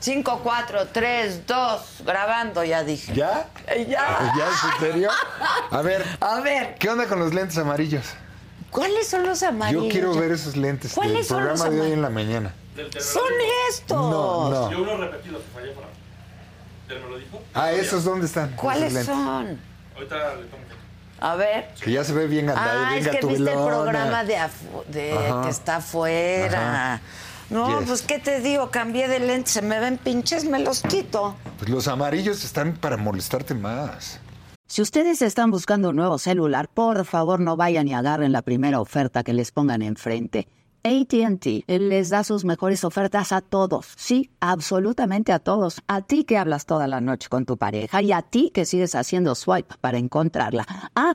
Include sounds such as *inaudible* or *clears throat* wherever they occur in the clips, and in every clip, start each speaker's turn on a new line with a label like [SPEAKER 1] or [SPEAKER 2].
[SPEAKER 1] Cinco, cuatro, tres, dos, grabando, ya dije.
[SPEAKER 2] ¿Ya?
[SPEAKER 1] Eh, ya.
[SPEAKER 2] ¿Ya es en serio? A ver,
[SPEAKER 1] A ver,
[SPEAKER 2] ¿qué onda con los lentes amarillos?
[SPEAKER 1] ¿cuáles son los amarillos?
[SPEAKER 2] Yo quiero ver esos lentes del
[SPEAKER 1] ¿Cuáles son los
[SPEAKER 2] programa de hoy en la mañana.
[SPEAKER 1] Son estos.
[SPEAKER 2] No,
[SPEAKER 3] Yo
[SPEAKER 2] no.
[SPEAKER 3] uno repetido que fallé por ahí. Él me lo dijo.
[SPEAKER 2] Ah, ¿esos dónde están? Esos
[SPEAKER 1] ¿Cuáles
[SPEAKER 2] lentes.
[SPEAKER 1] son?
[SPEAKER 3] Ahorita le tomo foto.
[SPEAKER 1] A ver.
[SPEAKER 2] Que ya se ve bien andado,
[SPEAKER 1] Ah,
[SPEAKER 2] bien
[SPEAKER 1] es que viste el
[SPEAKER 2] gatubelona.
[SPEAKER 1] programa de, afu- de
[SPEAKER 2] Ajá.
[SPEAKER 1] que está afuera.
[SPEAKER 2] Ajá.
[SPEAKER 1] No,
[SPEAKER 2] Yes.
[SPEAKER 1] pues qué te digo, cambié de lente, se me ven pinches, me los quito.
[SPEAKER 2] Pues los amarillos están para molestarte más.
[SPEAKER 4] Si ustedes están buscando un nuevo celular, por favor no vayan y agarren la primera oferta que les pongan enfrente. ATT les da sus mejores ofertas a todos, sí, absolutamente a todos. A ti que hablas toda la noche con tu pareja y a ti que sigues haciendo swipe para encontrarla. Ah,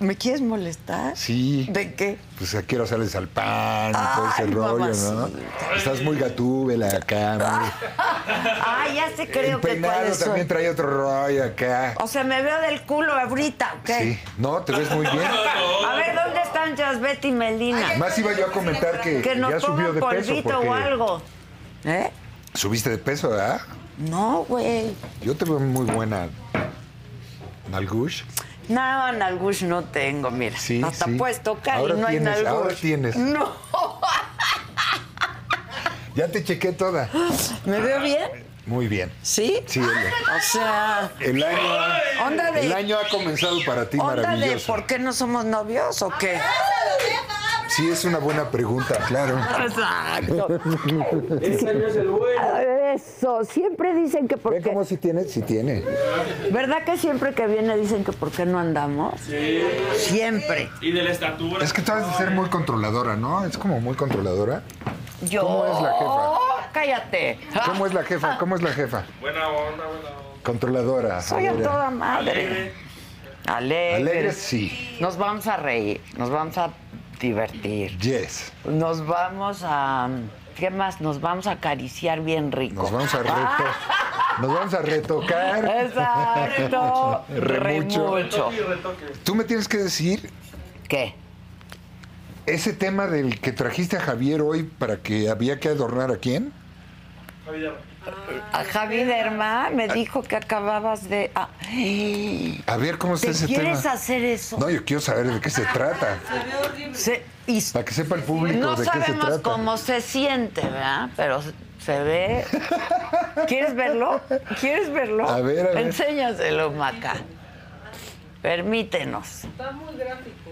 [SPEAKER 1] ¿Me quieres molestar?
[SPEAKER 2] Sí.
[SPEAKER 1] ¿De qué?
[SPEAKER 2] Pues a qué hora sales al pan y todo ese
[SPEAKER 1] Ay,
[SPEAKER 2] rollo,
[SPEAKER 1] mamacita.
[SPEAKER 2] ¿no? Estás muy gatúbela acá.
[SPEAKER 1] Ah, ya sé,
[SPEAKER 2] muy-
[SPEAKER 1] creo
[SPEAKER 2] el
[SPEAKER 1] que
[SPEAKER 2] peinado
[SPEAKER 1] cuáles
[SPEAKER 2] también
[SPEAKER 1] son.
[SPEAKER 2] trae otro rollo acá.
[SPEAKER 1] O sea, me veo del culo ahorita, ¿ok?
[SPEAKER 2] Sí. No, te ves muy bien.
[SPEAKER 1] A ver, ¿dónde están Jasbet y Melina?
[SPEAKER 2] Más iba yo a comentar que,
[SPEAKER 1] que
[SPEAKER 2] ya
[SPEAKER 1] nos
[SPEAKER 2] subió
[SPEAKER 1] pongan
[SPEAKER 2] de peso.
[SPEAKER 1] polvito
[SPEAKER 2] Porque
[SPEAKER 1] o algo. ¿Eh?
[SPEAKER 2] Subiste de peso, ¿verdad?
[SPEAKER 1] No, güey.
[SPEAKER 2] Yo te veo muy buena. Nalgush.
[SPEAKER 1] No, Nalgush no tengo, mira.
[SPEAKER 2] Sí,
[SPEAKER 1] Hasta
[SPEAKER 2] sí.
[SPEAKER 1] puedes tocar
[SPEAKER 2] Ahora
[SPEAKER 1] y no
[SPEAKER 2] tienes,
[SPEAKER 1] hay Nalgush.
[SPEAKER 2] ahora tienes.
[SPEAKER 1] No.
[SPEAKER 2] Ya te chequé toda.
[SPEAKER 1] ¿Me veo bien?
[SPEAKER 2] Muy bien.
[SPEAKER 1] ¿Sí?
[SPEAKER 2] Ah, Sí, Elia.
[SPEAKER 1] O sea,
[SPEAKER 2] El año,
[SPEAKER 1] Onda de-
[SPEAKER 2] el año ha comenzado para ti
[SPEAKER 1] onda de
[SPEAKER 2] maravilloso.
[SPEAKER 1] por qué no somos novios o qué.
[SPEAKER 2] Sí, es una buena pregunta, claro.
[SPEAKER 3] Ese año es el bueno.
[SPEAKER 1] Eso, siempre dicen que por
[SPEAKER 2] ¿Ve
[SPEAKER 1] qué.
[SPEAKER 2] cómo si tiene? Si tiene.
[SPEAKER 1] ¿Verdad que siempre que viene dicen que por qué no andamos?
[SPEAKER 3] Sí.
[SPEAKER 1] Siempre.
[SPEAKER 3] Y de la estatura.
[SPEAKER 2] Es que tú has de ser muy controladora, ¿no? Es como muy controladora.
[SPEAKER 1] Yo.
[SPEAKER 2] ¿Cómo es la jefa?
[SPEAKER 1] Cállate.
[SPEAKER 2] ¿Cómo es la jefa? ¿Cómo es la jefa?
[SPEAKER 3] Buena onda, buena onda.
[SPEAKER 2] Controladora.
[SPEAKER 1] Soy a
[SPEAKER 2] alegre.
[SPEAKER 1] toda madre.
[SPEAKER 3] Alegre.
[SPEAKER 1] Alegre.
[SPEAKER 2] Alegre, sí.
[SPEAKER 1] Nos vamos a reír, nos vamos a divertir,
[SPEAKER 2] Yes.
[SPEAKER 1] nos vamos a... ¿Qué más? Nos vamos a acariciar bien rico. Ah,
[SPEAKER 2] Nos vamos a reto.
[SPEAKER 1] *laughs*
[SPEAKER 2] Nos vamos a
[SPEAKER 1] Eh.
[SPEAKER 2] retocar. *laughs*
[SPEAKER 1] Exacto.
[SPEAKER 2] Remucho.
[SPEAKER 1] Remucho.
[SPEAKER 3] Y retoque.
[SPEAKER 2] Tú me tienes que decir
[SPEAKER 1] ¿Qué?
[SPEAKER 2] ese tema del que trajiste a Javier hoy para que había que adornar a quién.
[SPEAKER 3] Javier.
[SPEAKER 1] A Javi Derma me dijo que acababas de. ah. ¿Te
[SPEAKER 2] A ver cómo está Pues ese
[SPEAKER 1] quieres
[SPEAKER 2] tema.
[SPEAKER 1] hacer eso?
[SPEAKER 2] No, yo quiero saber de qué se trata.
[SPEAKER 1] Se- y-
[SPEAKER 2] Para que sepa el público
[SPEAKER 1] no
[SPEAKER 2] de qué se
[SPEAKER 1] sabemos
[SPEAKER 2] trata.
[SPEAKER 1] cómo se siente, ¿verdad? Pero se- se ve. ¿Quieres verlo? ¿Quieres verlo?
[SPEAKER 2] A ver, a ver.
[SPEAKER 1] Enséñaselo, Maca. Permítenos. Está muy gráfico.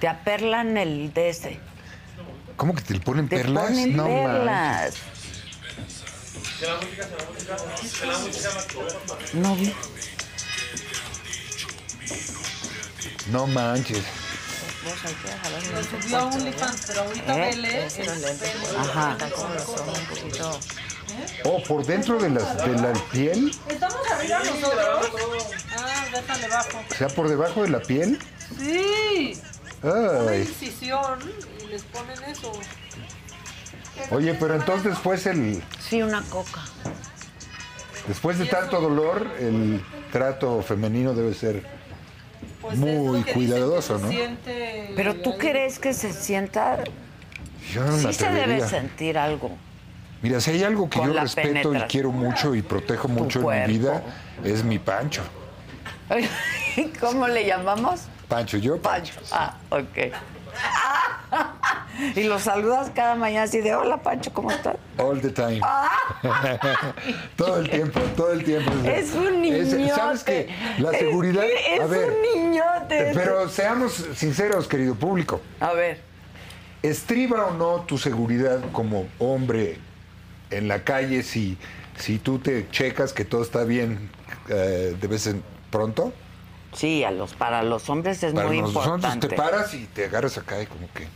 [SPEAKER 1] Te aperlan el DS.
[SPEAKER 2] ¿Cómo que te le ponen
[SPEAKER 1] Te
[SPEAKER 2] perlas?
[SPEAKER 1] ponen
[SPEAKER 2] no manches.
[SPEAKER 1] perlas. No vi.
[SPEAKER 2] No manches. ¿Eh?
[SPEAKER 1] Ajá.
[SPEAKER 2] Oh, por dentro de, las, de la piel,
[SPEAKER 5] Estamos arriba nosotros. Ah, déjale bajo.
[SPEAKER 2] o sea, por debajo de la piel.
[SPEAKER 5] Sí. Una
[SPEAKER 2] Ay.
[SPEAKER 5] incisión y les ponen eso. Pues
[SPEAKER 2] Oye, pero entonces después el,
[SPEAKER 1] Sí, una coca.
[SPEAKER 2] después de tanto dolor, el trato femenino debe ser.
[SPEAKER 5] Pues
[SPEAKER 2] Muy
[SPEAKER 5] es lo que dicen que
[SPEAKER 2] cuidadoso,
[SPEAKER 5] se
[SPEAKER 2] ¿no?
[SPEAKER 5] siente
[SPEAKER 1] Pero tú
[SPEAKER 5] ahí.
[SPEAKER 1] crees que se sienta.
[SPEAKER 2] Yo no
[SPEAKER 1] Sí
[SPEAKER 2] me
[SPEAKER 1] se debe
[SPEAKER 2] atrevería.
[SPEAKER 1] sentir algo.
[SPEAKER 2] Mira, si hay algo que
[SPEAKER 1] Con
[SPEAKER 2] yo
[SPEAKER 1] la
[SPEAKER 2] respeto
[SPEAKER 1] penetración.
[SPEAKER 2] y quiero mucho y protejo mucho en
[SPEAKER 1] cuerpo.
[SPEAKER 2] mi vida, es mi Pancho.
[SPEAKER 1] *laughs* ¿Cómo le llamamos?
[SPEAKER 2] Pancho, yo
[SPEAKER 1] Pancho. Ah, ok. *laughs* Y lo saludas cada mañana así de, hola Pancho, ¿cómo estás?
[SPEAKER 2] All
[SPEAKER 1] *laughs*
[SPEAKER 2] the time. todo el tiempo, todo el tiempo.
[SPEAKER 1] Es un
[SPEAKER 2] Es-
[SPEAKER 1] niñote.
[SPEAKER 2] ¿Sabes qué? La
[SPEAKER 1] Es
[SPEAKER 2] seguridad.
[SPEAKER 1] que Es,
[SPEAKER 2] a ver,
[SPEAKER 1] un niñote.
[SPEAKER 2] pero seamos sinceros, querido público.
[SPEAKER 1] A ver,
[SPEAKER 2] ¿Estriba o no tu seguridad como hombre en la calle si, si tú te checas que todo está bien eh, de vez en pronto?
[SPEAKER 1] sí, a los, para los hombres es
[SPEAKER 2] Para
[SPEAKER 1] muy
[SPEAKER 2] nosotros
[SPEAKER 1] importante.
[SPEAKER 2] te paras y te agarras acá y como que...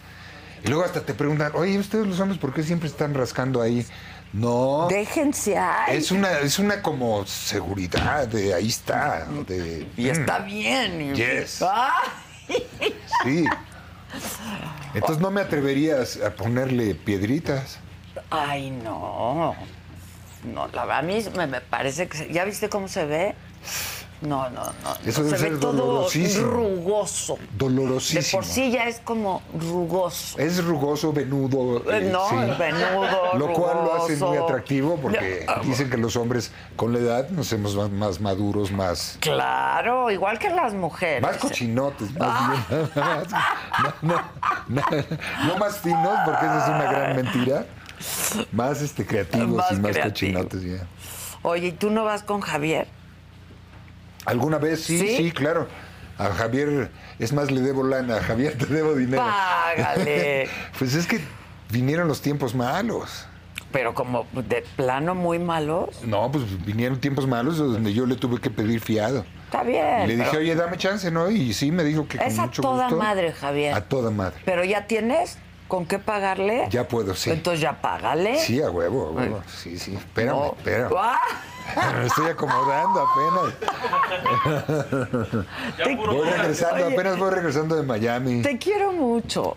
[SPEAKER 2] Y luego hasta te preguntan, oye, ¿ustedes los hombres por qué siempre están rascando ahí? No,
[SPEAKER 1] Déjense ahí.
[SPEAKER 2] es una es una como seguridad de ahí está. De,
[SPEAKER 1] Y
[SPEAKER 2] mm,
[SPEAKER 1] está bien.
[SPEAKER 2] Yes.
[SPEAKER 1] Ah,
[SPEAKER 2] Sí. Entonces no me atreverías a ponerle piedritas.
[SPEAKER 1] Ay, no. No, la verdad, a mí me, me parece que... se- ¿Ya viste cómo se ve? No, no, no.
[SPEAKER 2] Eso
[SPEAKER 1] no,
[SPEAKER 2] debe
[SPEAKER 1] se ve
[SPEAKER 2] ser
[SPEAKER 1] todo
[SPEAKER 2] dolorosísimo.
[SPEAKER 1] rugoso. De
[SPEAKER 2] Dolorosísimo.
[SPEAKER 1] por sí ya es como rugoso.
[SPEAKER 2] Es rugoso, venudo.
[SPEAKER 1] Eh,
[SPEAKER 2] eh,
[SPEAKER 1] no,
[SPEAKER 2] sí.
[SPEAKER 1] venudo,
[SPEAKER 2] Lo cual lo hace
[SPEAKER 1] rugoso.
[SPEAKER 2] muy atractivo porque
[SPEAKER 1] No, ah,
[SPEAKER 2] dicen que los hombres con la edad nos hemos más, más maduros, más,
[SPEAKER 1] Claro, igual que Ah. las mujeres.
[SPEAKER 2] más cochinotes, más bien. *laughs* no, no, no, no más finos, porque esa es una gran mentira. Más este creativos
[SPEAKER 1] Más
[SPEAKER 2] y más
[SPEAKER 1] creativo.
[SPEAKER 2] cochinotes. ya.
[SPEAKER 1] Oye, ¿y tú no vas con Javier?
[SPEAKER 2] ¿Alguna vez? Sí,
[SPEAKER 1] ¿Sí?
[SPEAKER 2] sí, claro. A Javier, es más, le debo lana. A Javier te debo dinero.
[SPEAKER 1] Págale.
[SPEAKER 2] *laughs* pues es que vinieron los tiempos malos.
[SPEAKER 1] Pero como de plano muy malos.
[SPEAKER 2] No, pues vinieron tiempos malos donde yo le tuve que pedir fiado.
[SPEAKER 1] Está bien.
[SPEAKER 2] Y le dije,
[SPEAKER 1] Eh, pero-
[SPEAKER 2] oye, dame chance, ¿no? Y sí, me dijo que con
[SPEAKER 1] Es a
[SPEAKER 2] mucho
[SPEAKER 1] toda
[SPEAKER 2] gusto.
[SPEAKER 1] madre, Javier.
[SPEAKER 2] A toda madre.
[SPEAKER 1] Pero ya tienes con qué pagarle.
[SPEAKER 2] Ya puedo, sí.
[SPEAKER 1] Entonces ya págale.
[SPEAKER 2] Sí, a huevo, a huevo. Sí, sí. Espérame,
[SPEAKER 1] No.
[SPEAKER 2] espérame.
[SPEAKER 1] Ah,
[SPEAKER 2] *laughs* Me estoy acomodando apenas.
[SPEAKER 3] Ya puro
[SPEAKER 1] *laughs*
[SPEAKER 2] Voy
[SPEAKER 3] coca.
[SPEAKER 2] regresando,
[SPEAKER 1] Oye.
[SPEAKER 2] apenas voy regresando de Miami.
[SPEAKER 1] Te quiero mucho.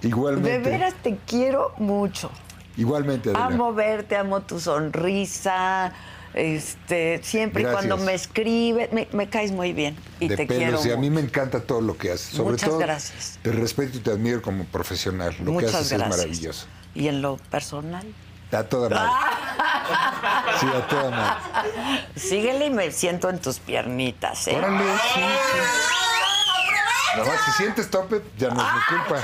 [SPEAKER 1] De
[SPEAKER 2] Igualmente.
[SPEAKER 1] veras te quiero mucho.
[SPEAKER 2] Igualmente, Adela.
[SPEAKER 1] Amo verte, amo tu sonrisa. Este, siempre y
[SPEAKER 2] Gracias.
[SPEAKER 1] cuando me escribes, me, me caes muy bien. Y
[SPEAKER 2] de
[SPEAKER 1] te
[SPEAKER 2] pelos.
[SPEAKER 1] quiero.
[SPEAKER 2] y a mí
[SPEAKER 1] mucho.
[SPEAKER 2] me encanta todo lo que haces. Sobre
[SPEAKER 1] Muchas
[SPEAKER 2] todo,
[SPEAKER 1] gracias.
[SPEAKER 2] Te respeto y te admiro como profesional. Lo
[SPEAKER 1] Muchas
[SPEAKER 2] que haces
[SPEAKER 1] gracias.
[SPEAKER 2] es maravilloso.
[SPEAKER 1] Y en lo personal. *laughs*
[SPEAKER 2] A toda madre. Sí, a toda madre.
[SPEAKER 1] Síguele y me siento en tus piernitas, ¿eh?
[SPEAKER 2] Órale, sí, sí. Nada más, si sientes tope, ya no es
[SPEAKER 1] Ah,
[SPEAKER 2] mi culpa.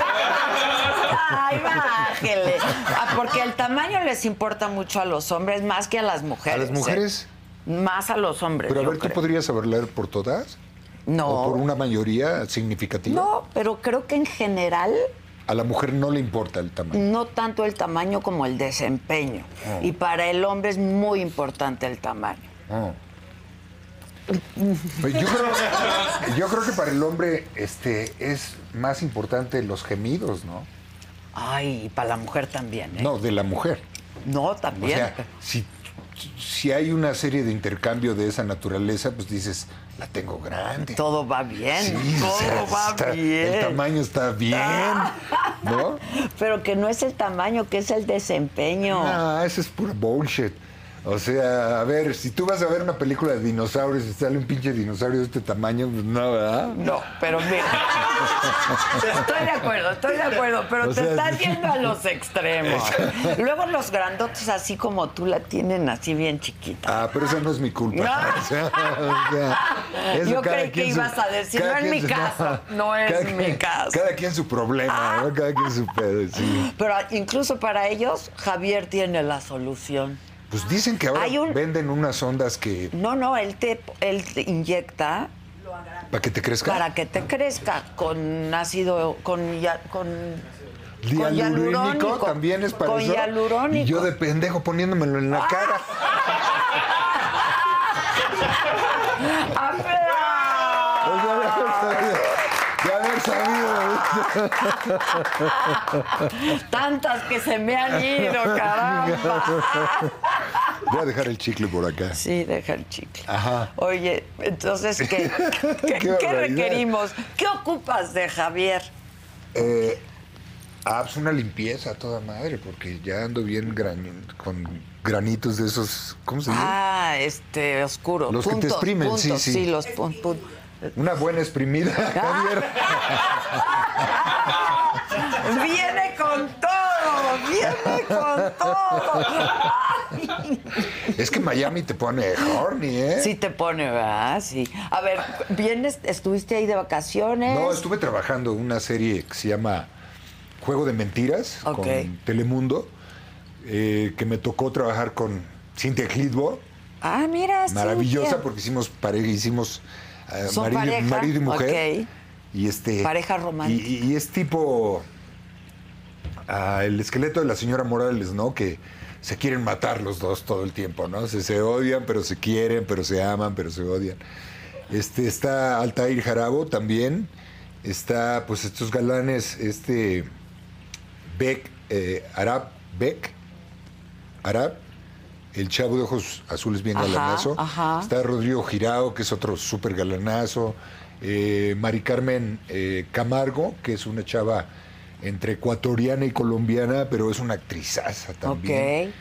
[SPEAKER 1] Ay, bájele. Ah, porque el tamaño les importa mucho a los hombres más que a las
[SPEAKER 2] A
[SPEAKER 1] mujeres.
[SPEAKER 2] las mujeres.
[SPEAKER 1] ¿eh? Más a los hombres.
[SPEAKER 2] Pero a
[SPEAKER 1] yo
[SPEAKER 2] ver, ¿tú
[SPEAKER 1] creo.
[SPEAKER 2] podrías hablar por todas?
[SPEAKER 1] No.
[SPEAKER 2] ¿O por una mayoría significativa?
[SPEAKER 1] No, pero creo que en general
[SPEAKER 2] A la mujer no le importa el tamaño.
[SPEAKER 1] no tanto el tamaño como el desempeño.
[SPEAKER 2] Oh.
[SPEAKER 1] Y para el hombre es muy importante el tamaño.
[SPEAKER 2] No. Oh. Pues Yo creo, yo creo que para el hombre este, es más importante los gemidos, ¿no?
[SPEAKER 1] Ay, y para la mujer también, ¿eh?
[SPEAKER 2] No, de la mujer.
[SPEAKER 1] No,
[SPEAKER 2] O
[SPEAKER 1] también.
[SPEAKER 2] sea, si, si hay una serie de intercambio de esa naturaleza, pues dices, la tengo grande.
[SPEAKER 1] *laughs* Todo va bien.
[SPEAKER 2] Sí,
[SPEAKER 1] todo
[SPEAKER 2] o sea,
[SPEAKER 1] va
[SPEAKER 2] está-
[SPEAKER 1] bien.
[SPEAKER 2] El tamaño está
[SPEAKER 1] *laughs*
[SPEAKER 2] bien, ¿no?
[SPEAKER 1] Pero que no es el tamaño, que es el desempeño.
[SPEAKER 2] Ah, eso es pura bullshit. O sea, a ver, si tú vas a ver una película de dinosaurios y sale un pinche dinosaurio de este tamaño, pues no, ¿verdad?
[SPEAKER 1] No, pero mira. Estoy de acuerdo, estoy de acuerdo, pero
[SPEAKER 2] O
[SPEAKER 1] te
[SPEAKER 2] sea,
[SPEAKER 1] estás yendo a los extremos. Luego los grandotes, así como tú, la tienen así bien chiquita.
[SPEAKER 2] Ah, pero eso no es mi culpa.
[SPEAKER 1] No.
[SPEAKER 2] *laughs* O sea, o sea, eso
[SPEAKER 1] Yo
[SPEAKER 2] cada
[SPEAKER 1] creí que
[SPEAKER 2] quien
[SPEAKER 1] ibas a decir,
[SPEAKER 2] cada
[SPEAKER 1] no es
[SPEAKER 2] quien
[SPEAKER 1] mi caso, no es
[SPEAKER 2] Cada
[SPEAKER 1] mi
[SPEAKER 2] quien-
[SPEAKER 1] caso. Ah.
[SPEAKER 2] Cada quien su problema, ¿no? cada quien su pedo, sí.
[SPEAKER 1] Pero incluso para ellos, Javier tiene la solución.
[SPEAKER 2] Pues dicen que ahora
[SPEAKER 1] Hay un-
[SPEAKER 2] venden unas ondas que
[SPEAKER 1] No, no, él te, él te inyecta
[SPEAKER 2] para que te crezca.
[SPEAKER 1] para que te crezca con ácido, con, ya- con con
[SPEAKER 2] Dialurónico
[SPEAKER 1] hialurónico.
[SPEAKER 2] también es para
[SPEAKER 1] Con
[SPEAKER 2] eso.
[SPEAKER 1] hialurónico.
[SPEAKER 2] Y yo de pendejo poniéndomelo en la cara.
[SPEAKER 1] ¡Ah, ¡Ampla!
[SPEAKER 2] Pues de haber sabido. De haber sabido.
[SPEAKER 1] Tantas que se me han
[SPEAKER 2] *laughs*
[SPEAKER 1] ido, caramba.
[SPEAKER 2] Voy a dejar el chicle por acá.
[SPEAKER 1] Sí, deja el chicle.
[SPEAKER 2] Ajá.
[SPEAKER 1] Oye, entonces, ¿qué, qué,
[SPEAKER 2] *laughs* Qué
[SPEAKER 1] qué
[SPEAKER 2] barbaridad.
[SPEAKER 1] requerimos? ¿Qué ocupas de Javier?
[SPEAKER 2] Eh, ah, pues una limpieza a toda madre, porque ya ando bien gran- con granitos de esos. ¿Cómo se dice?
[SPEAKER 1] Ah, este, oscuro.
[SPEAKER 2] Los que te
[SPEAKER 1] Puntos,
[SPEAKER 2] exprimen, sí,
[SPEAKER 1] puntos,
[SPEAKER 2] sí.
[SPEAKER 1] los pun- pun-
[SPEAKER 2] Una buena exprimida,
[SPEAKER 1] Ah.
[SPEAKER 2] Javier.
[SPEAKER 1] *laughs* ¡Viene con todo! ¡Viene con todo!
[SPEAKER 2] Es que Miami te pone horny, ¿eh?
[SPEAKER 1] Sí te pone, ¿verdad? Sí. A ver, ¿vienes? ¿Estuviste ahí de vacaciones?
[SPEAKER 2] No, estuve trabajando una serie que se llama Juego de Mentiras
[SPEAKER 1] Ok.
[SPEAKER 2] con Telemundo, eh, que me tocó trabajar con Cintia Clitbo,
[SPEAKER 1] Ah, mira, sí,
[SPEAKER 2] maravillosa,
[SPEAKER 1] bien.
[SPEAKER 2] porque hicimos pareja, hicimos eh,
[SPEAKER 1] ¿Son
[SPEAKER 2] marido,
[SPEAKER 1] pareja?
[SPEAKER 2] marido y mujer.
[SPEAKER 1] Ok.
[SPEAKER 2] Y este,
[SPEAKER 1] Pareja romántica.
[SPEAKER 2] Y, y- y es tipo ah, el esqueleto de la señora Morales, ¿no? Que se quieren matar los dos todo el tiempo, ¿no? Se, se odian, pero se quieren, pero se aman, pero se odian. Este, está Altair Jarabo también. Está, pues, estos galanes, este Beck, eh, Arab, Beck, Arab, el chavo de ojos azules bien
[SPEAKER 1] Ajá,
[SPEAKER 2] galanazo.
[SPEAKER 1] ajá.
[SPEAKER 2] Está Rodrigo Girao, que es otro súper galanazo. Eh, Mari Carmen eh, Camargo, que es una chava entre ecuatoriana y colombiana, pero es una actrizaza también.
[SPEAKER 1] Ok.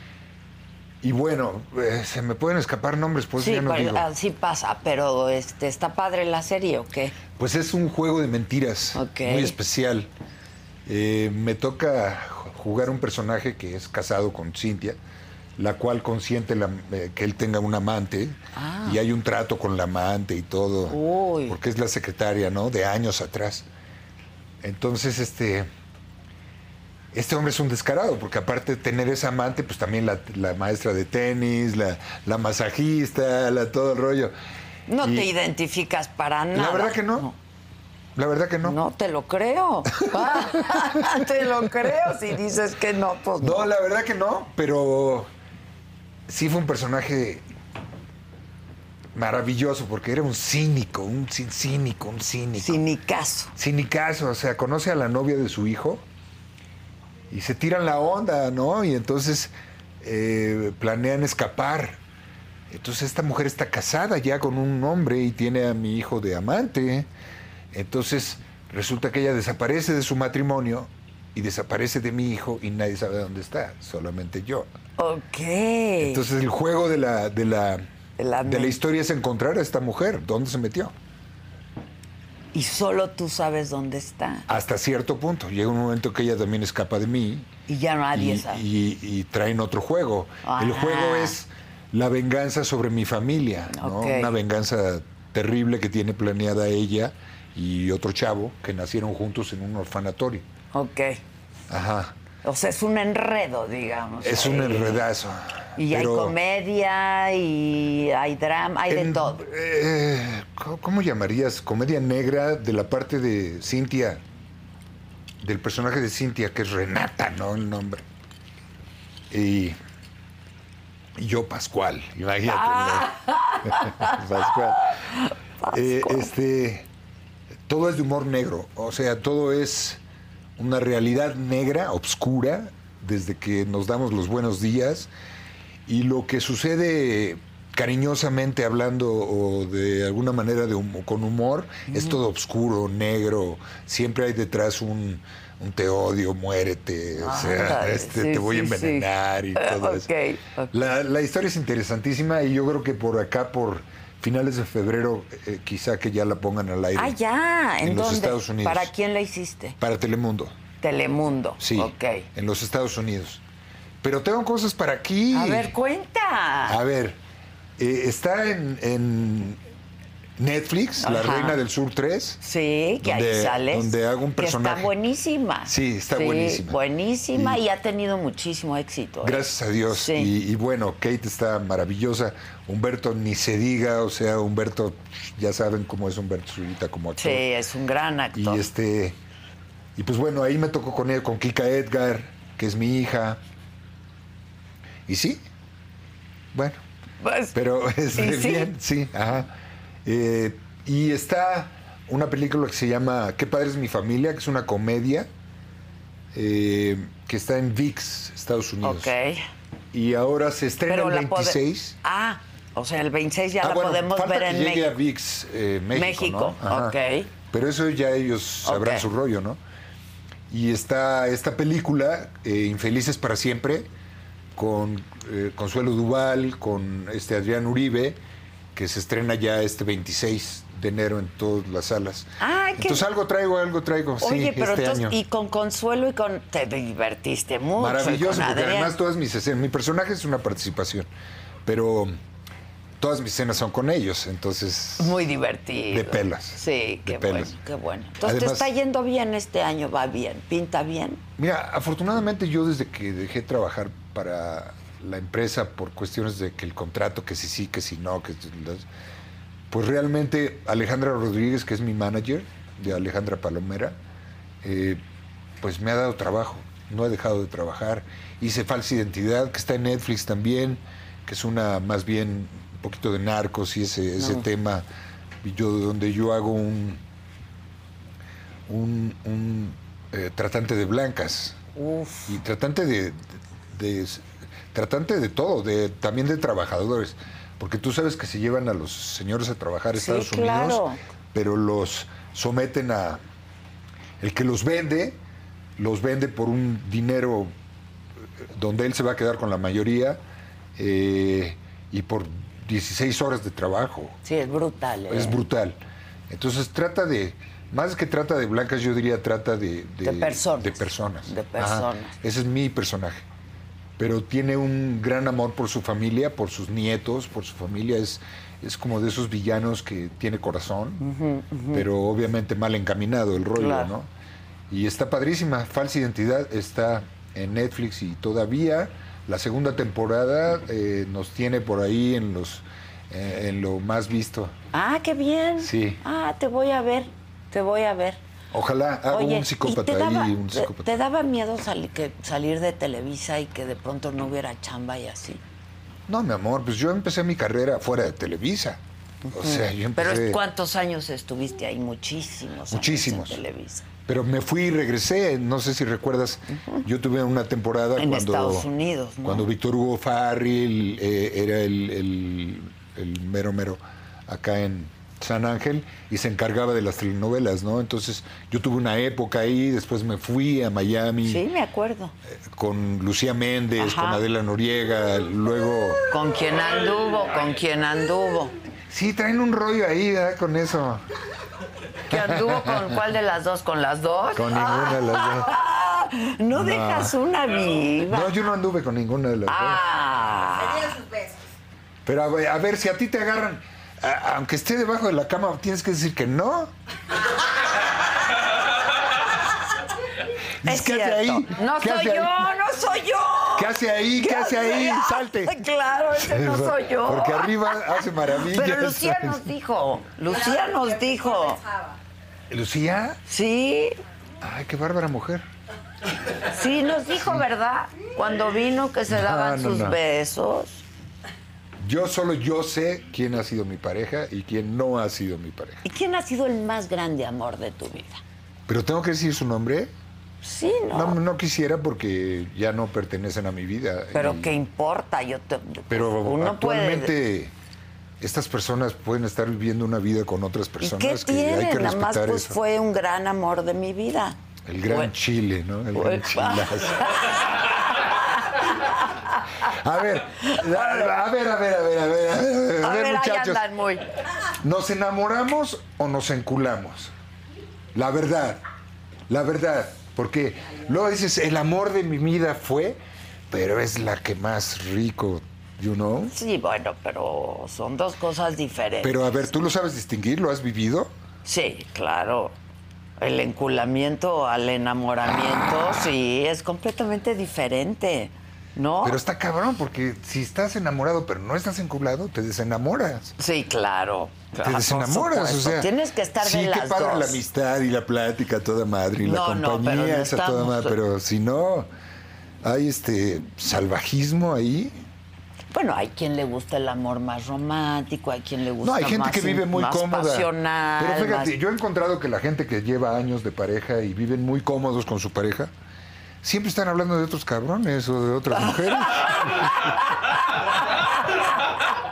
[SPEAKER 2] Y bueno, eh, se me pueden escapar nombres, por eso
[SPEAKER 1] Sí,
[SPEAKER 2] ya no
[SPEAKER 1] pa-
[SPEAKER 2] digo.
[SPEAKER 1] así pasa, pero este, ¿está padre la serie o qué?
[SPEAKER 2] Pues es un juego de mentiras
[SPEAKER 1] Ok.
[SPEAKER 2] muy especial. Eh, me toca ju- jugar un personaje que es casado con Cintia, la cual consiente la- eh, que él tenga un amante y hay un trato con la amante y todo,
[SPEAKER 1] Ah. Uy.
[SPEAKER 2] porque es la secretaria, ¿no? De años atrás. Entonces, este, este hombre es un descarado, porque aparte de tener esa amante, pues también la, la maestra de tenis, la, la masajista, la, todo el rollo.
[SPEAKER 1] No
[SPEAKER 2] Y-
[SPEAKER 1] te identificas para nada.
[SPEAKER 2] La verdad que no. La verdad que
[SPEAKER 1] No,
[SPEAKER 2] no.
[SPEAKER 1] te lo
[SPEAKER 2] *laughs*
[SPEAKER 1] creo. Ah, te lo creo. Si dices que no, pues no.
[SPEAKER 2] No, la verdad que no, pero sí fue un personaje maravilloso porque era un cínico, un cin- cínico, un cínico.
[SPEAKER 1] Sin ni caso.
[SPEAKER 2] Cinicazo, o sea, conoce a la novia de su hijo y se tiran la onda, ¿no? Y entonces eh, planean escapar. Entonces esta mujer está casada ya con un hombre y tiene a mi hijo de amante. Entonces resulta que ella desaparece de su matrimonio y desaparece de mi hijo y nadie sabe dónde está, solamente yo.
[SPEAKER 1] Ok.
[SPEAKER 2] Entonces el juego de la, de la,
[SPEAKER 1] De la-
[SPEAKER 2] de la historia es encontrar a esta mujer, dónde se metió.
[SPEAKER 1] y solo tú sabes dónde está.
[SPEAKER 2] Hasta cierto punto. Llega un momento que ella también escapa de mí
[SPEAKER 1] Y ya nadie
[SPEAKER 2] y,
[SPEAKER 1] sabe.
[SPEAKER 2] y- y traen otro juego.
[SPEAKER 1] Ajá.
[SPEAKER 2] El juego es la venganza sobre mi familia, ¿no?
[SPEAKER 1] Ah. Ok.
[SPEAKER 2] Una venganza terrible que tiene planeada ella y otro chavo que nacieron juntos en un orfanatorio.
[SPEAKER 1] Ok.
[SPEAKER 2] Ajá.
[SPEAKER 1] O sea, es un enredo, digamos.
[SPEAKER 2] Es
[SPEAKER 1] ahí.
[SPEAKER 2] un enredazo.
[SPEAKER 1] Y hay
[SPEAKER 2] pero
[SPEAKER 1] comedia y hay drama, hay de
[SPEAKER 2] en-
[SPEAKER 1] todo.
[SPEAKER 2] eh, ¿cómo- ¿Cómo llamarías? Comedia negra de la parte de Cintia, del personaje de Cintia, que es Renata, ¿no? El nombre. Y, y yo Pascual, imagínate. ¿no?
[SPEAKER 1] *laughs*
[SPEAKER 2] *laughs* Pascual. Eh, este, todo es de humor negro, o sea, todo es una realidad negra, obscura, desde que nos damos los buenos días. Y lo que sucede cariñosamente hablando o de alguna
[SPEAKER 1] Mm.
[SPEAKER 2] manera de humo- con humor es todo oscuro, negro, siempre hay detrás un, un te odio, muérete, o sea,
[SPEAKER 1] Ándale,
[SPEAKER 2] este,
[SPEAKER 1] Ah, sí,
[SPEAKER 2] te voy a
[SPEAKER 1] sí, sí.
[SPEAKER 2] envenenar y todo
[SPEAKER 1] *laughs*
[SPEAKER 2] eso.
[SPEAKER 1] Ok, ok.
[SPEAKER 2] La, la historia es interesantísima y yo creo que por acá, por finales de febrero, eh, quizá que ya la pongan al aire.
[SPEAKER 1] Ah, ya. ¿En,
[SPEAKER 2] En los
[SPEAKER 1] dónde?
[SPEAKER 2] Estados Unidos.
[SPEAKER 1] ¿Para quién la hiciste?
[SPEAKER 2] Para Telemundo.
[SPEAKER 1] Telemundo.
[SPEAKER 2] Sí.
[SPEAKER 1] Ok.
[SPEAKER 2] En los Estados Unidos. Pero tengo cosas para aquí.
[SPEAKER 1] A ver, cuenta.
[SPEAKER 2] A ver, eh, está en, en Netflix, La
[SPEAKER 1] Ajá.
[SPEAKER 2] Reina del Sur 3.
[SPEAKER 1] Sí, que ahí
[SPEAKER 2] Donde-
[SPEAKER 1] sales.
[SPEAKER 2] donde hago un
[SPEAKER 1] que
[SPEAKER 2] personaje.
[SPEAKER 1] está buenísima.
[SPEAKER 2] Sí, está buenísima.
[SPEAKER 1] Buenísima y,
[SPEAKER 2] Y-
[SPEAKER 1] ha tenido muchísimo éxito. ¿eh?
[SPEAKER 2] Gracias a Dios.
[SPEAKER 1] Sí.
[SPEAKER 2] Y, y bueno, Kate está maravillosa. Humberto ni se diga, o sea, Humberto, ya saben cómo es Humberto Zurita como
[SPEAKER 1] Sí,
[SPEAKER 2] actor.
[SPEAKER 1] es un gran
[SPEAKER 2] Y
[SPEAKER 1] actor.
[SPEAKER 2] este. Y pues bueno, ahí me tocó con él, con Kika Edgar, que es mi hija. Y sí. Bueno,
[SPEAKER 1] Pues,
[SPEAKER 2] pero *laughs* es
[SPEAKER 1] ¿y sí?
[SPEAKER 2] bien, sí, ajá. Eh, y está una película que se llama Qué padre es mi familia, que es una comedia eh, que está en VIX, Estados Unidos.
[SPEAKER 1] Ok.
[SPEAKER 2] Y ahora se estrena
[SPEAKER 1] Pero
[SPEAKER 2] el
[SPEAKER 1] la pode-
[SPEAKER 2] 26.
[SPEAKER 1] Ah, o sea, el 26 ya
[SPEAKER 2] Ah,
[SPEAKER 1] la
[SPEAKER 2] bueno,
[SPEAKER 1] podemos
[SPEAKER 2] falta
[SPEAKER 1] ver
[SPEAKER 2] que
[SPEAKER 1] en
[SPEAKER 2] llegue
[SPEAKER 1] México.
[SPEAKER 2] a VIX, eh, México.
[SPEAKER 1] México,
[SPEAKER 2] ¿no? Ajá.
[SPEAKER 1] ok.
[SPEAKER 2] Pero eso ya ellos sabrán
[SPEAKER 1] Ok.
[SPEAKER 2] su rollo, ¿no? Y está esta película, eh, Infelices para siempre, con eh, Consuelo Duval, con este Adrián Uribe, que se estrena ya este 26 de enero en todas las salas.
[SPEAKER 1] Ah, qué-
[SPEAKER 2] Entonces algo traigo, algo traigo,
[SPEAKER 1] Oye,
[SPEAKER 2] sí,
[SPEAKER 1] pero
[SPEAKER 2] este
[SPEAKER 1] entonces,
[SPEAKER 2] año.
[SPEAKER 1] y con Consuelo y con. Te divertiste mucho. y
[SPEAKER 2] Maravilloso,
[SPEAKER 1] con
[SPEAKER 2] porque
[SPEAKER 1] Adrián.
[SPEAKER 2] además todas mis escenas, mi personaje es una participación, pero todas mis escenas son con ellos, entonces...
[SPEAKER 1] Muy divertido.
[SPEAKER 2] De pelas.
[SPEAKER 1] Sí,
[SPEAKER 2] De
[SPEAKER 1] qué
[SPEAKER 2] pelas.
[SPEAKER 1] bueno, qué bueno. Entonces te
[SPEAKER 2] Además-
[SPEAKER 1] está yendo bien este año, va bien, pinta bien.
[SPEAKER 2] Mira, afortunadamente yo desde que dejé trabajar para la empresa por cuestiones de que el contrato, que si sí, que si no, que si las- pues realmente Alejandra Rodríguez, que es mi manager de Alejandra Palomera, eh, pues me ha dado trabajo, no he dejado de trabajar. Hice Falsa Identidad, que está en Netflix también, que es una más bien un poquito de narcos y ese, ese tema, y yo, donde yo hago un, un, un, eh, tratante de blancas
[SPEAKER 1] Uf.
[SPEAKER 2] y tratante de, de- de- tratante de todo, de, también de trabajadores, porque tú sabes que se llevan a los señores a trabajar a
[SPEAKER 1] Sí,
[SPEAKER 2] Estados
[SPEAKER 1] claro.
[SPEAKER 2] Unidos, pero los someten a el que los vende, los vende por un dinero eh, donde él se va a quedar con la mayoría eh, y por 16 horas de trabajo.
[SPEAKER 1] Sí, es brutal. ¿eh?
[SPEAKER 2] Es brutal. Entonces trata de, más que trata de blancas, yo diría trata de...
[SPEAKER 1] De personas.
[SPEAKER 2] De personas.
[SPEAKER 1] De personas.
[SPEAKER 2] Ajá. Ese es mi personaje. Pero tiene un gran amor por su familia, por sus nietos, por su familia. Es, es como de esos villanos que tiene corazón, pero obviamente mal encaminado el rollo,
[SPEAKER 1] Claro.
[SPEAKER 2] ¿no? Y está padrísima. Falsa Identidad está en Netflix y todavía la segunda temporada eh, nos tiene por ahí en los eh, en lo más visto.
[SPEAKER 1] Ah, qué bien.
[SPEAKER 2] Sí.
[SPEAKER 1] Ah, te voy a ver, te voy a ver.
[SPEAKER 2] Ojalá haga
[SPEAKER 1] Oye,
[SPEAKER 2] Ah, un
[SPEAKER 1] ¿y
[SPEAKER 2] psicópata
[SPEAKER 1] te daba,
[SPEAKER 2] ahí, un
[SPEAKER 1] te-
[SPEAKER 2] psicópata.
[SPEAKER 1] ¿Te daba miedo sali- que salir de Televisa y que de pronto no hubiera chamba y así?
[SPEAKER 2] No, mi amor, pues yo empecé mi carrera fuera de Televisa. O sea, yo
[SPEAKER 1] Pero
[SPEAKER 2] empecé.
[SPEAKER 1] ¿cuántos años estuviste ahí? Muchísimos. años en
[SPEAKER 2] Muchísimos.
[SPEAKER 1] Televisa.
[SPEAKER 2] Pero me fui y regresé. No sé si recuerdas, yo tuve una temporada
[SPEAKER 1] En
[SPEAKER 2] cuando.
[SPEAKER 1] Estados Unidos, ¿no?
[SPEAKER 2] Cuando Víctor Hugo Farril eh, era el, el- el mero mero acá en San Ángel y se encargaba de las telenovelas, ¿no? Entonces yo tuve una época ahí, después me fui a Miami
[SPEAKER 1] Sí, me acuerdo.
[SPEAKER 2] con Lucía Méndez,
[SPEAKER 1] Ajá.
[SPEAKER 2] con Adela Noriega, luego.
[SPEAKER 1] ¿Con quién anduvo? ¿Con quién anduvo?
[SPEAKER 2] Sí, traen un rollo ahí ¿verdad? con eso.
[SPEAKER 1] ¿Que anduvo con cuál de las dos? ¿Con las dos?
[SPEAKER 2] Con ninguna de las dos.
[SPEAKER 1] Ah, no dejas una viva.
[SPEAKER 2] No, yo no anduve con ninguna de las dos.
[SPEAKER 1] Ah,
[SPEAKER 5] Tiene sus besos.
[SPEAKER 2] Pero a ver, a ver, si a ti te agarran, a- aunque esté debajo de la cama, tienes que decir que
[SPEAKER 1] *laughs*
[SPEAKER 2] no.
[SPEAKER 1] es
[SPEAKER 2] ¿Qué hace
[SPEAKER 1] cierto.
[SPEAKER 2] ahí?
[SPEAKER 1] No
[SPEAKER 2] ¿Qué
[SPEAKER 1] soy
[SPEAKER 2] hace
[SPEAKER 1] yo,
[SPEAKER 2] ahí?
[SPEAKER 1] no soy yo.
[SPEAKER 2] ¿Qué hace ahí? ¿Qué hace ahí?
[SPEAKER 1] *laughs*
[SPEAKER 2] Salte.
[SPEAKER 1] Claro, ese no soy yo.
[SPEAKER 2] Porque arriba hace maravillas.
[SPEAKER 1] Pero Lucía nos dijo, Lucía nos dijo,
[SPEAKER 2] ¿Lucía?
[SPEAKER 1] sí,
[SPEAKER 2] Ay, qué bárbara mujer.
[SPEAKER 1] sí nos dijo, ¿verdad? Cuando vino que se
[SPEAKER 2] No,
[SPEAKER 1] daban
[SPEAKER 2] no,
[SPEAKER 1] sus
[SPEAKER 2] no.
[SPEAKER 1] besos.
[SPEAKER 2] Yo solo yo sé quién ha sido mi pareja y quién no ha sido mi pareja.
[SPEAKER 1] ¿Y quién ha sido el más grande amor de tu vida?
[SPEAKER 2] Pero tengo que decir su nombre.
[SPEAKER 1] Sí, ¿no?
[SPEAKER 2] No, no quisiera porque ya no pertenecen a mi vida.
[SPEAKER 1] Pero
[SPEAKER 2] Y-
[SPEAKER 1] qué importa, yo te,
[SPEAKER 2] Pero
[SPEAKER 1] uno
[SPEAKER 2] actualmente
[SPEAKER 1] puede.
[SPEAKER 2] estas personas pueden estar viviendo una vida con otras
[SPEAKER 1] ¿Y
[SPEAKER 2] personas
[SPEAKER 1] qué
[SPEAKER 2] que hay
[SPEAKER 1] tiene?
[SPEAKER 2] que
[SPEAKER 1] Nada más
[SPEAKER 2] respetar
[SPEAKER 1] pues
[SPEAKER 2] eso.
[SPEAKER 1] fue un gran amor de mi vida.
[SPEAKER 2] El gran
[SPEAKER 1] Bueno.
[SPEAKER 2] chile, ¿no? El gran
[SPEAKER 1] Bueno. *laughs*
[SPEAKER 2] chilazo. A ver, a a ver, a ver, a ver, a ver, a ver,
[SPEAKER 1] A ver, ahí
[SPEAKER 2] Eh, muchachos.
[SPEAKER 1] andan muy.
[SPEAKER 2] ¿Nos enamoramos o nos enculamos? La verdad, la verdad, porque luego dices, el amor de mi vida fue, pero es la que más rico, you know.
[SPEAKER 1] Sí, bueno, pero son dos cosas diferentes.
[SPEAKER 2] Pero a ver, ¿tú lo sabes distinguir? ¿Lo has vivido?
[SPEAKER 1] Sí, claro. El enculamiento al enamoramiento,
[SPEAKER 2] Ah.
[SPEAKER 1] sí, es completamente diferente, ¿no?
[SPEAKER 2] Pero está cabrón, porque si estás enamorado pero no estás enculado, te desenamoras.
[SPEAKER 1] Sí, claro.
[SPEAKER 2] Te
[SPEAKER 1] Ah, Por
[SPEAKER 2] desenamoras, o
[SPEAKER 1] supuesto.
[SPEAKER 2] sea.
[SPEAKER 1] Tienes que estar
[SPEAKER 2] sí,
[SPEAKER 1] de las
[SPEAKER 2] qué padre
[SPEAKER 1] dos.
[SPEAKER 2] la amistad y la plática a toda madre y la
[SPEAKER 1] No, no,
[SPEAKER 2] compañía
[SPEAKER 1] pero no
[SPEAKER 2] esa toda
[SPEAKER 1] estamos-
[SPEAKER 2] madre, pero si no, hay este salvajismo ahí.
[SPEAKER 1] Bueno, hay quien le gusta el amor más romántico, hay quien le gusta
[SPEAKER 2] No, hay gente
[SPEAKER 1] más
[SPEAKER 2] que vive
[SPEAKER 1] in-
[SPEAKER 2] muy
[SPEAKER 1] más
[SPEAKER 2] cómoda.
[SPEAKER 1] pasional,
[SPEAKER 2] Pero fíjate,
[SPEAKER 1] más-
[SPEAKER 2] yo he encontrado que la gente que lleva años de pareja y viven muy cómodos con su pareja, siempre están hablando de otros cabrones o de otras mujeres.
[SPEAKER 1] *laughs*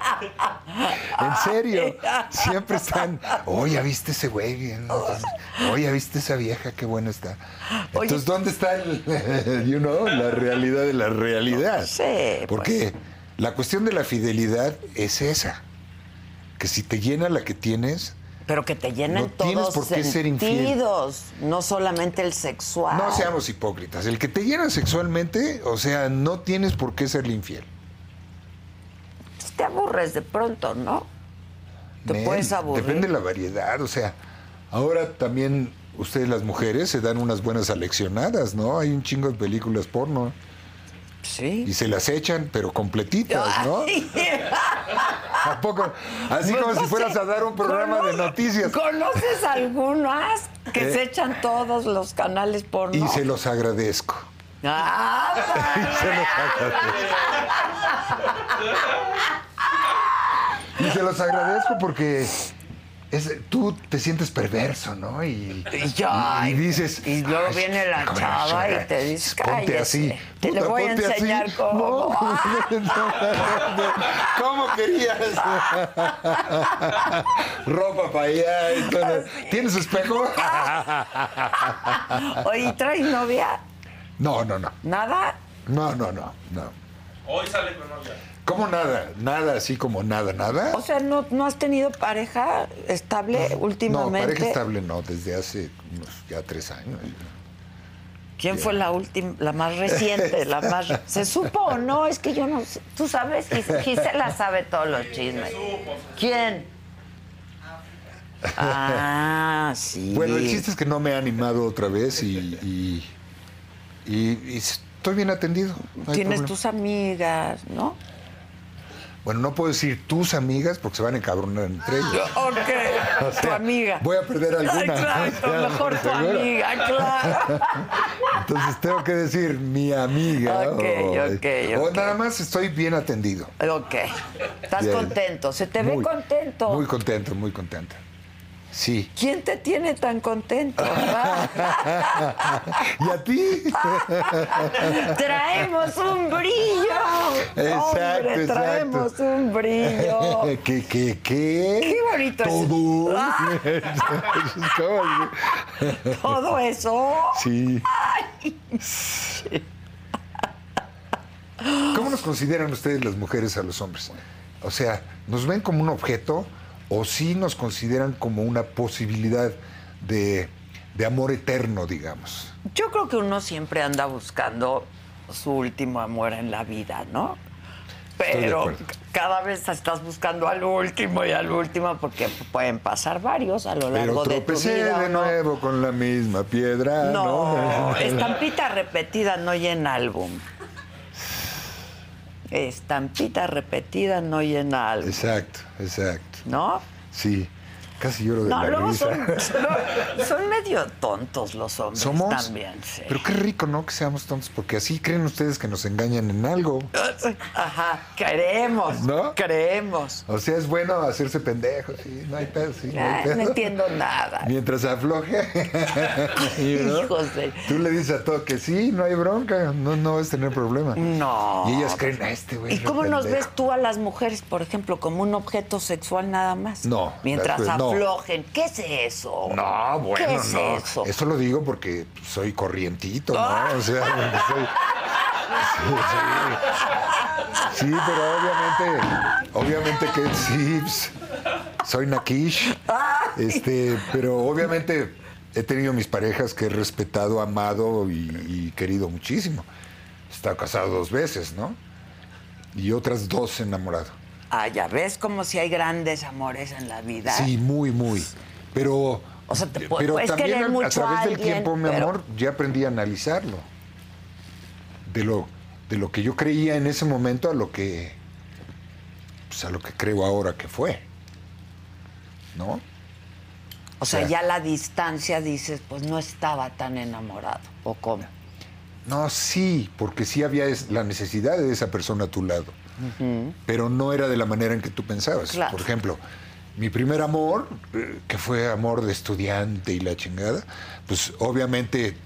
[SPEAKER 2] en
[SPEAKER 1] *laughs*
[SPEAKER 2] serio, siempre están, oye, ¿ya viste ese güey? Bien, no mames. Oye, ¿ya viste esa vieja? Qué buena está.
[SPEAKER 1] Oye.
[SPEAKER 2] Entonces, ¿dónde está el, *laughs* you know, la realidad de la realidad?
[SPEAKER 1] Sí, pues,
[SPEAKER 2] Porque la cuestión de la fidelidad es esa. Que si te llena la que tienes,
[SPEAKER 1] Pero que te llenen
[SPEAKER 2] No tienes
[SPEAKER 1] todos
[SPEAKER 2] por qué ser infiel.
[SPEAKER 1] sentidos, no solamente el sexual.
[SPEAKER 2] no seamos hipócritas. El que te llena sexualmente, o sea, no tienes por qué serle infiel.
[SPEAKER 1] Pues Te aburres de pronto, ¿no? Te
[SPEAKER 2] Men,
[SPEAKER 1] puedes aburrir.
[SPEAKER 2] Depende de la variedad, o sea, ahora también ustedes las mujeres se dan unas buenas aleccionadas, ¿no? Hay un chingo de películas porno y
[SPEAKER 1] Sí.
[SPEAKER 2] se las echan, pero completitas,
[SPEAKER 1] *laughs*
[SPEAKER 2] *laughs* ¿no? ¿A poco? Así como si
[SPEAKER 1] Pues No
[SPEAKER 2] fueras
[SPEAKER 1] sé.
[SPEAKER 2] a dar un programa de
[SPEAKER 1] ¿Conoces-
[SPEAKER 2] noticias.
[SPEAKER 1] ¿Conoces algunas que
[SPEAKER 2] ¿Eh?
[SPEAKER 1] se echan todos los canales porno?
[SPEAKER 2] Y se los agradezco.
[SPEAKER 1] Ah,
[SPEAKER 2] Y se los agradezco. Y se los agradezco porque es- tú te sientes perverso, ¿no? Y,
[SPEAKER 1] Y ya,
[SPEAKER 2] y- y dices.
[SPEAKER 1] y luego
[SPEAKER 2] "Ay,
[SPEAKER 1] viene la
[SPEAKER 2] cabrón,
[SPEAKER 1] chava y te dice,
[SPEAKER 2] Ponte
[SPEAKER 1] "Cállese,
[SPEAKER 2] así.
[SPEAKER 1] te le voy a
[SPEAKER 2] ponte así". *laughs*
[SPEAKER 1] enseñar cómo.
[SPEAKER 2] No, no, ¿Cómo querías? *laughs* Ropa para allá. y todo. ¿Tienes espejo? *laughs*
[SPEAKER 1] Oye, ¿traes novia?
[SPEAKER 2] No, no, no.
[SPEAKER 1] ¿Nada?
[SPEAKER 2] No, no, no. no.
[SPEAKER 3] Hoy sale con novia.
[SPEAKER 2] ¿Cómo nada? Nada, así como nada, nada.
[SPEAKER 1] O sea, ¿no, no has tenido pareja estable últimamente?
[SPEAKER 2] No, pareja estable no, desde hace unos ya tres años. ¿no?
[SPEAKER 1] ¿Quién fue la última, la más reciente, la
[SPEAKER 2] *laughs*
[SPEAKER 1] más... ¿Se supo o no? Es que yo no sé. Tú sabes, Gis- Gisela sabe todos los chismes. ¿Quién? Ah, sí.
[SPEAKER 2] Bueno, el chiste es que no me he animado otra vez y, y, y- y estoy bien atendido. no hay
[SPEAKER 1] Tienes
[SPEAKER 2] problema.
[SPEAKER 1] tus amigas, ¿no?
[SPEAKER 2] Bueno, no puedo decir tus amigas porque se van a encabronar entre ellas.
[SPEAKER 1] Ok,
[SPEAKER 2] *laughs* O
[SPEAKER 1] *gasps*
[SPEAKER 2] sea,
[SPEAKER 1] tu amiga.
[SPEAKER 2] Voy a perder alguna. *laughs*
[SPEAKER 1] Exacto, mejor tu
[SPEAKER 2] Seguro.
[SPEAKER 1] amiga, claro.
[SPEAKER 2] Entonces tengo que decir mi amiga.
[SPEAKER 1] Ok,
[SPEAKER 2] o,
[SPEAKER 1] ok,
[SPEAKER 2] o
[SPEAKER 1] ok.
[SPEAKER 2] nada más estoy bien atendido.
[SPEAKER 1] Ok, estás
[SPEAKER 2] Bien.
[SPEAKER 1] contento, se te ve
[SPEAKER 2] Muy,
[SPEAKER 1] contento.
[SPEAKER 2] Muy contento, muy contento. Sí.
[SPEAKER 1] ¿Quién te tiene tan
[SPEAKER 2] *laughs*
[SPEAKER 1] contento? Ah.
[SPEAKER 2] ¿Y
[SPEAKER 1] *laughs*
[SPEAKER 2] a ti? *laughs*
[SPEAKER 1] Traemos un brillo.
[SPEAKER 2] Exacto,
[SPEAKER 1] Hombre,
[SPEAKER 2] exacto.
[SPEAKER 1] traemos un brillo.
[SPEAKER 2] *laughs* ¿Qué, qué, qué? Qué
[SPEAKER 1] bonito es- *laughs*
[SPEAKER 2] Todo.
[SPEAKER 1] Ah.
[SPEAKER 2] *laughs* ¿Cómo así?
[SPEAKER 1] Todo eso.
[SPEAKER 2] Sí. ¿Cómo nos consideran ustedes las mujeres a los hombres? O sea, ¿nos ven como un objeto o sí nos consideran como una posibilidad de, de amor eterno, digamos?
[SPEAKER 1] Yo creo que uno siempre anda buscando su último amor en la vida, ¿no?
[SPEAKER 2] de
[SPEAKER 1] Pero
[SPEAKER 2] acuerdo.
[SPEAKER 1] c- cada vez estás buscando al último y al último porque pueden pasar varios a lo
[SPEAKER 2] Pero
[SPEAKER 1] largo de tu
[SPEAKER 2] tropecé
[SPEAKER 1] vida.
[SPEAKER 2] de
[SPEAKER 1] ¿no?
[SPEAKER 2] nuevo con la misma piedra. No,
[SPEAKER 1] No,
[SPEAKER 2] *laughs*
[SPEAKER 1] estampita repetida no llena álbum. Estampita repetida no llena álbum,
[SPEAKER 2] Exacto, exacto.
[SPEAKER 1] ¿no?
[SPEAKER 2] Sí, casi lloro de
[SPEAKER 1] No,
[SPEAKER 2] la
[SPEAKER 1] luego
[SPEAKER 2] risa.
[SPEAKER 1] son,
[SPEAKER 2] *laughs*
[SPEAKER 1] son, son medio tontos los hombres
[SPEAKER 2] Somos.
[SPEAKER 1] también, sí.
[SPEAKER 2] Pero qué rico, ¿no? Que seamos tontos, porque así creen ustedes que nos engañan en algo.
[SPEAKER 1] Ajá, creemos,
[SPEAKER 2] ¿No?
[SPEAKER 1] creemos.
[SPEAKER 2] O sea, es bueno hacerse pendejo, sí, no hay pedo, sí. No, hay
[SPEAKER 1] Ay,
[SPEAKER 2] pedo.
[SPEAKER 1] no entiendo nada.
[SPEAKER 2] Mientras afloje. ¿no?
[SPEAKER 1] Hijos de-
[SPEAKER 2] Tú le dices a todo que sí, no hay bronca, no, no vas a tener problema.
[SPEAKER 1] No.
[SPEAKER 2] Y ellas creen a este güey.
[SPEAKER 1] ¿Y
[SPEAKER 2] re
[SPEAKER 1] cómo nos
[SPEAKER 2] pendejo".
[SPEAKER 1] ves tú a las mujeres, por ejemplo, como un objeto sexual nada más?
[SPEAKER 2] No,
[SPEAKER 1] Mientras
[SPEAKER 2] las- no, No.
[SPEAKER 1] aflojen. ¿Qué es eso?
[SPEAKER 2] No, bueno,
[SPEAKER 1] ¿Qué es
[SPEAKER 2] no.
[SPEAKER 1] eso?
[SPEAKER 2] lo digo porque soy corrientito,
[SPEAKER 1] Ah.
[SPEAKER 2] ¿no? O sea, porque soy- Sí, sí. Sí, pero obviamente, obviamente que sí, ps, soy Nakish. Este, pero obviamente he tenido mis parejas que he respetado, amado y, y querido muchísimo. He estado casado dos veces, ¿no? Y otras dos enamorado.
[SPEAKER 1] Ah, ya ves como si hay grandes amores en la vida.
[SPEAKER 2] Sí, muy, muy. Pero,
[SPEAKER 1] O sea, te pu-
[SPEAKER 2] pero
[SPEAKER 1] puedes
[SPEAKER 2] también
[SPEAKER 1] querer
[SPEAKER 2] a-
[SPEAKER 1] mucho
[SPEAKER 2] a
[SPEAKER 1] a
[SPEAKER 2] través del
[SPEAKER 1] alguien,
[SPEAKER 2] tiempo, mi
[SPEAKER 1] pero-
[SPEAKER 2] amor, ya aprendí a analizarlo. De lo, de lo que yo creía en ese momento a lo que. Pues a lo que creo ahora que fue. ¿No?
[SPEAKER 1] O sea,
[SPEAKER 2] Ya.
[SPEAKER 1] ya la distancia dices, pues no estaba tan enamorado. ¿O cómo?
[SPEAKER 2] No, sí, porque sí había es- la necesidad de esa persona a tu lado. Pero no era de la manera en que tú pensabas.
[SPEAKER 1] Claro.
[SPEAKER 2] Por ejemplo, mi primer amor, eh, que fue amor de estudiante y la chingada, pues obviamente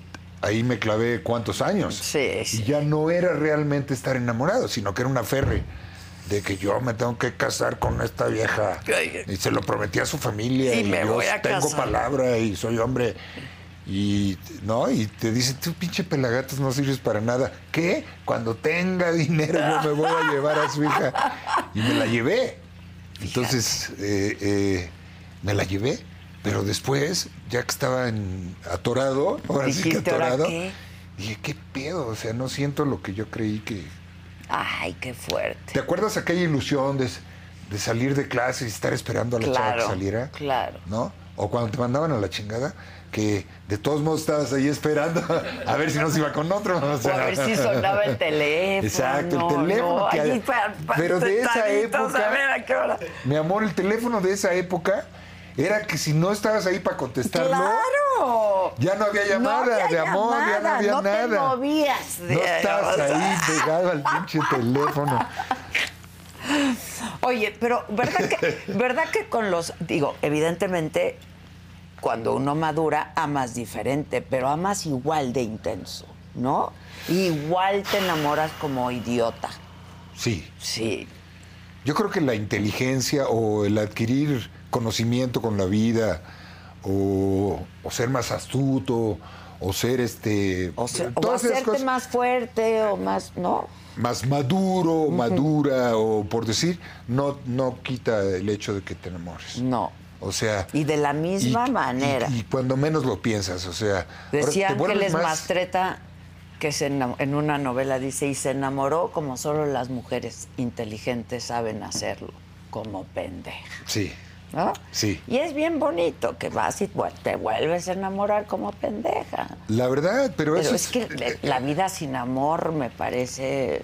[SPEAKER 2] ahí me clavé cuántos años.
[SPEAKER 1] Sí, sí.
[SPEAKER 2] Y ya no era realmente estar enamorado, sino que era una ferre de que yo me tengo que casar con esta vieja.
[SPEAKER 1] Ay.
[SPEAKER 2] Y se lo prometí a su familia.
[SPEAKER 1] Y
[SPEAKER 2] y
[SPEAKER 1] me
[SPEAKER 2] yo
[SPEAKER 1] voy a
[SPEAKER 2] tengo
[SPEAKER 1] casar.
[SPEAKER 2] palabra y soy hombre. Y no, y te dice, tú pinche pelagatos no sirves para nada. ¿Qué? Cuando tenga dinero yo me voy a llevar a su hija. Y me la llevé. Entonces, eh, eh, me la llevé. Pero después, ya que estaba en- atorado, ahora sí que
[SPEAKER 1] Dijiste, ¿ahora
[SPEAKER 2] atorado,
[SPEAKER 1] qué?
[SPEAKER 2] dije, ¿qué pedo? O sea, no siento lo que yo creí que...
[SPEAKER 1] Ay, qué fuerte.
[SPEAKER 2] ¿Te acuerdas aquella ilusión de, de salir de clase y estar esperando a la chava que
[SPEAKER 1] Claro,
[SPEAKER 2] saliera?
[SPEAKER 1] claro.
[SPEAKER 2] ¿No? O cuando te mandaban a la chingada, que de todos modos estabas ahí esperando *laughs* a ver si no se iba con otro. o
[SPEAKER 1] O
[SPEAKER 2] sea.
[SPEAKER 1] a ver si sonaba
[SPEAKER 2] *laughs*
[SPEAKER 1] el teléfono.
[SPEAKER 2] Exacto, el teléfono.
[SPEAKER 1] no,
[SPEAKER 2] que-
[SPEAKER 1] ahí pa- pa-
[SPEAKER 2] pero de esa
[SPEAKER 1] sentaditos,
[SPEAKER 2] época.
[SPEAKER 1] A ver a qué hora.
[SPEAKER 2] Mi amor, el teléfono de esa época era que si no estabas ahí para contestarlo,
[SPEAKER 1] ¡Claro!
[SPEAKER 2] ya no había llamada
[SPEAKER 1] no había
[SPEAKER 2] de amor, ya no
[SPEAKER 1] llamada,
[SPEAKER 2] había
[SPEAKER 1] no
[SPEAKER 2] nada.
[SPEAKER 1] te movías. de-
[SPEAKER 2] no estabas
[SPEAKER 1] o sea,
[SPEAKER 2] ahí pegado al pinche teléfono.
[SPEAKER 1] Oye, pero ¿verdad
[SPEAKER 2] *laughs*
[SPEAKER 1] que, ¿verdad que con los... Digo, evidentemente, cuando uno madura, amas diferente, pero amas igual de intenso, ¿no? Igual te enamoras como idiota.
[SPEAKER 2] Sí,
[SPEAKER 1] Sí.
[SPEAKER 2] Yo creo que la inteligencia o el adquirir conocimiento con la vida o, o ser más astuto o ser este
[SPEAKER 1] O, sea, o
[SPEAKER 2] todas esas
[SPEAKER 1] hacerte
[SPEAKER 2] cosas,
[SPEAKER 1] más fuerte o más... ¿No?
[SPEAKER 2] más maduro, madura o por decir no no quita el hecho de que te enamores.
[SPEAKER 1] No.
[SPEAKER 2] O sea,
[SPEAKER 1] Mm. Y de la misma
[SPEAKER 2] y-
[SPEAKER 1] manera.
[SPEAKER 2] Y, y cuando menos lo piensas, o sea, ahora
[SPEAKER 1] Decía
[SPEAKER 2] te vuelves
[SPEAKER 1] Ángeles
[SPEAKER 2] más-
[SPEAKER 1] Mastreta que se enam- en una novela dice, y se enamoró como solo las mujeres inteligentes saben hacerlo, como pendeja.
[SPEAKER 2] Sí.
[SPEAKER 1] ¿No?
[SPEAKER 2] Sí.
[SPEAKER 1] Y es bien bonito que vas y vuel- te vuelves a enamorar como pendeja.
[SPEAKER 2] La verdad, pero,
[SPEAKER 1] Pero
[SPEAKER 2] eso
[SPEAKER 1] es que le- la vida sin amor me parece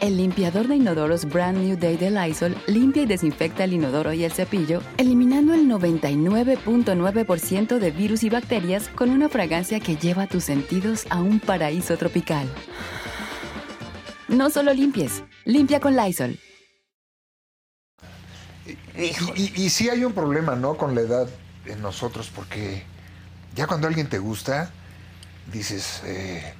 [SPEAKER 6] El limpiador de inodoros Brand New Day de Lysol limpia y desinfecta el inodoro y el cepillo, eliminando el 99.9% de virus y bacterias con una fragancia que lleva tus sentidos a un paraíso tropical. No solo limpies, limpia con Lysol.
[SPEAKER 2] Y, y, y sí hay un problema, ¿no? Con la edad en nosotros, porque ya cuando alguien te gusta, dices, eh,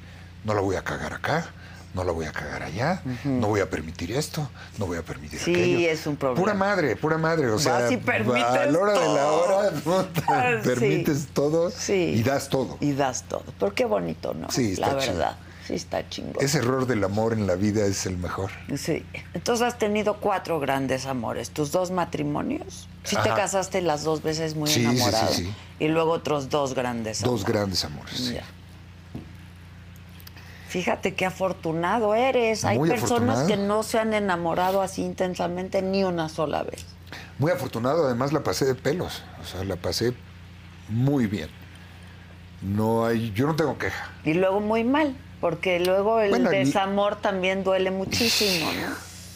[SPEAKER 2] no la voy a cagar acá, no la voy a cagar allá, no voy a permitir esto, no voy a permitir
[SPEAKER 1] Sí,
[SPEAKER 2] aquello.
[SPEAKER 1] es un problema.
[SPEAKER 2] Pura madre, pura madre. O sea,
[SPEAKER 1] Vas y permites
[SPEAKER 2] a la hora de la
[SPEAKER 1] todo.
[SPEAKER 2] hora,
[SPEAKER 1] *laughs*
[SPEAKER 2] puta,
[SPEAKER 1] Ah, sí.
[SPEAKER 2] permites todo
[SPEAKER 1] Sí.
[SPEAKER 2] y das todo.
[SPEAKER 1] y das todo. Pero qué bonito, ¿no?
[SPEAKER 2] Sí, está
[SPEAKER 1] la
[SPEAKER 2] chido.
[SPEAKER 1] verdad. Sí, está chingón.
[SPEAKER 2] Ese error del amor en la vida es el mejor.
[SPEAKER 1] Sí. Entonces has tenido cuatro grandes amores. Tus dos matrimonios. Sí te
[SPEAKER 2] Ajá.
[SPEAKER 1] casaste las dos veces muy
[SPEAKER 2] Sí, sí, sí,
[SPEAKER 1] enamorado.
[SPEAKER 2] sí.
[SPEAKER 1] Y luego otros dos grandes
[SPEAKER 2] Dos
[SPEAKER 1] amores.
[SPEAKER 2] grandes amores. sí.
[SPEAKER 1] Ya. Fíjate qué afortunado eres. Hay
[SPEAKER 2] Muy
[SPEAKER 1] personas
[SPEAKER 2] afortunado.
[SPEAKER 1] que no se han enamorado así intensamente ni una sola vez.
[SPEAKER 2] Muy afortunado, además la pasé de pelos. O sea, la pasé muy bien. No hay, yo no tengo queja.
[SPEAKER 1] Y luego muy mal, porque luego el
[SPEAKER 2] Bueno, y-
[SPEAKER 1] desamor también duele muchísimo, ¿no?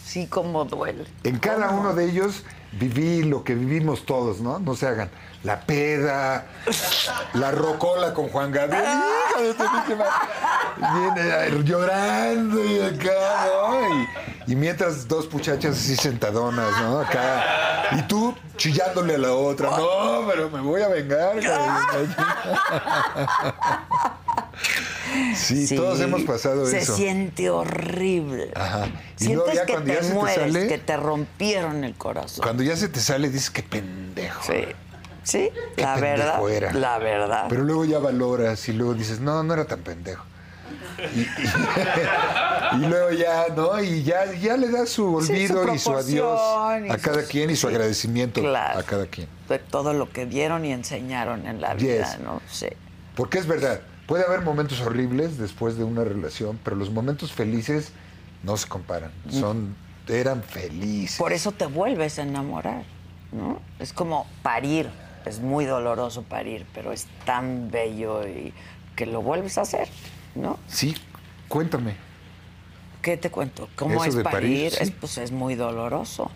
[SPEAKER 1] Sí, como duele.
[SPEAKER 2] En cada
[SPEAKER 1] ¿Cómo?
[SPEAKER 2] uno de ellos viví lo que vivimos todos, ¿no? No se hagan. La peda, la rocola con Juan Gabriel. hijo de tu pinche madre. Viene eh, llorando y acá, ¿no? Y, y mientras dos muchachas así sentadonas, ¿no? Acá. Y tú chillándole a la otra. No, pero me voy a vengar. cabrón". Sí, todos hemos pasado
[SPEAKER 1] se
[SPEAKER 2] eso.
[SPEAKER 1] Se siente horrible.
[SPEAKER 2] Ajá. Y luego
[SPEAKER 1] Sientes
[SPEAKER 2] ya
[SPEAKER 1] que
[SPEAKER 2] cuando
[SPEAKER 1] te
[SPEAKER 2] ya se te
[SPEAKER 1] mueres,
[SPEAKER 2] sale-
[SPEAKER 1] que te rompieron el corazón.
[SPEAKER 2] Cuando ya se te sale, dices que pendejo.
[SPEAKER 1] Sí, sí, la
[SPEAKER 2] pendejo
[SPEAKER 1] verdad,
[SPEAKER 2] era.
[SPEAKER 1] la verdad.
[SPEAKER 2] Pero luego ya valoras y luego dices, no, no era tan pendejo. Y, y- *laughs* y luego ya, ¿no? Y ya, ya le da su
[SPEAKER 1] Sí,
[SPEAKER 2] olvido
[SPEAKER 1] su
[SPEAKER 2] y su adiós
[SPEAKER 1] proporción y
[SPEAKER 2] a
[SPEAKER 1] su-
[SPEAKER 2] cada quien y su
[SPEAKER 1] sí,
[SPEAKER 2] agradecimiento
[SPEAKER 1] claro.
[SPEAKER 2] a cada quien.
[SPEAKER 1] de todo lo que vieron y enseñaron en la
[SPEAKER 2] Yes.
[SPEAKER 1] vida, ¿no? Sí.
[SPEAKER 2] Porque es verdad, puede haber momentos horribles después de una relación, pero los momentos felices no se comparan. Son, eran felices.
[SPEAKER 1] Mm. Por eso te vuelves a enamorar, ¿no? Es como parir, es muy doloroso parir, pero es tan bello y que lo vuelves a hacer, ¿no?
[SPEAKER 2] Sí, cuéntame.
[SPEAKER 1] ¿Qué te cuento? ¿Cómo
[SPEAKER 2] Eso
[SPEAKER 1] es
[SPEAKER 2] de
[SPEAKER 1] parir?
[SPEAKER 2] parir,
[SPEAKER 1] Es,
[SPEAKER 2] sí.
[SPEAKER 1] pues es muy doloroso.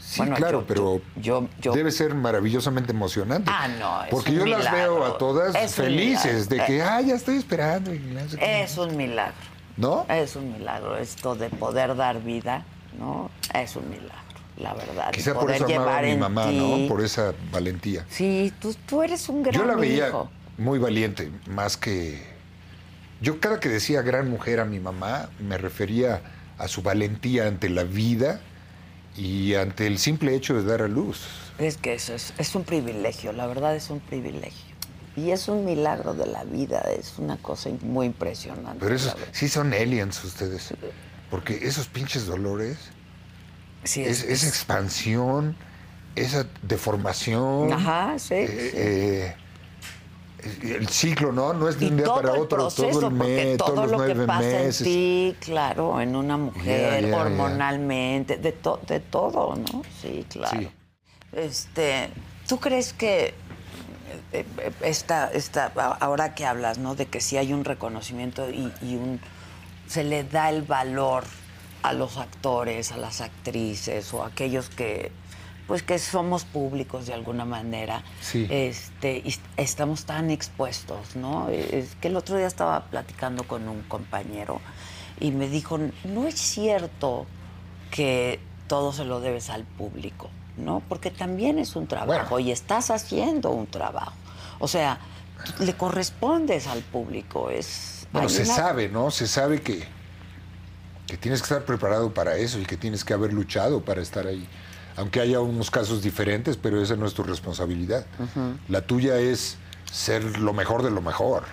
[SPEAKER 2] Sí,
[SPEAKER 1] Bueno,
[SPEAKER 2] claro,
[SPEAKER 1] yo-
[SPEAKER 2] pero
[SPEAKER 1] yo- yo-
[SPEAKER 2] debe ser maravillosamente emocionante.
[SPEAKER 1] Ah, no, es
[SPEAKER 2] Porque
[SPEAKER 1] un
[SPEAKER 2] yo las
[SPEAKER 1] milagro.
[SPEAKER 2] veo a todas
[SPEAKER 1] Es un
[SPEAKER 2] felices, de ah,
[SPEAKER 1] milagro. Eh,
[SPEAKER 2] que, ah, ya estoy esperando. y no sé qué.
[SPEAKER 1] Es un milagro.
[SPEAKER 2] ¿No?
[SPEAKER 1] Es un milagro esto de poder dar vida, ¿no? Es un milagro, la verdad.
[SPEAKER 2] Quizá por
[SPEAKER 1] poder
[SPEAKER 2] eso amaba a
[SPEAKER 1] llevar
[SPEAKER 2] mi
[SPEAKER 1] en
[SPEAKER 2] mamá,
[SPEAKER 1] ti.
[SPEAKER 2] ¿no? Por esa valentía.
[SPEAKER 1] Sí, tú, tú eres un gran
[SPEAKER 2] Yo la veía
[SPEAKER 1] hijo.
[SPEAKER 2] muy valiente, más que... Yo cada que decía gran mujer a mi mamá, me refería a su valentía ante la vida y ante el simple hecho de dar a luz.
[SPEAKER 1] Es que eso es, es un privilegio, la verdad es un privilegio. Y es un milagro de la vida, es una cosa muy impresionante.
[SPEAKER 2] Pero esos
[SPEAKER 1] la verdad.
[SPEAKER 2] sí son aliens ustedes. Porque esos pinches dolores,
[SPEAKER 1] sí,
[SPEAKER 2] es- esa expansión, esa deformación.
[SPEAKER 1] Ajá, sí. sí.
[SPEAKER 2] eh, eh, el ciclo, ¿no? No es de
[SPEAKER 1] y
[SPEAKER 2] un día
[SPEAKER 1] todo
[SPEAKER 2] para
[SPEAKER 1] el
[SPEAKER 2] otro,
[SPEAKER 1] proceso,
[SPEAKER 2] todo el
[SPEAKER 1] porque
[SPEAKER 2] mes,
[SPEAKER 1] todo
[SPEAKER 2] todos los
[SPEAKER 1] lo que
[SPEAKER 2] nueve
[SPEAKER 1] pasa
[SPEAKER 2] meses.
[SPEAKER 1] en ti, claro, en una mujer,
[SPEAKER 2] ya, ya.
[SPEAKER 1] hormonalmente, De, to- de todo, ¿no? Sí, claro.
[SPEAKER 2] Sí.
[SPEAKER 1] Este, ¿Tú crees que eh, eh, esta, esta, a- ahora que hablas, ¿no? De que sí hay un reconocimiento y, y un se le da el valor a los actores, a las actrices o a aquellos que pues que somos públicos de alguna manera
[SPEAKER 2] Sí.
[SPEAKER 1] este, y est- estamos tan expuestos, ¿no? Es que el otro día estaba platicando con un compañero y me dijo, no es cierto que todo se lo debes al público, ¿no? Porque también es un trabajo
[SPEAKER 2] Bueno.
[SPEAKER 1] y estás haciendo un trabajo. O sea, tú le correspondes al público, es...
[SPEAKER 2] Bueno,
[SPEAKER 1] hay
[SPEAKER 2] se
[SPEAKER 1] una-
[SPEAKER 2] sabe, ¿no? Se sabe que, que tienes que estar preparado para eso y que tienes que haber luchado para estar ahí. Aunque haya unos casos diferentes, pero esa no es tu responsabilidad. La tuya es ser lo mejor de lo mejor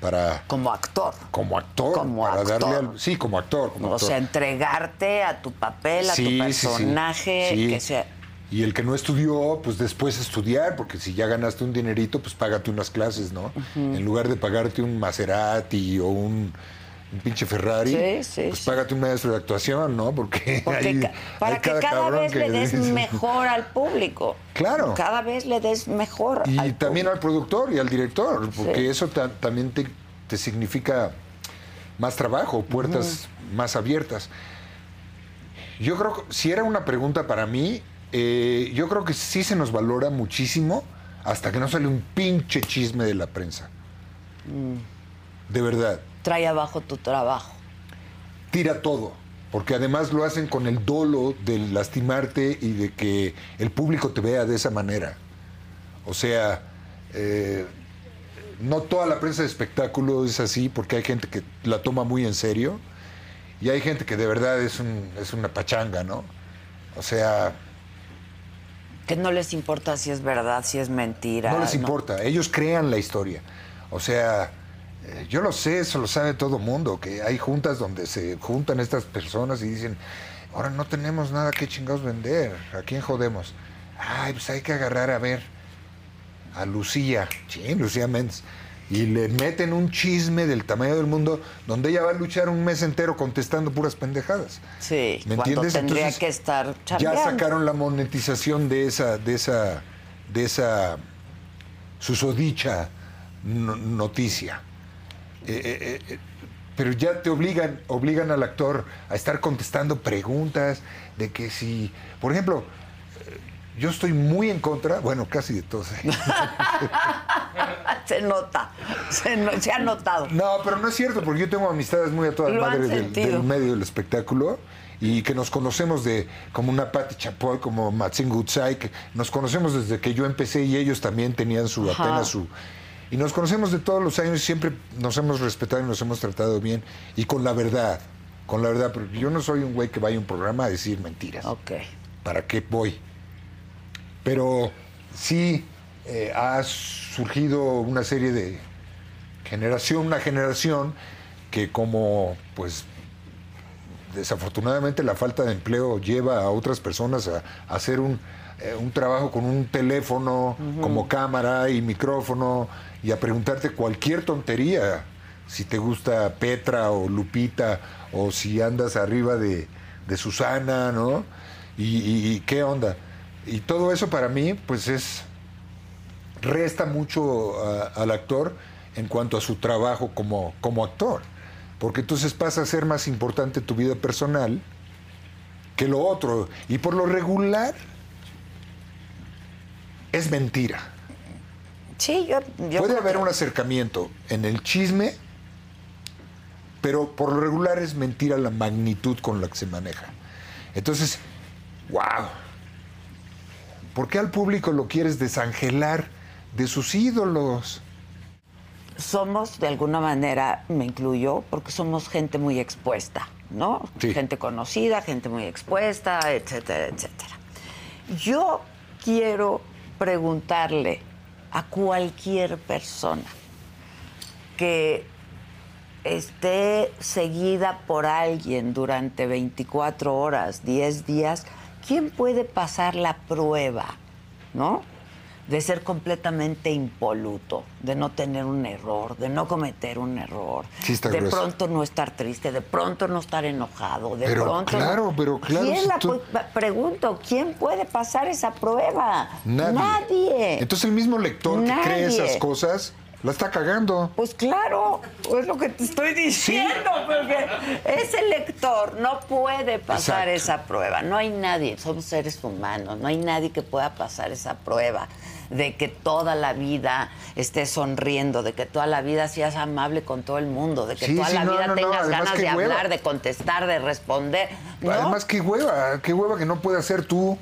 [SPEAKER 2] para
[SPEAKER 1] Como actor.
[SPEAKER 2] como actor
[SPEAKER 1] Como
[SPEAKER 2] para
[SPEAKER 1] actor.
[SPEAKER 2] darle al, sí como actor como
[SPEAKER 1] O
[SPEAKER 2] actor.
[SPEAKER 1] sea, entregarte a tu papel, a
[SPEAKER 2] Sí,
[SPEAKER 1] tu
[SPEAKER 2] sí, sí.
[SPEAKER 1] personaje,
[SPEAKER 2] Sí.
[SPEAKER 1] que sea...
[SPEAKER 2] y el que no estudió pues después estudiar porque si ya ganaste un dinerito pues págate unas clases no en lugar de pagarte un Maserati o un, un pinche Ferrari
[SPEAKER 1] Sí, sí,
[SPEAKER 2] pues
[SPEAKER 1] sí.
[SPEAKER 2] págate un maestro de actuación no porque,
[SPEAKER 1] Porque
[SPEAKER 2] hay-
[SPEAKER 1] ca- para
[SPEAKER 2] hay
[SPEAKER 1] que cada
[SPEAKER 2] cabrón
[SPEAKER 1] vez
[SPEAKER 2] que-
[SPEAKER 1] le des
[SPEAKER 2] *laughs*
[SPEAKER 1] mejor al público.
[SPEAKER 2] Claro.
[SPEAKER 1] Cada vez le des mejor
[SPEAKER 2] y
[SPEAKER 1] al
[SPEAKER 2] también al
[SPEAKER 1] público.
[SPEAKER 2] productor y al director porque
[SPEAKER 1] Sí.
[SPEAKER 2] eso ta- también te, te significa más trabajo puertas más abiertas Yo creo que si era una pregunta para mí, eh, yo creo que sí se nos valora muchísimo hasta que no sale un pinche chisme de la prensa.
[SPEAKER 1] Mm.
[SPEAKER 2] De verdad,
[SPEAKER 1] Trae abajo tu trabajo.
[SPEAKER 2] tira todo. Porque además lo hacen con el dolo de lastimarte y de que el público te vea de esa manera. O sea, eh, no toda la prensa de espectáculo es así porque hay gente que la toma muy en serio y hay gente que de verdad es, un- es una pachanga, ¿no? O sea,
[SPEAKER 1] Que no les importa si es verdad, si es mentira.
[SPEAKER 2] No les importa, ellos crean la historia. O sea, eh, yo lo sé, eso lo sabe todo mundo, que hay juntas donde se juntan estas personas y dicen, ahora no tenemos nada que chingados vender, ¿a quién jodemos? Ay, pues hay que agarrar a ver a Lucía, sí, Lucía Méndez. y le meten un chisme del tamaño del mundo donde ella va a luchar un mes entero contestando puras pendejadas.
[SPEAKER 1] Sí,
[SPEAKER 2] ¿Me
[SPEAKER 1] cuando
[SPEAKER 2] entiendes?
[SPEAKER 1] tendría
[SPEAKER 2] Entonces,
[SPEAKER 1] que estar
[SPEAKER 2] Ya
[SPEAKER 1] chambeando.
[SPEAKER 2] sacaron la monetización de esa, de esa, de esa susodicha no- noticia. Eh, eh, eh, pero ya te obligan, obligan al actor a estar contestando preguntas de que si, por ejemplo, eh, yo estoy muy en contra, bueno, casi de todos.
[SPEAKER 1] *laughs*
[SPEAKER 2] ¿eh?
[SPEAKER 1] Se nota, se, no- se ha notado.
[SPEAKER 2] No, pero no es cierto, porque yo tengo amistades muy a toda
[SPEAKER 1] Lo han
[SPEAKER 2] madre del,
[SPEAKER 1] sentido.
[SPEAKER 2] del medio del espectáculo y que nos conocemos de como una Patti Chapoy, como Matsin Gutsai, que nos conocemos desde que yo empecé y ellos también tenían su
[SPEAKER 1] Ajá.
[SPEAKER 2] apenas su y nos conocemos de todos los años y siempre nos hemos respetado y nos hemos tratado bien y con la verdad, con la verdad, porque yo no soy un güey que vaya a un programa a decir mentiras.
[SPEAKER 1] Ok.
[SPEAKER 2] ¿para qué voy? Pero sí eh, ha surgido una serie de generación, una generación que como pues desafortunadamente la falta de empleo lleva a otras personas a, a hacer un, eh, un trabajo con un teléfono como cámara y micrófono y a preguntarte cualquier tontería, si te gusta Petra o Lupita o si andas arriba de, de Susana, ¿no? Y, y- y qué onda. Y todo eso para mí pues es resta mucho a- al actor en cuanto a su trabajo como, como actor. Porque entonces pasa a ser más importante tu vida personal que lo otro. Y por lo regular es mentira.
[SPEAKER 1] Sí, yo, yo
[SPEAKER 2] Puede
[SPEAKER 1] creo
[SPEAKER 2] haber
[SPEAKER 1] que-
[SPEAKER 2] un acercamiento en el chisme, pero por lo regular es mentira la magnitud con la que se maneja. Entonces, wow. ¿Por qué al público lo quieres desangelar de sus ídolos?
[SPEAKER 1] somos de alguna manera, me incluyo, porque somos gente muy expuesta, ¿no?
[SPEAKER 2] Sí.
[SPEAKER 1] Gente conocida, gente muy expuesta, etcétera, etcétera. Yo quiero preguntarle a cualquier persona que esté seguida por alguien durante 24 horas, 10 días, ¿quién puede pasar la prueba, no? De ser completamente impoluto, de no tener un error, de no cometer un error,
[SPEAKER 2] Sí está
[SPEAKER 1] de
[SPEAKER 2] grueso.
[SPEAKER 1] pronto no estar triste, de pronto no estar enojado, de
[SPEAKER 2] Pero
[SPEAKER 1] pronto. no-
[SPEAKER 2] claro, pero claro,
[SPEAKER 1] ¿Quién
[SPEAKER 2] si
[SPEAKER 1] la
[SPEAKER 2] tú-
[SPEAKER 1] pu- Pregunto, ¿quién puede pasar esa prueba?
[SPEAKER 2] Nadie.
[SPEAKER 1] Nadie.
[SPEAKER 2] Entonces el mismo lector que
[SPEAKER 1] Nadie.
[SPEAKER 2] cree esas cosas la está cagando.
[SPEAKER 1] Pues claro, es lo que te estoy diciendo, porque ese lector no puede pasar
[SPEAKER 2] Exacto.
[SPEAKER 1] esa prueba. No hay nadie, somos seres humanos, no hay nadie que pueda pasar esa prueba de que toda la vida estés sonriendo, de que toda la vida seas amable con todo el mundo, de que
[SPEAKER 2] Sí,
[SPEAKER 1] toda
[SPEAKER 2] sí,
[SPEAKER 1] la
[SPEAKER 2] no,
[SPEAKER 1] vida
[SPEAKER 2] no, no,
[SPEAKER 1] tengas
[SPEAKER 2] además,
[SPEAKER 1] ganas
[SPEAKER 2] qué
[SPEAKER 1] de
[SPEAKER 2] hueva.
[SPEAKER 1] hablar, de contestar, de responder. ¿no?
[SPEAKER 2] Además, qué hueva, qué hueva que no puedas ser tú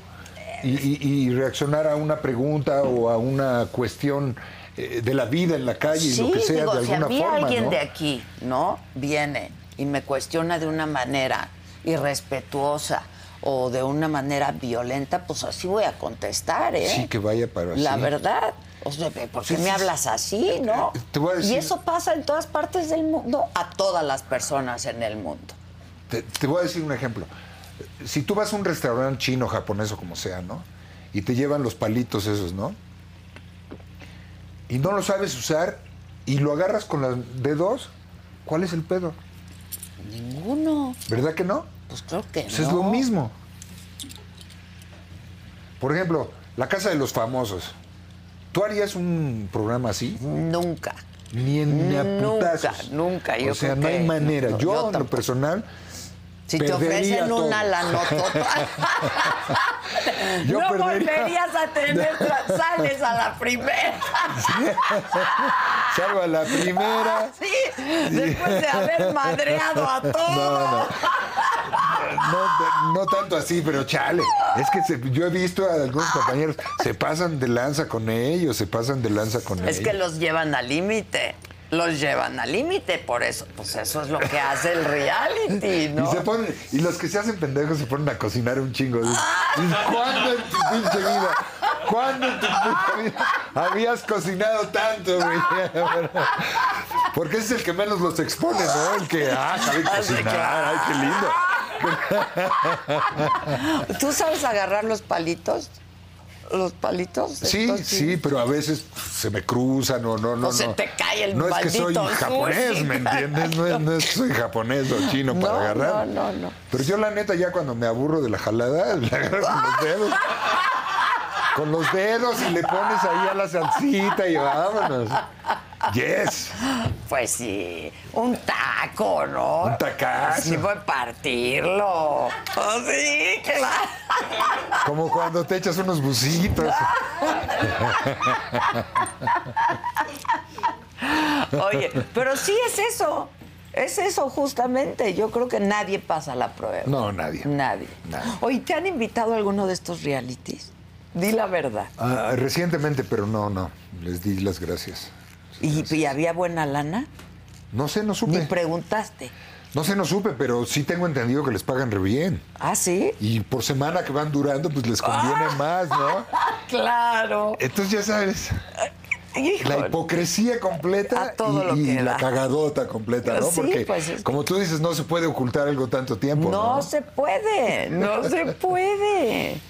[SPEAKER 2] y, y- y reaccionar a una pregunta o a una cuestión eh, de la vida en la calle y
[SPEAKER 1] Sí,
[SPEAKER 2] lo que sea
[SPEAKER 1] digo,
[SPEAKER 2] de
[SPEAKER 1] si
[SPEAKER 2] alguna
[SPEAKER 1] a mí
[SPEAKER 2] forma.
[SPEAKER 1] alguien
[SPEAKER 2] ¿no?
[SPEAKER 1] de aquí, ¿no? Viene y me cuestiona de una manera irrespetuosa o de una manera violenta, pues así voy a contestar, ¿eh?
[SPEAKER 2] Sí, que vaya para
[SPEAKER 1] La
[SPEAKER 2] así.
[SPEAKER 1] verdad. O sea, ¿por qué
[SPEAKER 2] Sí,
[SPEAKER 1] me
[SPEAKER 2] sí, Eh,
[SPEAKER 1] hablas así, no?
[SPEAKER 2] Te voy a
[SPEAKER 1] Y
[SPEAKER 2] decir-
[SPEAKER 1] eso pasa en todas partes del mundo, a todas las personas en el mundo.
[SPEAKER 2] Te, te voy a decir un ejemplo. Si tú vas a un restaurante chino, japonés o como sea, ¿no? Y te llevan los palitos esos, ¿no? Y no lo sabes usar y lo agarras con los dedos, ¿cuál es el pedo?
[SPEAKER 1] Ninguno.
[SPEAKER 2] ¿Verdad que no?
[SPEAKER 1] Pues creo que
[SPEAKER 2] Pues
[SPEAKER 1] no.
[SPEAKER 2] es lo mismo. Por ejemplo, la casa de los famosos. ¿Tú harías un programa así?
[SPEAKER 1] Nunca.
[SPEAKER 2] Ni en ni a
[SPEAKER 1] Nunca,
[SPEAKER 2] putazos.
[SPEAKER 1] nunca, yo
[SPEAKER 2] o sea,
[SPEAKER 1] creo
[SPEAKER 2] no hay
[SPEAKER 1] que-
[SPEAKER 2] manera.
[SPEAKER 1] no, yo
[SPEAKER 2] yo, en lo
[SPEAKER 1] tampoco.
[SPEAKER 2] personal,
[SPEAKER 1] Si te
[SPEAKER 2] Perdería
[SPEAKER 1] ofrecen
[SPEAKER 2] todo.
[SPEAKER 1] una la
[SPEAKER 2] *laughs* Yo
[SPEAKER 1] no
[SPEAKER 2] perdería.
[SPEAKER 1] volverías a
[SPEAKER 2] *laughs*
[SPEAKER 1] tener transales a la primera. *laughs*
[SPEAKER 2] salvo a la primera.
[SPEAKER 1] Sí, después de haber madreado a
[SPEAKER 2] *laughs* No,
[SPEAKER 1] todos.
[SPEAKER 2] no. No, no tanto así, pero chale. Es que se- yo he visto a algunos compañeros, se pasan de lanza con ellos, se pasan de lanza con ellos.
[SPEAKER 1] Es que los llevan al límite. Los llevan al límite, por eso, pues eso es lo que hace el
[SPEAKER 2] *laughs*
[SPEAKER 1] reality, ¿no?
[SPEAKER 2] Y, se ponen- y los que se hacen pendejos se ponen a cocinar un chingo. de- ¿Y cuándo en tu pinche vida? ¿Cuándo en tu pinche vida habías cocinado tanto, güey? Porque ese es el que menos los expone, ¿no? El que, ah, sabe
[SPEAKER 1] Ah, sí,
[SPEAKER 2] cocinar,
[SPEAKER 1] claro.
[SPEAKER 2] ay, qué lindo.
[SPEAKER 1] ¿Tú sabes agarrar los palitos? los palitos?
[SPEAKER 2] Sí,
[SPEAKER 1] Estos
[SPEAKER 2] sí, pero a veces se me cruzan o no, no,
[SPEAKER 1] O
[SPEAKER 2] no.
[SPEAKER 1] se te cae el
[SPEAKER 2] No es que soy
[SPEAKER 1] maldito
[SPEAKER 2] japonés,
[SPEAKER 1] sushi,
[SPEAKER 2] ¿me entiendes? No es, no es que soy japonés o chino para
[SPEAKER 1] No, no,
[SPEAKER 2] agarrar.
[SPEAKER 1] no, no.
[SPEAKER 2] Pero yo la neta ya cuando me aburro de la jalada, *laughs* la agarro con los dedos. Con los dedos y le pones ahí a la salsita y vámonos. Yes.
[SPEAKER 1] Pues sí, un taco, ¿no?
[SPEAKER 2] Un tacazo.
[SPEAKER 1] Sí, voy a
[SPEAKER 2] *laughs*
[SPEAKER 1] partirlo. Oh, sí, claro.
[SPEAKER 2] Como cuando te echas unos bucitos.
[SPEAKER 1] Oye, pero sí es eso. Es eso justamente. Yo creo que nadie pasa la prueba.
[SPEAKER 2] No, nadie.
[SPEAKER 1] Nadie.
[SPEAKER 2] Nadie.
[SPEAKER 1] Oye, ¿te han invitado a alguno de estos realities? Di la verdad.
[SPEAKER 2] Ah, recientemente, pero no, no. Les di las gracias.
[SPEAKER 1] ¿Y, y había buena lana?
[SPEAKER 2] No sé, no
[SPEAKER 1] Ni
[SPEAKER 2] supe.
[SPEAKER 1] preguntaste.
[SPEAKER 2] No sé, no supe, pero sí tengo entendido que les pagan re bien.
[SPEAKER 1] ¿Ah, sí?
[SPEAKER 2] Y por semana que van durando, pues les conviene
[SPEAKER 1] Ah.
[SPEAKER 2] más, ¿no?
[SPEAKER 1] Claro.
[SPEAKER 2] Entonces ya sabes, la
[SPEAKER 1] Híjole.
[SPEAKER 2] hipocresía completa
[SPEAKER 1] A todo
[SPEAKER 2] y,
[SPEAKER 1] lo
[SPEAKER 2] y
[SPEAKER 1] que da.
[SPEAKER 2] la cagadota completa, ¿no?
[SPEAKER 1] Sí,
[SPEAKER 2] Porque
[SPEAKER 1] pues, es que-
[SPEAKER 2] como tú dices, no se puede ocultar algo tanto tiempo. No,
[SPEAKER 1] No se puede, no se puede.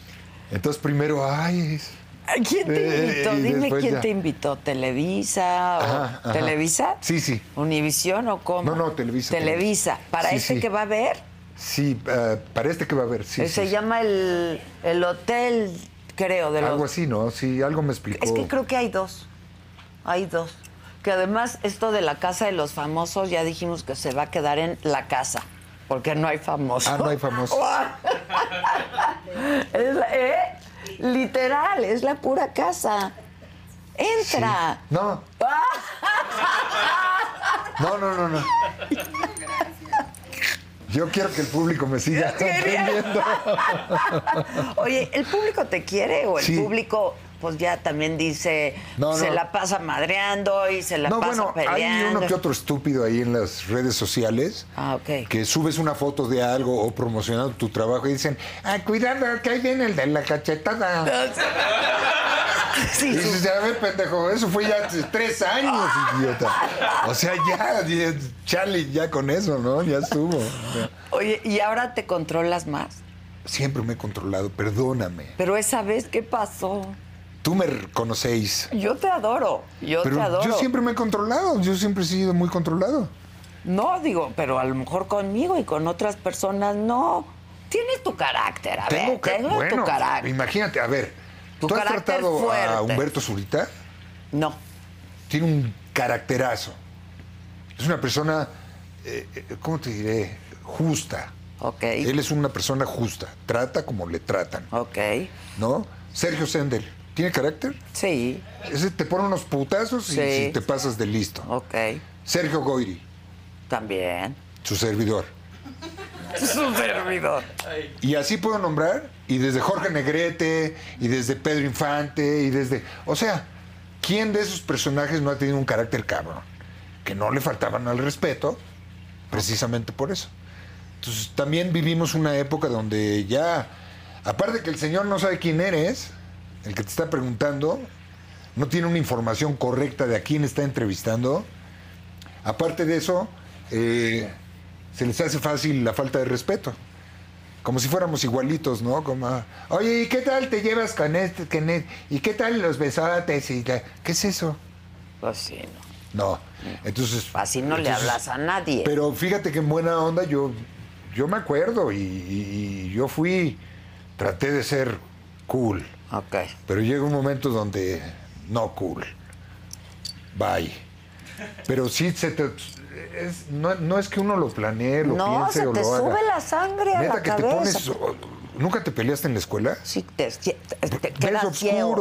[SPEAKER 2] Entonces primero, ay, es-
[SPEAKER 1] ¿A ¿Quién
[SPEAKER 2] Eh,
[SPEAKER 1] te invitó?
[SPEAKER 2] y
[SPEAKER 1] Dime
[SPEAKER 2] después
[SPEAKER 1] quién
[SPEAKER 2] ya.
[SPEAKER 1] te invitó. ¿Televisa? o-
[SPEAKER 2] Ajá, ajá.
[SPEAKER 1] ¿Televisa?
[SPEAKER 2] Sí, sí.
[SPEAKER 1] ¿Univisión o cómo?
[SPEAKER 2] No, no, Televisa,
[SPEAKER 1] Televisa.
[SPEAKER 2] Televisa.
[SPEAKER 1] ¿Para
[SPEAKER 2] Sí,
[SPEAKER 1] este
[SPEAKER 2] sí.
[SPEAKER 1] que va a ver?
[SPEAKER 2] sí, ah, para este que va a haber, sí.
[SPEAKER 1] Eh, Se
[SPEAKER 2] sí, sí.
[SPEAKER 1] llama el, el hotel, creo, de los...
[SPEAKER 2] Algo así, Oh. ¿no? Sí, algo me explicó.
[SPEAKER 1] Es que creo que hay dos. Hay dos. Que además esto de la casa de los famosos ya dijimos que se va a quedar en la casa. Porque no hay famosos.
[SPEAKER 2] Ah, no hay famosos.
[SPEAKER 1] *laughs* Es la- ¿eh? Literal, es la pura casa.
[SPEAKER 2] Sí.
[SPEAKER 1] Entra.
[SPEAKER 2] No. No, no, no, no. Yo quiero que el público me siga entendiendo.
[SPEAKER 1] Oye, ¿el público te quiere o el
[SPEAKER 2] Sí.
[SPEAKER 1] público, pues ya también dice,
[SPEAKER 2] No,
[SPEAKER 1] se
[SPEAKER 2] no.
[SPEAKER 1] la pasa madreando y se la
[SPEAKER 2] No,
[SPEAKER 1] pasa
[SPEAKER 2] bueno, hay
[SPEAKER 1] peleando?
[SPEAKER 2] uno que otro estúpido ahí en las redes sociales
[SPEAKER 1] Ah,
[SPEAKER 2] *laughs*
[SPEAKER 1] ok.
[SPEAKER 2] que subes una foto de algo o promocionando tu trabajo y dicen, ah, cuidado, que ahí viene el de la
[SPEAKER 1] Ah,
[SPEAKER 2] cachetada. Y
[SPEAKER 1] Sí, sí.
[SPEAKER 2] dices, a ver, pendejo, eso fue ya hace tres años, idiota. O sea, ya, ya, chale, ya con eso, ¿no? Ya estuvo. O sea,
[SPEAKER 1] Oye, ¿y ahora te controlas más?
[SPEAKER 2] Siempre me he controlado, perdóname.
[SPEAKER 1] Pero esa vez, ¿qué pasó?
[SPEAKER 2] Tú me conocéis.
[SPEAKER 1] Yo te adoro, yo te
[SPEAKER 2] Pero
[SPEAKER 1] adoro.
[SPEAKER 2] yo siempre me he controlado, yo siempre he sido muy controlado.
[SPEAKER 1] No, digo, pero a lo mejor conmigo y con otras personas no. Tienes tu carácter, a ver,
[SPEAKER 2] ca-
[SPEAKER 1] tengo tu
[SPEAKER 2] bueno,
[SPEAKER 1] carácter.
[SPEAKER 2] imagínate, a ver,
[SPEAKER 1] Tu
[SPEAKER 2] ¿tú has
[SPEAKER 1] carácter
[SPEAKER 2] tratado
[SPEAKER 1] fuerte.
[SPEAKER 2] a Humberto Zurita?
[SPEAKER 1] No,
[SPEAKER 2] Tiene un caracterazo. Es una persona, eh, eh, ¿cómo te diré? Justa.
[SPEAKER 1] ok,
[SPEAKER 2] Él es una persona justa, trata como le tratan,
[SPEAKER 1] ok,
[SPEAKER 2] ¿no? Sergio Sendel, ¿tiene carácter?
[SPEAKER 1] sí,
[SPEAKER 2] Ese te pone unos putazos y,
[SPEAKER 1] Sí.
[SPEAKER 2] y te pasas de listo.
[SPEAKER 1] ok,
[SPEAKER 2] Sergio Goyri,
[SPEAKER 1] también. *laughs*
[SPEAKER 2] su servidor.
[SPEAKER 1] Es un servidor.
[SPEAKER 2] Y así puedo nombrar, y desde Jorge Negrete, y desde Pedro Infante, y desde. O sea, ¿quién de esos personajes no ha tenido un carácter cabrón? Que no le faltaban al respeto, precisamente por eso. Entonces, también vivimos una época donde ya. Aparte de que el señor no sabe quién eres, el que te está preguntando, no tiene una información correcta de a quién está entrevistando. Aparte de eso, eh, se les hace fácil la falta de respeto como si fuéramos igualitos, ¿no? Como, ah, oye, ¿y qué tal te llevas con este, con el- ¿Y qué tal los besotes? Y la- ¿Qué es eso?
[SPEAKER 1] Pues sí, no.
[SPEAKER 2] No, entonces...
[SPEAKER 1] Así no le
[SPEAKER 2] entonces-
[SPEAKER 1] hablas a nadie.
[SPEAKER 2] Pero fíjate que en buena onda yo, yo me acuerdo y, y- y yo fui, traté de ser cool,
[SPEAKER 1] Ok.
[SPEAKER 2] pero llega un momento donde no cool. Bye. Pero sí se te... es- no, no es que uno lo planee, lo
[SPEAKER 1] No,
[SPEAKER 2] piense
[SPEAKER 1] se
[SPEAKER 2] o
[SPEAKER 1] te
[SPEAKER 2] lo haga.
[SPEAKER 1] sube la sangre a
[SPEAKER 2] Neta
[SPEAKER 1] la
[SPEAKER 2] que
[SPEAKER 1] cabeza.
[SPEAKER 2] te pones... ¿Nunca te peleaste en la escuela?
[SPEAKER 1] Sí, te, te- te
[SPEAKER 2] ves
[SPEAKER 1] quedas
[SPEAKER 2] oscuro,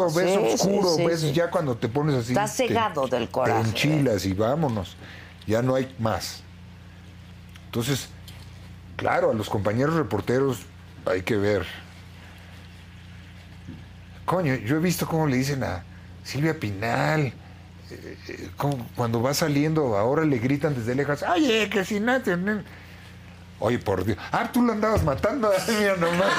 [SPEAKER 1] ciego.
[SPEAKER 2] ves
[SPEAKER 1] Sí, sí,
[SPEAKER 2] oscuro,
[SPEAKER 1] sí,
[SPEAKER 2] ves
[SPEAKER 1] sí.
[SPEAKER 2] ya cuando te pones así.
[SPEAKER 1] Estás
[SPEAKER 2] te-
[SPEAKER 1] cegado del coraje.
[SPEAKER 2] Te enchilas y vámonos. Ya no hay más. Entonces, claro, a los compañeros reporteros hay que ver. Coño, yo he visto cómo le dicen a Silvia Pinal. eh, eh, cómo- Cuando va saliendo, ahora le gritan desde lejos, oye, que si no... te- no". Oye, por Dios. Ah, tú lo andabas matando. *laughs* Mira nomás.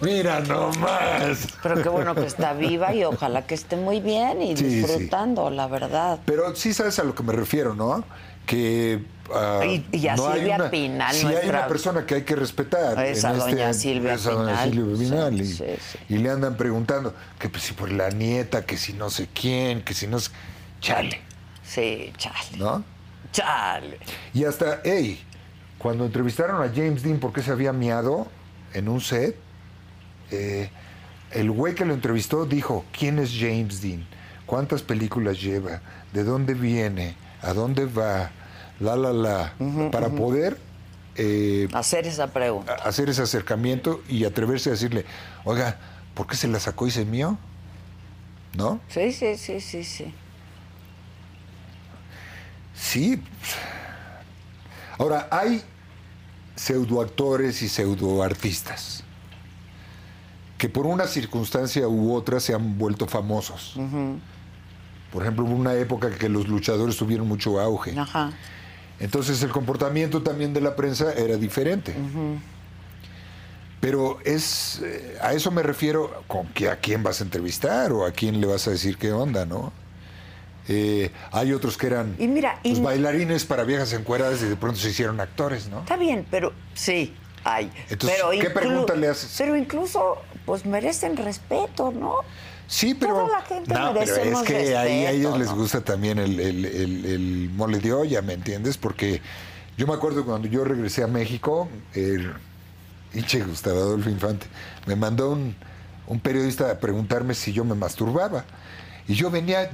[SPEAKER 2] Mira nomás.
[SPEAKER 1] Pero qué bueno que está viva y ojalá que esté muy bien y
[SPEAKER 2] Sí, sí.
[SPEAKER 1] disfrutando, la verdad.
[SPEAKER 2] Pero sí sabes a lo que me refiero, ¿no? que ah,
[SPEAKER 1] Y- y a Silvia
[SPEAKER 2] una,
[SPEAKER 1] Pinal,
[SPEAKER 2] sí hay
[SPEAKER 1] nuestra-
[SPEAKER 2] una persona que hay que respetar este
[SPEAKER 1] Esa doña Silvia
[SPEAKER 2] esa doña
[SPEAKER 1] Pinal.
[SPEAKER 2] Silvia
[SPEAKER 1] Sí,
[SPEAKER 2] Pinal, y,
[SPEAKER 1] sí, sí.
[SPEAKER 2] y le andan preguntando que pues, si por la nieta que si no sé quién que si no sé chale
[SPEAKER 1] Sí, chale.
[SPEAKER 2] no
[SPEAKER 1] Chale.
[SPEAKER 2] y hasta hey cuando entrevistaron a James Dean porque se había miado en un set eh, el güey que lo entrevistó dijo quién es James Dean cuántas películas lleva de dónde viene a dónde va la la la para poder eh,
[SPEAKER 1] Hacer esa pregunta.
[SPEAKER 2] a- hacer ese acercamiento y atreverse a decirle, oiga, ¿por qué se la sacó y se mío? ¿No?
[SPEAKER 1] Sí, sí, sí, sí, sí.
[SPEAKER 2] Sí. Ahora, hay pseudoactores y pseudoartistas que por una circunstancia u otra se han vuelto famosos. Por ejemplo, hubo una época que los luchadores tuvieron mucho auge.
[SPEAKER 1] Ajá.
[SPEAKER 2] Entonces el comportamiento también de la prensa era diferente. Pero es eh, a eso me refiero con que a quién vas a entrevistar o a quién le vas a decir qué onda, ¿no? Eh, hay otros que eran
[SPEAKER 1] Y mira, y-
[SPEAKER 2] pues, bailarines para viejas encueradas y de pronto se hicieron actores, ¿no?
[SPEAKER 1] Está bien, pero sí, hay.
[SPEAKER 2] Entonces,
[SPEAKER 1] pero
[SPEAKER 2] ¿qué pregunta le haces?
[SPEAKER 1] Pero incluso, pues merecen respeto, ¿no?
[SPEAKER 2] Sí, pero.
[SPEAKER 1] Toda la gente
[SPEAKER 2] no, pero es
[SPEAKER 1] merecemos
[SPEAKER 2] que ahí
[SPEAKER 1] respeto,
[SPEAKER 2] a ellos les
[SPEAKER 1] ¿no?
[SPEAKER 2] gusta también el, el- el- el mole de olla, ¿me entiendes? Porque yo me acuerdo cuando yo regresé a México, el hinche Gustavo Adolfo Infante me mandó un, un periodista a preguntarme si yo me masturbaba. Y yo venía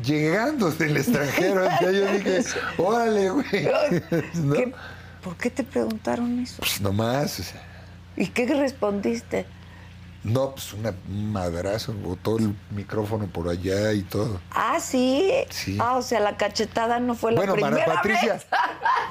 [SPEAKER 1] *laughs*
[SPEAKER 2] llegando del extranjero. ya yo dije, órale, güey. *laughs* ¿No?
[SPEAKER 1] ¿Qué- ¿Por qué te preguntaron eso?
[SPEAKER 2] Pues nomás. o sea,
[SPEAKER 1] ¿Y qué respondiste?
[SPEAKER 2] No, pues una un madrazo, botó el micrófono por allá y todo.
[SPEAKER 1] Ah, sí.
[SPEAKER 2] Sí.
[SPEAKER 1] Ah, o sea, la cachetada no fue la
[SPEAKER 2] bueno,
[SPEAKER 1] primera
[SPEAKER 2] Mara Patricia.
[SPEAKER 1] vez.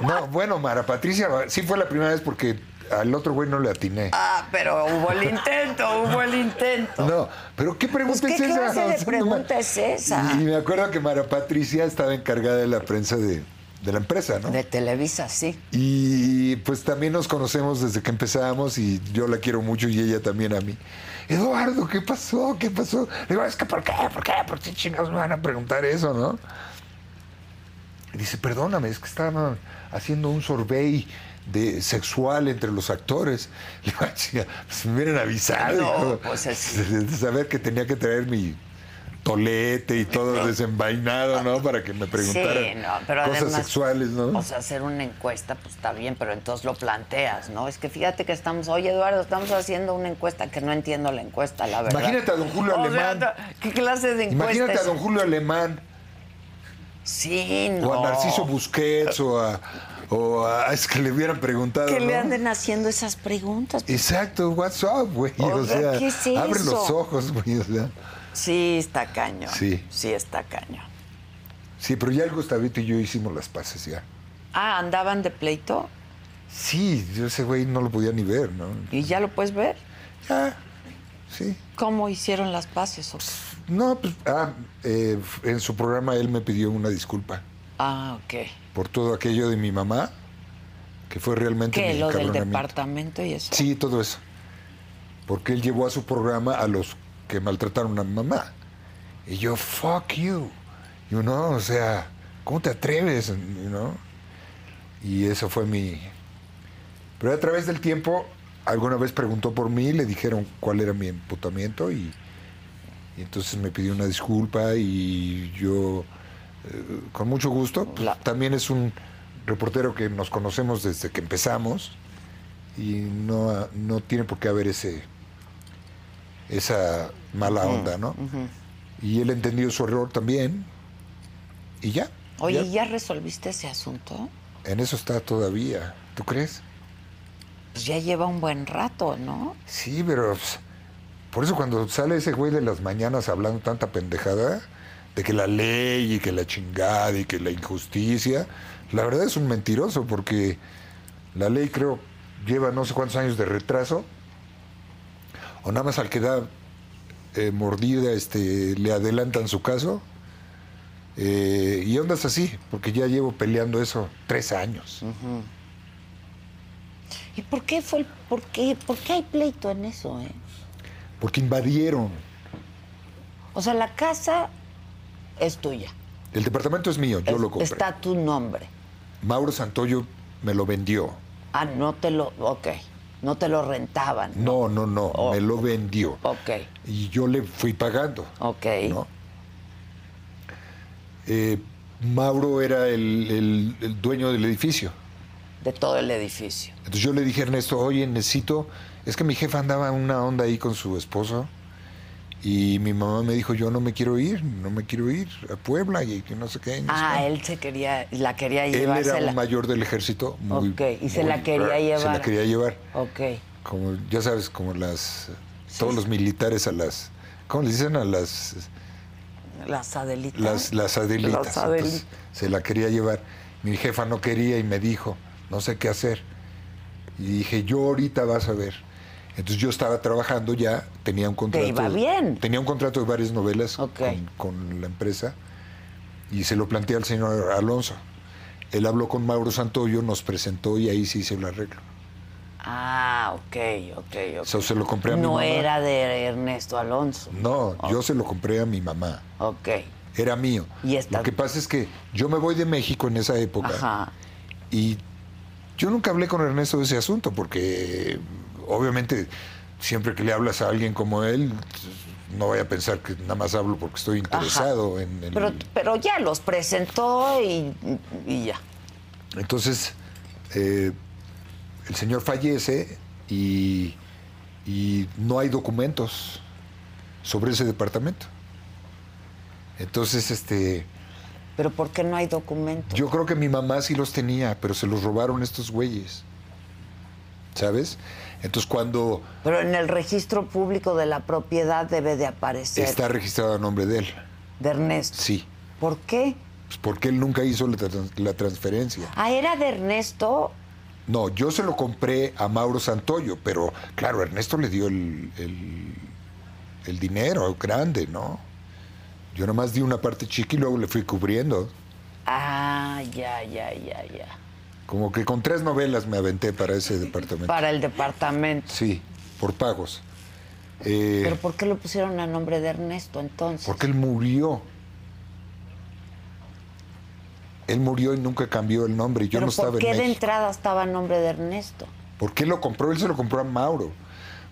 [SPEAKER 2] No, bueno, Mara Patricia sí fue la primera vez porque al otro güey no le atiné.
[SPEAKER 1] Ah, pero hubo el intento, hubo el intento.
[SPEAKER 2] No, pero ¿qué pregunta
[SPEAKER 1] Pues, ¿qué
[SPEAKER 2] es esa?
[SPEAKER 1] clase de
[SPEAKER 2] O sea, no
[SPEAKER 1] pregunta
[SPEAKER 2] ma-
[SPEAKER 1] es esa?
[SPEAKER 2] Y, y me acuerdo que Mara Patricia estaba encargada de la prensa de, de la empresa, ¿no?
[SPEAKER 1] De Televisa, sí.
[SPEAKER 2] Y pues también nos conocemos desde que empezamos y yo la quiero mucho y ella también a mí. Eduardo, ¿qué pasó? ¿Qué pasó? Le digo, es que ¿por qué? ¿Por qué? ¿Por qué chingados me van a preguntar eso, no? Y dice, perdóname, es que estaban haciendo un survey de sexual entre los actores. *laughs* Le digo, "Ah, chinga, pues me hubieran avisado.
[SPEAKER 1] No,
[SPEAKER 2] hijo".
[SPEAKER 1] pues, es-
[SPEAKER 2] *laughs* De saber que tenía que traer mi tolete y todo desenvainado, ¿no? Para que me preguntaran
[SPEAKER 1] Ah, Sí, no, pero
[SPEAKER 2] cosas
[SPEAKER 1] además,
[SPEAKER 2] sexuales, ¿no?
[SPEAKER 1] O sea, hacer una encuesta, pues está bien, pero entonces lo planteas, ¿no? Es que fíjate que estamos, oye Eduardo, estamos haciendo una encuesta que no entiendo la encuesta, la verdad.
[SPEAKER 2] Imagínate a don Julio
[SPEAKER 1] O sea,
[SPEAKER 2] Alemán.
[SPEAKER 1] no, ¿Qué clase de encuesta?
[SPEAKER 2] Imagínate
[SPEAKER 1] es?
[SPEAKER 2] a don Julio Alemán
[SPEAKER 1] Sí, no.
[SPEAKER 2] o a Narciso Busquets o a, o a- *laughs* es que le hubieran preguntado.
[SPEAKER 1] Que le
[SPEAKER 2] ¿no?
[SPEAKER 1] anden haciendo esas preguntas.
[SPEAKER 2] Exacto, what's up, güey.
[SPEAKER 1] O
[SPEAKER 2] O,
[SPEAKER 1] sea,
[SPEAKER 2] sea,
[SPEAKER 1] ¿qué es
[SPEAKER 2] abre
[SPEAKER 1] eso?
[SPEAKER 2] los ojos, güey. o sea.
[SPEAKER 1] Sí, está cañón.
[SPEAKER 2] Sí.
[SPEAKER 1] Sí, está cañón.
[SPEAKER 2] Sí, pero ya el Gustavito y yo hicimos las paces ya.
[SPEAKER 1] Ah, andaban de pleito
[SPEAKER 2] Sí, yo ese güey no lo podía ni ver, ¿no?
[SPEAKER 1] y ya lo puedes ver.
[SPEAKER 2] Ya, sí.
[SPEAKER 1] ¿Cómo hicieron las paces? o qué?
[SPEAKER 2] No, pues, ah, eh, en su programa él me pidió una disculpa
[SPEAKER 1] Ah, ok.
[SPEAKER 2] por todo aquello de mi mamá, que fue realmente
[SPEAKER 1] ¿Qué?
[SPEAKER 2] mi
[SPEAKER 1] ¿Lo del
[SPEAKER 2] encabronamiento.
[SPEAKER 1] departamento y eso?
[SPEAKER 2] Sí, todo eso. Porque él llevó a su programa a los que maltrataron a mi mamá. Y yo, fuck you. You know, o sea, ¿cómo te atreves? You know? Y eso fue mi. Pero a través del tiempo, alguna vez preguntó por mí, le dijeron cuál era mi emputamiento y, y entonces me pidió una disculpa y yo, eh, con mucho gusto, pues,
[SPEAKER 1] La-
[SPEAKER 2] también es un reportero que nos conocemos desde que empezamos y no, no tiene por qué haber ese esa mala onda, ¿no? Y él entendió su error también y ya.
[SPEAKER 1] Oye,
[SPEAKER 2] ya.
[SPEAKER 1] ¿y ¿ya resolviste ese asunto?
[SPEAKER 2] En eso está todavía, ¿tú crees?
[SPEAKER 1] Pues ya lleva un buen rato, ¿no?
[SPEAKER 2] Sí, pero pues, por eso cuando sale ese güey de las mañanas hablando tanta pendejada, de que la ley y que la chingada y que la injusticia, la verdad es un mentiroso porque la ley creo lleva no sé cuántos años de retraso, o nada más al que da eh, mordida este, le adelantan su caso, eh, y ondas así, porque ya llevo peleando eso tres años.
[SPEAKER 1] ¿Y por qué fue el, por qué, por qué hay pleito en eso, eh?
[SPEAKER 2] Porque invadieron.
[SPEAKER 1] O sea, la casa es tuya.
[SPEAKER 2] El departamento es mío, yo
[SPEAKER 1] Es-
[SPEAKER 2] lo compré.
[SPEAKER 1] Está tu nombre.
[SPEAKER 2] Mauro Santoyo me lo vendió.
[SPEAKER 1] Ah, no te lo. Ok. No te lo rentaban.
[SPEAKER 2] No, no, no,
[SPEAKER 1] Oh.
[SPEAKER 2] me lo vendió.
[SPEAKER 1] Ok,
[SPEAKER 2] Y yo le fui pagando.
[SPEAKER 1] ok.
[SPEAKER 2] ¿no? Eh, Mauro era el, el- el dueño del edificio.
[SPEAKER 1] De todo el edificio.
[SPEAKER 2] Entonces yo le dije a Ernesto, oye, necesito, es que mi jefa andaba en una onda ahí con su esposo y mi mamá me dijo, yo no me quiero ir, no me quiero ir a Puebla y que no sé qué. y no sé
[SPEAKER 1] Ah,
[SPEAKER 2] cuánto".
[SPEAKER 1] él se quería, la quería
[SPEAKER 2] Él era
[SPEAKER 1] llevársela.
[SPEAKER 2] un mayor del ejército. Muy,
[SPEAKER 1] Ok, y se
[SPEAKER 2] muy-
[SPEAKER 1] la quería
[SPEAKER 2] Se
[SPEAKER 1] llevar.
[SPEAKER 2] la quería llevar.
[SPEAKER 1] Ok.
[SPEAKER 2] Como, ya sabes, como las, todos los militares a las, ¿cómo les dicen? A las...
[SPEAKER 1] Las Adelitas.
[SPEAKER 2] las, las adelitas.
[SPEAKER 1] Las Adelitas.
[SPEAKER 2] Entonces, se la quería llevar. Mi jefa no quería y me dijo, no sé qué hacer. Y dije, yo ahorita vas a ver. Entonces yo estaba trabajando ya, tenía un contrato.
[SPEAKER 1] iba bien.
[SPEAKER 2] Tenía un contrato de varias novelas
[SPEAKER 1] Ok.
[SPEAKER 2] con, con la empresa y se lo planteé al señor Alonso. Él habló con Mauro Santoyo, nos presentó y ahí se hizo el arreglo.
[SPEAKER 1] Ah, ok, ok, ok.
[SPEAKER 2] Eso se lo compré a mi
[SPEAKER 1] no
[SPEAKER 2] mamá.
[SPEAKER 1] era de Ernesto Alonso.
[SPEAKER 2] No, yo se lo compré a mi mamá.
[SPEAKER 1] Ok.
[SPEAKER 2] Era mío.
[SPEAKER 1] Y esta-
[SPEAKER 2] Lo que pasa es que yo me voy de México en esa época.
[SPEAKER 1] Ajá.
[SPEAKER 2] Y yo nunca hablé con Ernesto de ese asunto, porque obviamente siempre que le hablas a alguien como él, no vaya a pensar que nada más hablo porque estoy interesado en el...
[SPEAKER 1] Pero, pero ya los presentó y, y ya.
[SPEAKER 2] Entonces, eh, el señor fallece y, y no hay documentos sobre ese departamento. Entonces, este,
[SPEAKER 1] Pero ¿por qué no hay documento?
[SPEAKER 2] yo creo que mi mamá sí los tenía, pero se los robaron estos güeyes. ¿Sabes? Entonces cuando
[SPEAKER 1] Pero en el registro público de la propiedad debe de aparecer
[SPEAKER 2] Está registrado a nombre de él,
[SPEAKER 1] de Ernesto.
[SPEAKER 2] sí.
[SPEAKER 1] ¿Por qué?
[SPEAKER 2] Pues porque él nunca hizo la, trans- la transferencia.
[SPEAKER 1] Ah, era de Ernesto.
[SPEAKER 2] No, yo se lo compré a Mauro Santoyo, pero claro, Ernesto le dio el, el- el dinero grande, ¿no? Yo nomás di una parte chica y luego le fui cubriendo.
[SPEAKER 1] Ah, ya, ya, ya, ya.
[SPEAKER 2] Como que con tres novelas me aventé para ese departamento.
[SPEAKER 1] Para el departamento.
[SPEAKER 2] Sí, por pagos. Eh,
[SPEAKER 1] ¿Pero por qué lo pusieron a nombre de Ernesto entonces?
[SPEAKER 2] porque él murió. Él murió y nunca cambió el nombre. Yo
[SPEAKER 1] ¿Pero
[SPEAKER 2] no estaba
[SPEAKER 1] ¿Por
[SPEAKER 2] en
[SPEAKER 1] qué de
[SPEAKER 2] México.
[SPEAKER 1] entrada estaba a nombre de Ernesto?
[SPEAKER 2] ¿Por qué lo compró? Él se lo compró a Mauro.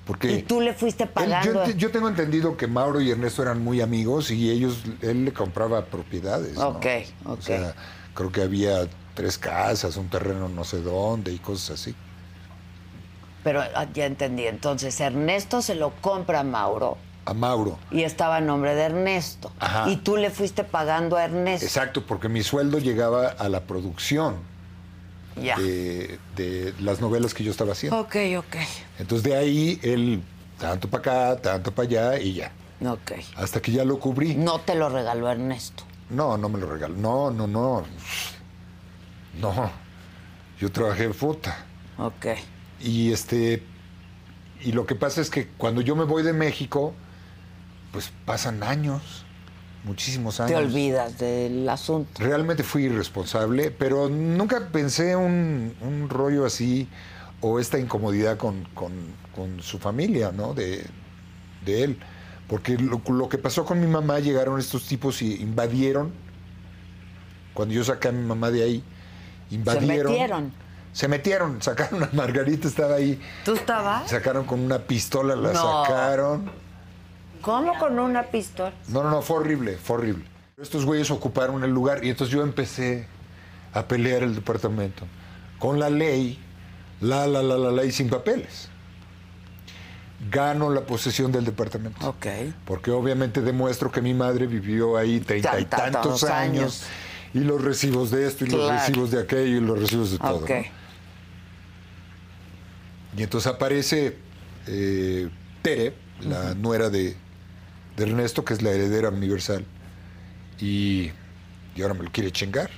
[SPEAKER 2] Porque
[SPEAKER 1] Y tú le fuiste
[SPEAKER 2] él- yo,
[SPEAKER 1] pagando.
[SPEAKER 2] ent- yo tengo entendido que Mauro y Ernesto eran muy amigos y ellos, él le compraba propiedades. ¿no?
[SPEAKER 1] Ok,
[SPEAKER 2] O
[SPEAKER 1] ok.
[SPEAKER 2] sea, creo que había tres casas, un terreno no sé dónde y cosas así.
[SPEAKER 1] Pero ah, ya entendí. Entonces Ernesto se lo compra a Mauro
[SPEAKER 2] A Mauro.
[SPEAKER 1] y estaba a nombre de Ernesto.
[SPEAKER 2] Ajá.
[SPEAKER 1] Y tú le fuiste pagando a Ernesto.
[SPEAKER 2] Exacto, porque mi sueldo llegaba a la producción
[SPEAKER 1] Ya.
[SPEAKER 2] de, de las novelas que yo estaba haciendo.
[SPEAKER 1] Ok, ok.
[SPEAKER 2] Entonces de ahí él, tanto para acá, tanto para allá y ya.
[SPEAKER 1] Ok.
[SPEAKER 2] Hasta que ya lo cubrí.
[SPEAKER 1] No te lo regaló Ernesto.
[SPEAKER 2] No, no me lo regaló. No, no, no. No. Yo trabajé en puta.
[SPEAKER 1] Ok.
[SPEAKER 2] Y este. Y lo que pasa es que cuando yo me voy de México, pues pasan años, muchísimos años.
[SPEAKER 1] Te olvidas del asunto.
[SPEAKER 2] Realmente fui irresponsable, pero nunca pensé un, un rollo así o esta incomodidad con, con- con su familia, ¿no? De, de él. Porque lo, lo que pasó con mi mamá, llegaron estos tipos y invadieron. Cuando yo saqué a mi mamá de ahí, invadieron.
[SPEAKER 1] metieron.
[SPEAKER 2] Se metieron, sacaron a Margarita, estaba ahí.
[SPEAKER 1] ¿Tú estabas?
[SPEAKER 2] Sacaron con una pistola, la
[SPEAKER 1] No.
[SPEAKER 2] sacaron.
[SPEAKER 1] ¿Cómo con una pistola?
[SPEAKER 2] No, no, no, fue horrible, fue horrible. Estos güeyes ocuparon el lugar y entonces yo empecé a pelear el departamento con la ley, la, la, la, la, la y sin papeles. Gano la posesión del departamento.
[SPEAKER 1] Ok.
[SPEAKER 2] Porque obviamente demuestro que mi madre vivió ahí treinta y
[SPEAKER 1] Tantos
[SPEAKER 2] tantos
[SPEAKER 1] años.
[SPEAKER 2] años. Y los recibos de esto, y los
[SPEAKER 1] Claro.
[SPEAKER 2] recibos de aquello, y los recibos de todo.
[SPEAKER 1] Ok.
[SPEAKER 2] ¿no? Y entonces aparece eh, Tere, la nuera de, de Ernesto, que es la heredera universal, y, y ahora me lo quiere chingar.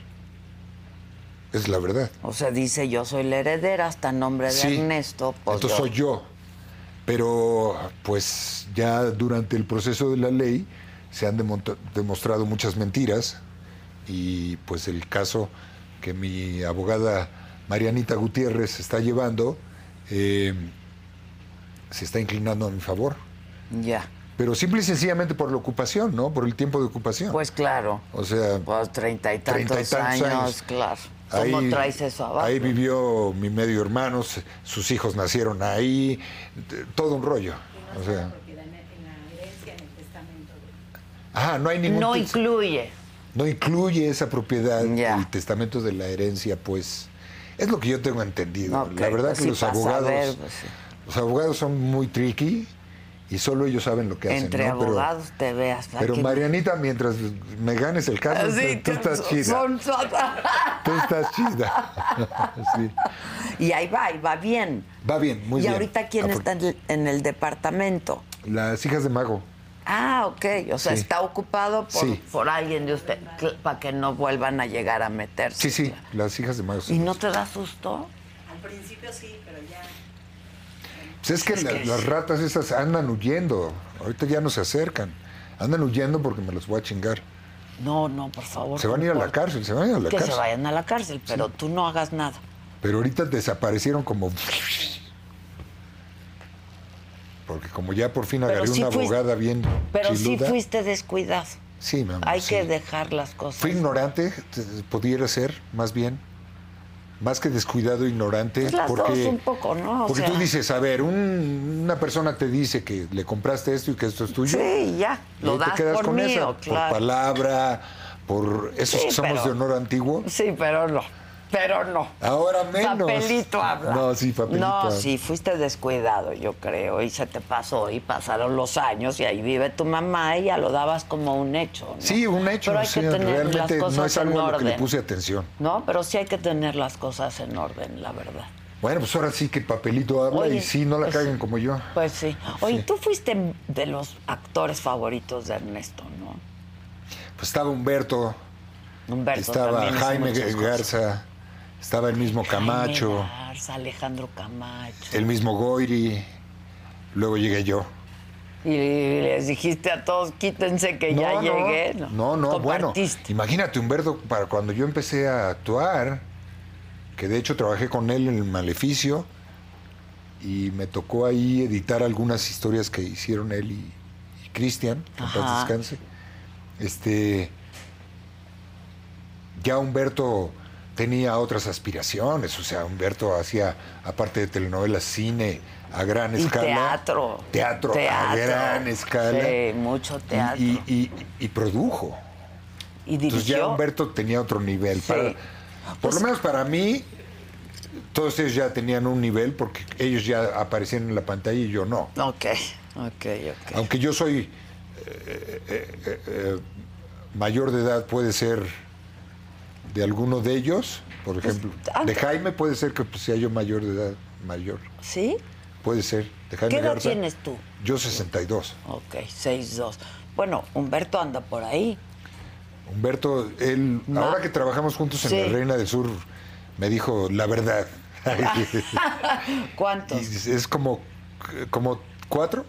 [SPEAKER 2] Es la verdad.
[SPEAKER 1] O sea, dice yo soy la heredera hasta nombre de
[SPEAKER 2] Sí.
[SPEAKER 1] Ernesto. pues
[SPEAKER 2] entonces soy yo. Pero pues ya durante el proceso de la ley se han demonta- demostrado muchas mentiras y pues el caso que mi abogada Marianita Gutiérrez está llevando eh, se está inclinando a mi favor.
[SPEAKER 1] Ya.
[SPEAKER 2] Pero simple y sencillamente por la ocupación, ¿no? Por el tiempo de ocupación.
[SPEAKER 1] Pues claro.
[SPEAKER 2] o sea,
[SPEAKER 1] Pues treinta y
[SPEAKER 2] Treinta y
[SPEAKER 1] tantos
[SPEAKER 2] tantos
[SPEAKER 1] años,
[SPEAKER 2] años.
[SPEAKER 1] claro. ¿Cómo traes eso abajo?
[SPEAKER 2] Ahí vivió mi medio hermano, s- sus hijos nacieron ahí, t- todo un rollo. O sea, ah, no hay ningún
[SPEAKER 1] No
[SPEAKER 2] tes-
[SPEAKER 1] incluye.
[SPEAKER 2] no incluye esa propiedad
[SPEAKER 1] Ya.
[SPEAKER 2] el testamento de la herencia, pues es lo que yo tengo entendido.
[SPEAKER 1] Ok,
[SPEAKER 2] la verdad
[SPEAKER 1] pues
[SPEAKER 2] que
[SPEAKER 1] sí,
[SPEAKER 2] los
[SPEAKER 1] para
[SPEAKER 2] abogados,
[SPEAKER 1] saber, pues sí.
[SPEAKER 2] los abogados son muy tricky y solo ellos saben lo que hacen.
[SPEAKER 1] Entre
[SPEAKER 2] ¿no? Pero-
[SPEAKER 1] abogados te veas. Ah,
[SPEAKER 2] Pero, Marianita, mientras me ganes el caso, tú, tú estás chida. Tú estás chida. *laughs* Sí.
[SPEAKER 1] *laughs* Y ahí va, y va bien.
[SPEAKER 2] Va bien, muy
[SPEAKER 1] ¿Y
[SPEAKER 2] bien.
[SPEAKER 1] ahorita quién
[SPEAKER 2] Ah,
[SPEAKER 1] está en el, en el departamento?
[SPEAKER 2] Las hijas de Mago.
[SPEAKER 1] Ah, ok. O sea,
[SPEAKER 2] Sí.
[SPEAKER 1] está ocupado por,
[SPEAKER 2] Sí.
[SPEAKER 1] por alguien de usted para que no vuelvan a llegar a meterse.
[SPEAKER 2] Sí, sí, las hijas de Mago.
[SPEAKER 1] ¿Y no te da susto?
[SPEAKER 2] Pues es que, la- las ratas esas andan huyendo. Ahorita ya no se acercan. Andan huyendo porque me los voy a chingar.
[SPEAKER 1] No, no, por favor.
[SPEAKER 2] Se van a ir a la
[SPEAKER 1] por-
[SPEAKER 2] cárcel, se van a ir a la
[SPEAKER 1] Que
[SPEAKER 2] cárcel.
[SPEAKER 1] se vayan a la cárcel, pero tú no hagas nada.
[SPEAKER 2] Pero ahorita desaparecieron como... Porque como ya por fin agarré
[SPEAKER 1] sí
[SPEAKER 2] una
[SPEAKER 1] fuiste-
[SPEAKER 2] abogada bien
[SPEAKER 1] Pero sí
[SPEAKER 2] chiluda.
[SPEAKER 1] fuiste descuidado.
[SPEAKER 2] Sí, mi amor,
[SPEAKER 1] Hay
[SPEAKER 2] sí.
[SPEAKER 1] que dejar las cosas.
[SPEAKER 2] Fui ignorante, t- pudiera ser, más bien. Más que descuidado, ignorante.
[SPEAKER 1] Pues las
[SPEAKER 2] porque,
[SPEAKER 1] dos un poco, ¿no? O
[SPEAKER 2] porque tú
[SPEAKER 1] sea-
[SPEAKER 2] dices, a ver, un- una persona te dice que le compraste esto y que esto es tuyo.
[SPEAKER 1] Sí, ya.
[SPEAKER 2] y
[SPEAKER 1] Lo
[SPEAKER 2] ahí te
[SPEAKER 1] das
[SPEAKER 2] quedas
[SPEAKER 1] por
[SPEAKER 2] con
[SPEAKER 1] mío,
[SPEAKER 2] esa,
[SPEAKER 1] claro.
[SPEAKER 2] por palabra, por esos
[SPEAKER 1] Sí,
[SPEAKER 2] que somos
[SPEAKER 1] pero-
[SPEAKER 2] de honor antiguo.
[SPEAKER 1] Sí, pero no. Pero no.
[SPEAKER 2] Ahora menos.
[SPEAKER 1] Papelito habla.
[SPEAKER 2] No, sí, papelito
[SPEAKER 1] No,
[SPEAKER 2] habla.
[SPEAKER 1] sí, fuiste descuidado, yo creo, y se te pasó, y pasaron los años, y ahí vive tu mamá, y ya lo dabas como un hecho. ¿no?
[SPEAKER 2] Sí, un hecho.
[SPEAKER 1] Pero hay
[SPEAKER 2] sí,
[SPEAKER 1] que tener las
[SPEAKER 2] realmente
[SPEAKER 1] cosas
[SPEAKER 2] no es
[SPEAKER 1] en
[SPEAKER 2] algo a lo que
[SPEAKER 1] orden.
[SPEAKER 2] le puse atención.
[SPEAKER 1] No, pero sí hay que tener las cosas en orden, la verdad.
[SPEAKER 2] Bueno, pues ahora sí que papelito habla
[SPEAKER 1] Oye,
[SPEAKER 2] y sí, no la
[SPEAKER 1] pues
[SPEAKER 2] caguen
[SPEAKER 1] sí.
[SPEAKER 2] como yo.
[SPEAKER 1] Pues sí. Oye,
[SPEAKER 2] Sí.
[SPEAKER 1] tú fuiste de los actores favoritos de Ernesto, ¿no?
[SPEAKER 2] Pues estaba Humberto,
[SPEAKER 1] Humberto
[SPEAKER 2] estaba
[SPEAKER 1] también hizo
[SPEAKER 2] Jaime
[SPEAKER 1] muchas cosas.
[SPEAKER 2] Garza, estaba el mismo
[SPEAKER 1] Jaime
[SPEAKER 2] Camacho,
[SPEAKER 1] Garza, Alejandro Camacho.
[SPEAKER 2] el mismo Goiri, luego llegué yo.
[SPEAKER 1] Y les dijiste a todos, quítense que ya llegué.
[SPEAKER 2] No, no, no, bueno.
[SPEAKER 1] Compartiste.
[SPEAKER 2] Imagínate, Humberto, para cuando yo empecé a actuar, que de hecho trabajé con él en el Maleficio, y me tocó ahí editar algunas historias que hicieron él y, y Cristian, que en
[SPEAKER 1] Ajá.
[SPEAKER 2] paz descanse. Este. Ya Humberto tenía otras aspiraciones, o sea, Humberto hacía, aparte de telenovelas, cine a gran
[SPEAKER 1] Y
[SPEAKER 2] escala.
[SPEAKER 1] teatro.
[SPEAKER 2] Teatro, a
[SPEAKER 1] Teatro.
[SPEAKER 2] gran escala.
[SPEAKER 1] Sí, mucho
[SPEAKER 2] Y-
[SPEAKER 1] teatro.
[SPEAKER 2] Y, y- y produjo.
[SPEAKER 1] Y
[SPEAKER 2] Entonces ya
[SPEAKER 1] dirigió.
[SPEAKER 2] Humberto tenía otro nivel.
[SPEAKER 1] Sí. Ah, pues
[SPEAKER 2] Para- por lo menos para mí, todos ellos ya tenían un nivel porque ellos ya aparecían en la pantalla y yo no.
[SPEAKER 1] Ok, ok, ok.
[SPEAKER 2] Aunque yo soy eh, eh, eh, eh, mayor de edad, puede ser de alguno de ellos, por
[SPEAKER 1] Pues,
[SPEAKER 2] ejemplo.
[SPEAKER 1] antes-
[SPEAKER 2] De Jaime puede ser que pues, sea yo mayor de edad, mayor.
[SPEAKER 1] ¿Sí?
[SPEAKER 2] Puede ser. De Jaime
[SPEAKER 1] ¿Qué edad
[SPEAKER 2] Garza.
[SPEAKER 1] tienes tú?
[SPEAKER 2] Yo 62.
[SPEAKER 1] Ok, 6-2. Bueno, Humberto anda por ahí. *laughs*
[SPEAKER 2] Humberto, él,
[SPEAKER 1] Ma-
[SPEAKER 2] ahora que trabajamos juntos en
[SPEAKER 1] Sí.
[SPEAKER 2] la Reina del Sur, me dijo la verdad.
[SPEAKER 1] Ah. ¿Cuántos?
[SPEAKER 2] *laughs* Y es como, como cuatro,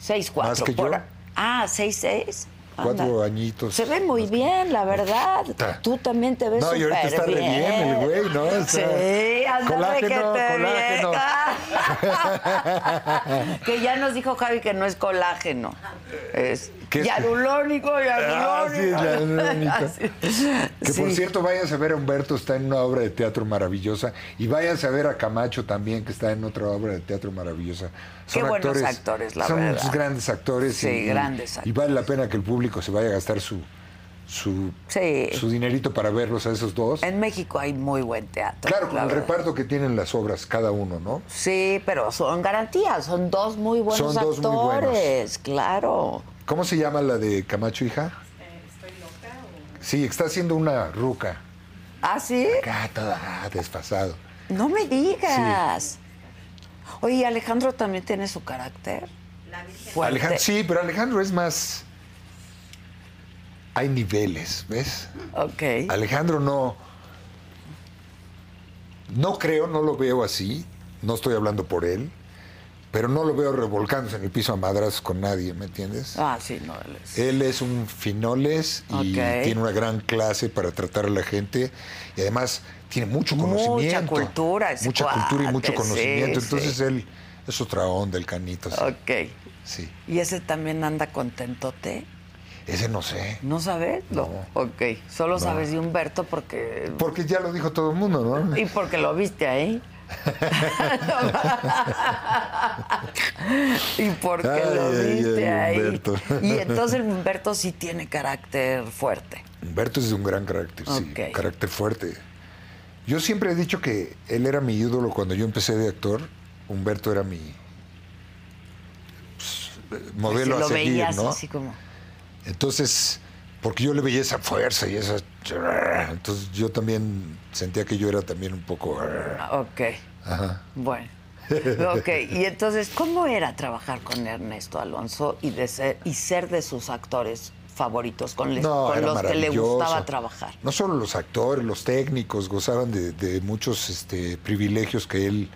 [SPEAKER 1] 6-4.
[SPEAKER 2] más que
[SPEAKER 1] por
[SPEAKER 2] yo.
[SPEAKER 1] ahí. Ah, 6-6. Anda.
[SPEAKER 2] cuatro añitos.
[SPEAKER 1] Se ve muy bien, la verdad.
[SPEAKER 2] Puta.
[SPEAKER 1] Tú también te ves
[SPEAKER 2] Pues, No, y ahorita
[SPEAKER 1] súper
[SPEAKER 2] está re bien el güey, ¿no? Está-
[SPEAKER 1] sí, anda
[SPEAKER 2] Colágeno,
[SPEAKER 1] requete bien.
[SPEAKER 2] colágeno. *laughs*
[SPEAKER 1] que ya nos dijo Javi que no es colágeno. Es
[SPEAKER 2] ¿Qué es?
[SPEAKER 1] yarulónico,
[SPEAKER 2] Ah, sí,
[SPEAKER 1] yarulónico. *laughs*
[SPEAKER 2] yarulónico. Que por
[SPEAKER 1] Sí.
[SPEAKER 2] cierto, vayan a ver a Humberto, está en una obra de teatro maravillosa. Y vayan a ver a Camacho también, que está en otra obra de teatro maravillosa. Son
[SPEAKER 1] Qué buenos actores, la
[SPEAKER 2] son
[SPEAKER 1] verdad.
[SPEAKER 2] unos grandes actores.
[SPEAKER 1] Sí, grandes
[SPEAKER 2] Y vale la pena que el público se vaya a gastar su, su,
[SPEAKER 1] Sí.
[SPEAKER 2] su dinerito para verlos a esos dos.
[SPEAKER 1] En México hay muy buen teatro.
[SPEAKER 2] Claro, con
[SPEAKER 1] la
[SPEAKER 2] el
[SPEAKER 1] verdad.
[SPEAKER 2] reparto que tienen las obras cada uno, ¿no?
[SPEAKER 1] Sí, pero son garantías, son dos muy buenos
[SPEAKER 2] Son dos
[SPEAKER 1] actores,
[SPEAKER 2] muy buenos.
[SPEAKER 1] claro.
[SPEAKER 2] ¿Cómo se llama la de Camacho, hija? Sí, está haciendo una ruca.
[SPEAKER 1] ¿Ah, sí?
[SPEAKER 2] Acá, toda desfasado.
[SPEAKER 1] No me digas. Oye, Alejandro también tiene su carácter. Fuerte.
[SPEAKER 2] Alejandro, sí, pero Alejandro es más. Hay niveles, ¿ves?
[SPEAKER 1] Ok.
[SPEAKER 2] Alejandro no. No creo, no lo veo así. No estoy hablando por él. Pero no lo veo revolcándose en el piso a madrazos con nadie, ¿me entiendes?
[SPEAKER 1] Ah, sí, no, él es-
[SPEAKER 2] Él es un finoles y
[SPEAKER 1] Ok.
[SPEAKER 2] tiene una gran clase para tratar a la gente y además tiene mucho
[SPEAKER 1] Mucha
[SPEAKER 2] conocimiento.
[SPEAKER 1] cultura ese
[SPEAKER 2] Mucha cultura y mucho
[SPEAKER 1] cuate,
[SPEAKER 2] conocimiento.
[SPEAKER 1] sí,
[SPEAKER 2] Entonces
[SPEAKER 1] sí.
[SPEAKER 2] él es otra onda, el canito. sí,
[SPEAKER 1] Ok.
[SPEAKER 2] sí.
[SPEAKER 1] ¿Y ese también anda contentote?
[SPEAKER 2] Ese no sé.
[SPEAKER 1] ¿No sabes? No.
[SPEAKER 2] No.
[SPEAKER 1] Ok, solo sabes de Humberto porque...
[SPEAKER 2] Porque ya lo dijo todo el mundo, ¿no?
[SPEAKER 1] Y porque lo viste
[SPEAKER 2] *laughs*
[SPEAKER 1] ahí. y porque lo
[SPEAKER 2] Ay, ay,
[SPEAKER 1] viste
[SPEAKER 2] ay,
[SPEAKER 1] ahí.
[SPEAKER 2] Humberto.
[SPEAKER 1] Y entonces Humberto sí tiene carácter fuerte.
[SPEAKER 2] Humberto es de un gran carácter, sí,
[SPEAKER 1] Ok.
[SPEAKER 2] carácter fuerte. Yo siempre he dicho que él era mi ídolo cuando yo empecé de actor. Humberto era mi pues, eh, modelo
[SPEAKER 1] si lo
[SPEAKER 2] a seguir,
[SPEAKER 1] veías
[SPEAKER 2] ¿no?
[SPEAKER 1] así como...
[SPEAKER 2] Entonces, porque yo le veía esa fuerza y esa... Entonces yo también sentía que yo era también un poco...
[SPEAKER 1] ah, Ok.
[SPEAKER 2] Ajá. *laughs*
[SPEAKER 1] Bueno. Ok, y entonces, ¿cómo era trabajar con Ernesto Alonso y, de ser, y ser de sus actores favoritos, con, les-
[SPEAKER 2] No,
[SPEAKER 1] con
[SPEAKER 2] era
[SPEAKER 1] los que le
[SPEAKER 2] maravilloso.
[SPEAKER 1] gustaba trabajar?
[SPEAKER 2] No solo los actores, los técnicos gozaban de, de muchos este, privilegios que él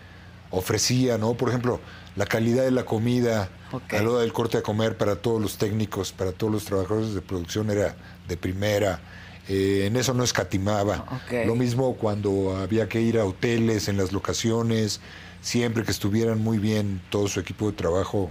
[SPEAKER 2] ofrecía, ¿no? Por ejemplo, la calidad de la comida
[SPEAKER 1] Ok.
[SPEAKER 2] a la hora del corte a comer para todos los técnicos, para todos los trabajadores de producción era de primera. Eh, en eso no escatimaba.
[SPEAKER 1] Ok.
[SPEAKER 2] Lo mismo cuando había que ir a hoteles, en las locaciones, siempre que estuvieran muy bien todo su equipo de trabajo.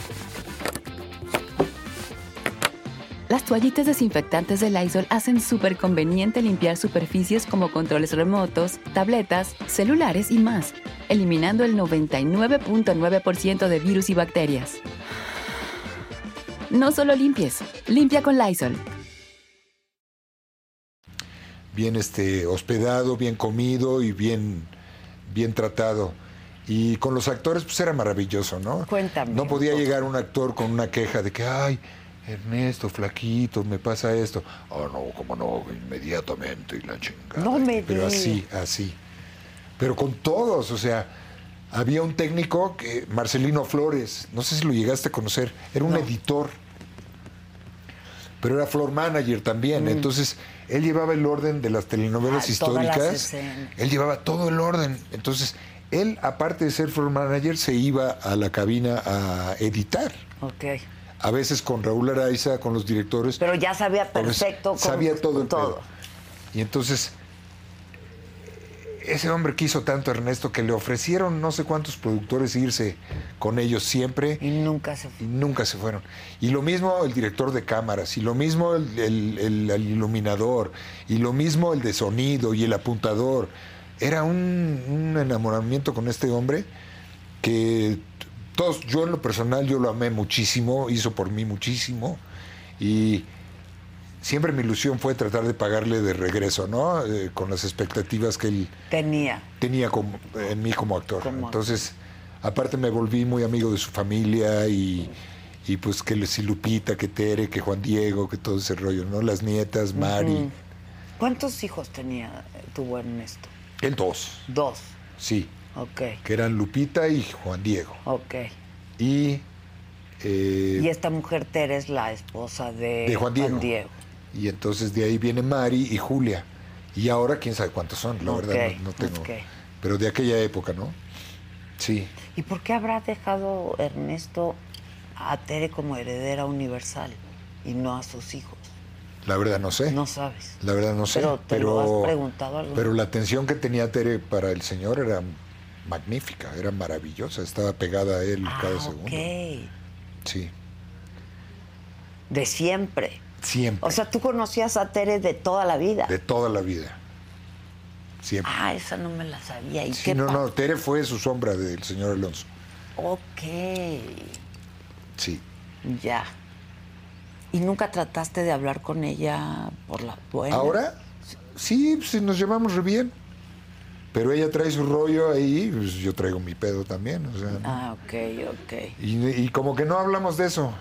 [SPEAKER 6] Las toallitas desinfectantes de Lysol hacen súper conveniente limpiar superficies como controles remotos, tabletas, celulares y más, eliminando el 99.9% de virus y bacterias. No solo limpies, limpia con Lysol.
[SPEAKER 2] bien este, hospedado, bien comido y bien, bien tratado. Y con los actores, pues era maravilloso, ¿no?
[SPEAKER 1] Cuéntame
[SPEAKER 2] No
[SPEAKER 1] un
[SPEAKER 2] podía
[SPEAKER 1] poco.
[SPEAKER 2] llegar un actor con una queja de que, ay, Ernesto, flaquito, me pasa esto. Oh, no, cómo no, inmediatamente y la chingada.
[SPEAKER 1] No me
[SPEAKER 2] Pero
[SPEAKER 1] digas.
[SPEAKER 2] así, así. Pero con todos, o sea, había un técnico, que, Marcelino Flores, no sé si lo llegaste a conocer, era un editor pero era floor manager también. Entonces, él llevaba el orden de las telenovelas
[SPEAKER 1] Mm. Ah, todas las
[SPEAKER 2] históricas.
[SPEAKER 1] escenas.
[SPEAKER 2] Él llevaba todo el orden. Entonces, él, aparte de ser floor manager, se iba a la cabina a editar.
[SPEAKER 1] Ok.
[SPEAKER 2] A veces con Raúl Araiza, con los directores.
[SPEAKER 1] Pero ya sabía
[SPEAKER 2] Pero
[SPEAKER 1] perfecto. cómo-
[SPEAKER 2] Pues, Sabía todo el
[SPEAKER 1] todo.
[SPEAKER 2] todo. Y entonces, ese hombre quiso tanto a Ernesto que le ofrecieron no sé cuántos productores irse con ellos siempre
[SPEAKER 1] Y nunca se fue.
[SPEAKER 2] y nunca se fueron. Y lo mismo el director de cámaras, y lo mismo el, el- el- el iluminador, y lo mismo el de sonido y el apuntador. Era un, un enamoramiento con este hombre que t- todos, yo en lo personal, yo lo amé muchísimo, hizo por mí muchísimo, y siempre mi ilusión fue tratar de pagarle de regreso, ¿no? Eh, con las expectativas que él
[SPEAKER 1] Tenía.
[SPEAKER 2] tenía como- en mí como actor.
[SPEAKER 1] Como actor.
[SPEAKER 2] Entonces, aparte me volví muy amigo de su familia y, y pues que si Lupita, que Tere, que Juan Diego, que todo ese rollo, ¿no? Las nietas, Mari.
[SPEAKER 1] ¿Cuántos hijos tenía eh, tuvo Ernesto?
[SPEAKER 2] Él dos,
[SPEAKER 1] Dos.
[SPEAKER 2] sí,
[SPEAKER 1] Ok,
[SPEAKER 2] que eran Lupita y Juan Diego.
[SPEAKER 1] ok.
[SPEAKER 2] Y, eh,
[SPEAKER 1] Y esta mujer Tere es la esposa de,
[SPEAKER 2] de Juan Diego. Y entonces de ahí viene Mari y Julia. Y ahora quién sabe cuántos son, la verdad,
[SPEAKER 1] Ok,
[SPEAKER 2] no, no tengo.
[SPEAKER 1] ok.
[SPEAKER 2] Pero de aquella época, ¿no? Sí.
[SPEAKER 1] ¿Y por qué habrá dejado Ernesto a Tere como heredera universal y no a sus hijos?
[SPEAKER 2] La verdad no sé.
[SPEAKER 1] No sabes.
[SPEAKER 2] La verdad no sé.
[SPEAKER 1] Pero te lo has preguntado alguna
[SPEAKER 2] Pero
[SPEAKER 1] vez.
[SPEAKER 2] la atención que tenía Tere para el señor era magnífica, era maravillosa, estaba pegada a él cada
[SPEAKER 1] Ah,
[SPEAKER 2] segundo.
[SPEAKER 1] ok.
[SPEAKER 2] Sí,
[SPEAKER 1] De siempre.
[SPEAKER 2] siempre,
[SPEAKER 1] O sea, tú conocías a Tere de toda la vida.
[SPEAKER 2] de toda la vida. Siempre.
[SPEAKER 1] Ah, esa no me la sabía. ¿Y
[SPEAKER 2] Sí,
[SPEAKER 1] qué
[SPEAKER 2] no,
[SPEAKER 1] pa-
[SPEAKER 2] no, Tere fue su sombra del señor Alonso.
[SPEAKER 1] Ok,
[SPEAKER 2] Sí.
[SPEAKER 1] ya. ¿Y nunca trataste de hablar con ella por la buena?
[SPEAKER 2] Ahora, sí, pues, nos llevamos re bien. Pero ella trae su rollo ahí, pues, yo traigo mi pedo también. O sea,
[SPEAKER 1] Ah, ok, ok.
[SPEAKER 2] Y, y como que no hablamos de eso.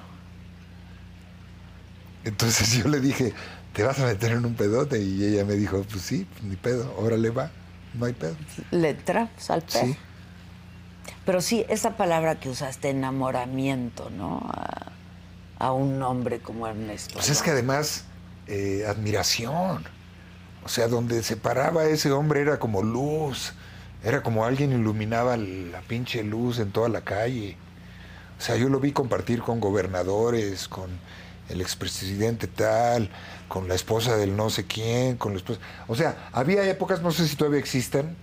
[SPEAKER 2] Entonces *laughs* yo le dije, te vas a meter en un pedote. Y ella me dijo, pues sí, ni pedo, órale va, no hay pedo.
[SPEAKER 1] Le traps al pe.
[SPEAKER 2] Sí.
[SPEAKER 1] Pero sí, esa palabra que usaste, enamoramiento, ¿no? A, a un hombre como Ernesto.
[SPEAKER 2] Pues es
[SPEAKER 1] ¿no?
[SPEAKER 2] que además, eh, admiración. O sea, donde se paraba ese hombre era como luz. Era como alguien iluminaba la pinche luz en toda la calle. O sea, yo lo vi compartir con gobernadores, con el expresidente tal, con la esposa del no sé quién, con la esposa. O sea, había épocas, no sé si todavía existan,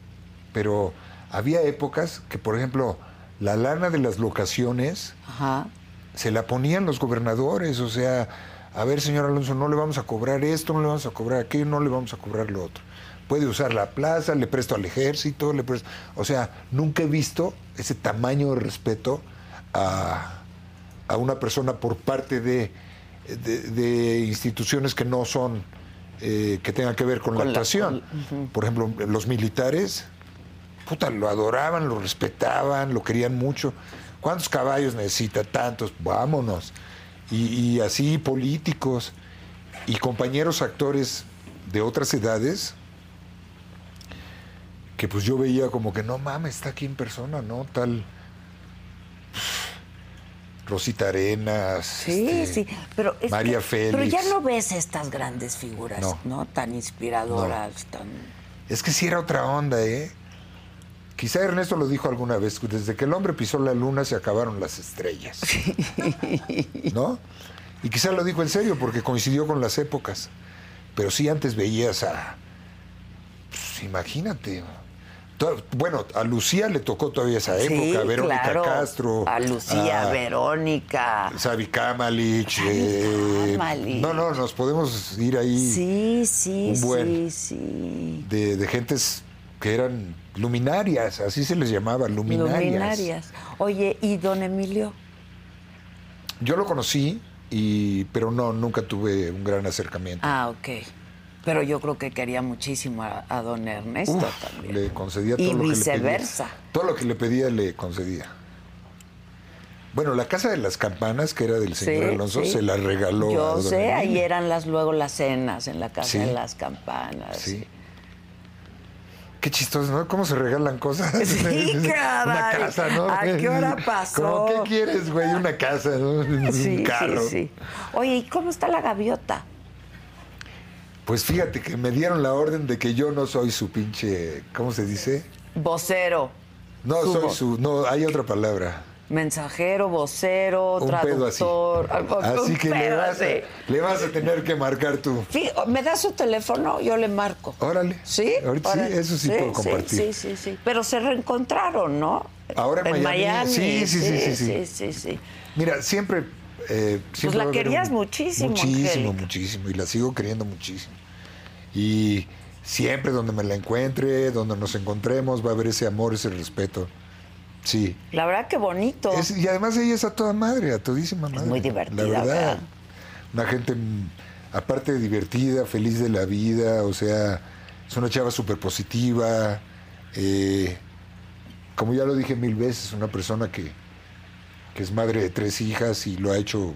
[SPEAKER 2] pero había épocas que, por ejemplo, la lana de las locaciones
[SPEAKER 1] Ajá.
[SPEAKER 2] se la ponían los gobernadores, o sea, a ver, señor Alonso, no le vamos a cobrar esto, no le vamos a cobrar aquello, no le vamos a cobrar lo otro. Puede usar la plaza, le presto al ejército, le presto... O sea, nunca he visto ese tamaño de respeto a, a una persona por parte de, de- de instituciones que no son, eh, que tengan que ver con, la
[SPEAKER 1] la-
[SPEAKER 2] actuación. Por ejemplo, los militares, puta, lo adoraban, lo respetaban, lo querían mucho. ¿Cuántos caballos necesita? Tantos, vámonos. Y, y así políticos y compañeros actores de otras edades que pues yo veía como que no mames, está aquí en persona, ¿no? Tal Rosita Arenas.
[SPEAKER 1] Sí,
[SPEAKER 2] este,
[SPEAKER 1] sí. Pero es
[SPEAKER 2] María
[SPEAKER 1] que-
[SPEAKER 2] Félix.
[SPEAKER 1] Pero ya no ves estas grandes figuras, ¿no?
[SPEAKER 2] No.
[SPEAKER 1] Tan inspiradoras, tan.
[SPEAKER 2] Es que sí era otra onda, ¿eh? Quizá Ernesto lo dijo alguna vez, desde que el hombre pisó la luna se acabaron las estrellas. ¿No? Y quizá lo dijo en serio porque coincidió con las épocas. Pero sí antes veías a... pues, imagínate. To- Bueno, a Lucía le tocó todavía esa época,
[SPEAKER 1] sí,
[SPEAKER 2] a Verónica
[SPEAKER 1] claro.
[SPEAKER 2] Castro. Ah.
[SPEAKER 1] A Lucía,
[SPEAKER 2] a-
[SPEAKER 1] Verónica.
[SPEAKER 2] Sabi Kamalich. eh,
[SPEAKER 1] Kamalich.
[SPEAKER 2] No, no, nos podemos ir ahí
[SPEAKER 1] Sí, sí,
[SPEAKER 2] Un buen.
[SPEAKER 1] sí, sí.
[SPEAKER 2] de, de gentes que eran luminarias, así se les llamaba, luminarias.
[SPEAKER 1] Luminarias. Oye, ¿y don Emilio?
[SPEAKER 2] Yo lo conocí, y, pero no, nunca tuve un gran acercamiento.
[SPEAKER 1] Ah, ok. Pero yo creo que quería muchísimo a, a don Ernesto
[SPEAKER 2] Uf,
[SPEAKER 1] también.
[SPEAKER 2] le concedía todo
[SPEAKER 1] Y
[SPEAKER 2] lo que le pedía.
[SPEAKER 1] viceversa.
[SPEAKER 2] Todo lo que le pedía le concedía. Bueno, la casa de las campanas, que era del señor
[SPEAKER 1] Sí,
[SPEAKER 2] Alonso,
[SPEAKER 1] sí.
[SPEAKER 2] se la regaló a
[SPEAKER 1] Yo
[SPEAKER 2] don
[SPEAKER 1] sé, ahí
[SPEAKER 2] Emilio.
[SPEAKER 1] eran las luego las cenas en la casa
[SPEAKER 2] Sí.
[SPEAKER 1] de las campanas.
[SPEAKER 2] Sí. Qué chistoso, ¿no? ¿Cómo se regalan cosas?
[SPEAKER 1] Sí,
[SPEAKER 2] *laughs* Una
[SPEAKER 1] caray.
[SPEAKER 2] casa, ¿no?
[SPEAKER 1] ¿A qué hora pasó?
[SPEAKER 2] Como, ¿Qué quieres, güey? Una casa, ¿no?
[SPEAKER 1] *laughs* Sí,
[SPEAKER 2] Un carro.
[SPEAKER 1] sí, sí. Oye, ¿y cómo está la gaviota?
[SPEAKER 2] Pues fíjate que me dieron la orden de que yo no soy su pinche, ¿cómo se dice?
[SPEAKER 1] Vocero,
[SPEAKER 2] No
[SPEAKER 1] Su
[SPEAKER 2] soy
[SPEAKER 1] voz.
[SPEAKER 2] su, no, hay otra palabra.
[SPEAKER 1] mensajero, vocero,
[SPEAKER 2] Un pedo así.
[SPEAKER 1] traductor. algo-
[SPEAKER 2] Así
[SPEAKER 1] un
[SPEAKER 2] que le
[SPEAKER 1] pedo
[SPEAKER 2] vas, a,
[SPEAKER 1] así.
[SPEAKER 2] le vas a tener que marcar tú.
[SPEAKER 1] Sí, o- ¿Me das su teléfono? Yo le marco.
[SPEAKER 2] Órale.
[SPEAKER 1] ¿Sí?
[SPEAKER 2] Ahorita sí,
[SPEAKER 1] Órale.
[SPEAKER 2] eso sí puedo compartir.
[SPEAKER 1] Sí, sí, sí. Pero se reencontraron, ¿no?
[SPEAKER 2] Ahora en
[SPEAKER 1] en
[SPEAKER 2] Miami. Sí, sí, sí, sí,
[SPEAKER 1] sí,
[SPEAKER 2] sí.
[SPEAKER 1] sí, sí.
[SPEAKER 2] Mira, siempre. eh, siempre
[SPEAKER 1] Pues la
[SPEAKER 2] va a haber
[SPEAKER 1] querías muchísimo,
[SPEAKER 2] Muchísimo,
[SPEAKER 1] Angélica.
[SPEAKER 2] muchísimo. Y la sigo queriendo muchísimo. Y siempre donde me la encuentre, donde nos encontremos, va a haber ese amor, ese respeto. Sí.
[SPEAKER 1] La verdad que bonito.
[SPEAKER 2] Es- y además ella es a toda madre, a todísima madre.
[SPEAKER 1] muy divertida,
[SPEAKER 2] La verdad.
[SPEAKER 1] ¿verdad?
[SPEAKER 2] Una gente, mm, aparte de divertida, feliz de la vida, o sea, es una chava súper positiva. eh, como ya lo dije mil veces, una persona que, que es madre de tres hijas y lo ha hecho,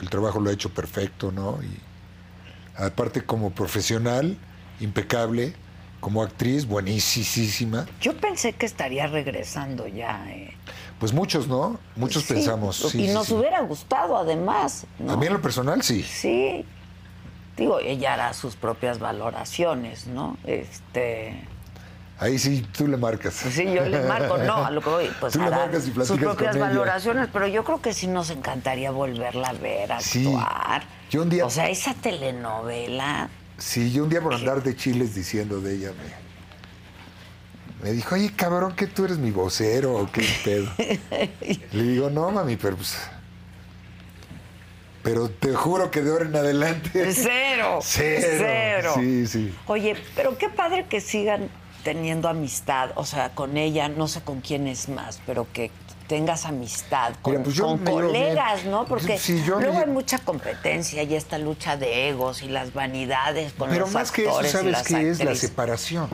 [SPEAKER 2] el trabajo lo ha hecho perfecto, ¿no? Y aparte como profesional, impecable, como actriz, buenísima.
[SPEAKER 1] Yo pensé que estaría regresando ya. eh.
[SPEAKER 2] Pues muchos, ¿no? Muchos
[SPEAKER 1] Sí,
[SPEAKER 2] pensamos. sí,
[SPEAKER 1] y
[SPEAKER 2] sí,
[SPEAKER 1] nos
[SPEAKER 2] sí.
[SPEAKER 1] hubiera gustado, además. ¿no?
[SPEAKER 2] A mí en lo personal sí.
[SPEAKER 1] Sí. Digo, ella hará sus propias valoraciones, ¿no? Este.
[SPEAKER 2] Ahí sí tú le marcas.
[SPEAKER 1] pues sí, yo le marco, no, a lo que voy, pues
[SPEAKER 2] Tú le
[SPEAKER 1] hará
[SPEAKER 2] marcas y platicas
[SPEAKER 1] sus propias
[SPEAKER 2] con ella.
[SPEAKER 1] valoraciones, pero yo creo que sí nos encantaría volverla a ver, actuar.
[SPEAKER 2] Sí. Yo un día-
[SPEAKER 1] O sea, esa telenovela.
[SPEAKER 2] Sí, yo un día por andar de chiles diciendo de ella me, me dijo, oye cabrón, que tú eres mi vocero o qué
[SPEAKER 1] *laughs*
[SPEAKER 2] pedo. le digo, no mami, pero pues. Pero te juro que de ahora en adelante.
[SPEAKER 1] Cero.
[SPEAKER 2] *laughs* Cero.
[SPEAKER 1] Cero.
[SPEAKER 2] Sí, sí.
[SPEAKER 1] Oye, pero qué padre que sigan teniendo amistad, o sea, con ella, no sé con quién es más, pero que tengas amistad con,
[SPEAKER 2] Mira, pues yo
[SPEAKER 1] con
[SPEAKER 2] me llevo
[SPEAKER 1] colegas,
[SPEAKER 2] bien. Pues
[SPEAKER 1] ¿no? Porque
[SPEAKER 2] Sí, yo me
[SPEAKER 1] luego hay
[SPEAKER 2] lle-
[SPEAKER 1] mucha competencia y esta lucha de egos y las vanidades con
[SPEAKER 2] Pero
[SPEAKER 1] los
[SPEAKER 2] más que eso,
[SPEAKER 1] actores y
[SPEAKER 2] ¿sabes
[SPEAKER 1] las
[SPEAKER 2] qué es la
[SPEAKER 1] actrices.
[SPEAKER 2] separación?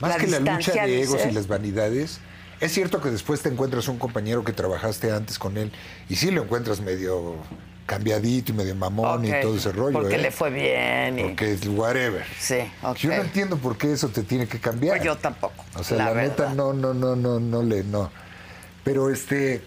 [SPEAKER 2] Más
[SPEAKER 1] La
[SPEAKER 2] que la lucha
[SPEAKER 1] distancia,
[SPEAKER 2] de egos
[SPEAKER 1] dice.
[SPEAKER 2] y las vanidades. Es cierto que después te encuentras un compañero que trabajaste antes con él y sí lo encuentras medio cambiadito y medio mamón
[SPEAKER 1] Ok.
[SPEAKER 2] y todo ese rollo.
[SPEAKER 1] Porque
[SPEAKER 2] ¿eh?
[SPEAKER 1] le fue bien. y-
[SPEAKER 2] Porque es whatever.
[SPEAKER 1] Sí, ok.
[SPEAKER 2] Yo no entiendo por qué eso te tiene que cambiar.
[SPEAKER 1] Pues yo tampoco.
[SPEAKER 2] O sea, la, neta,
[SPEAKER 1] verdad.
[SPEAKER 2] no, no, no, no, no le, no. Pero este.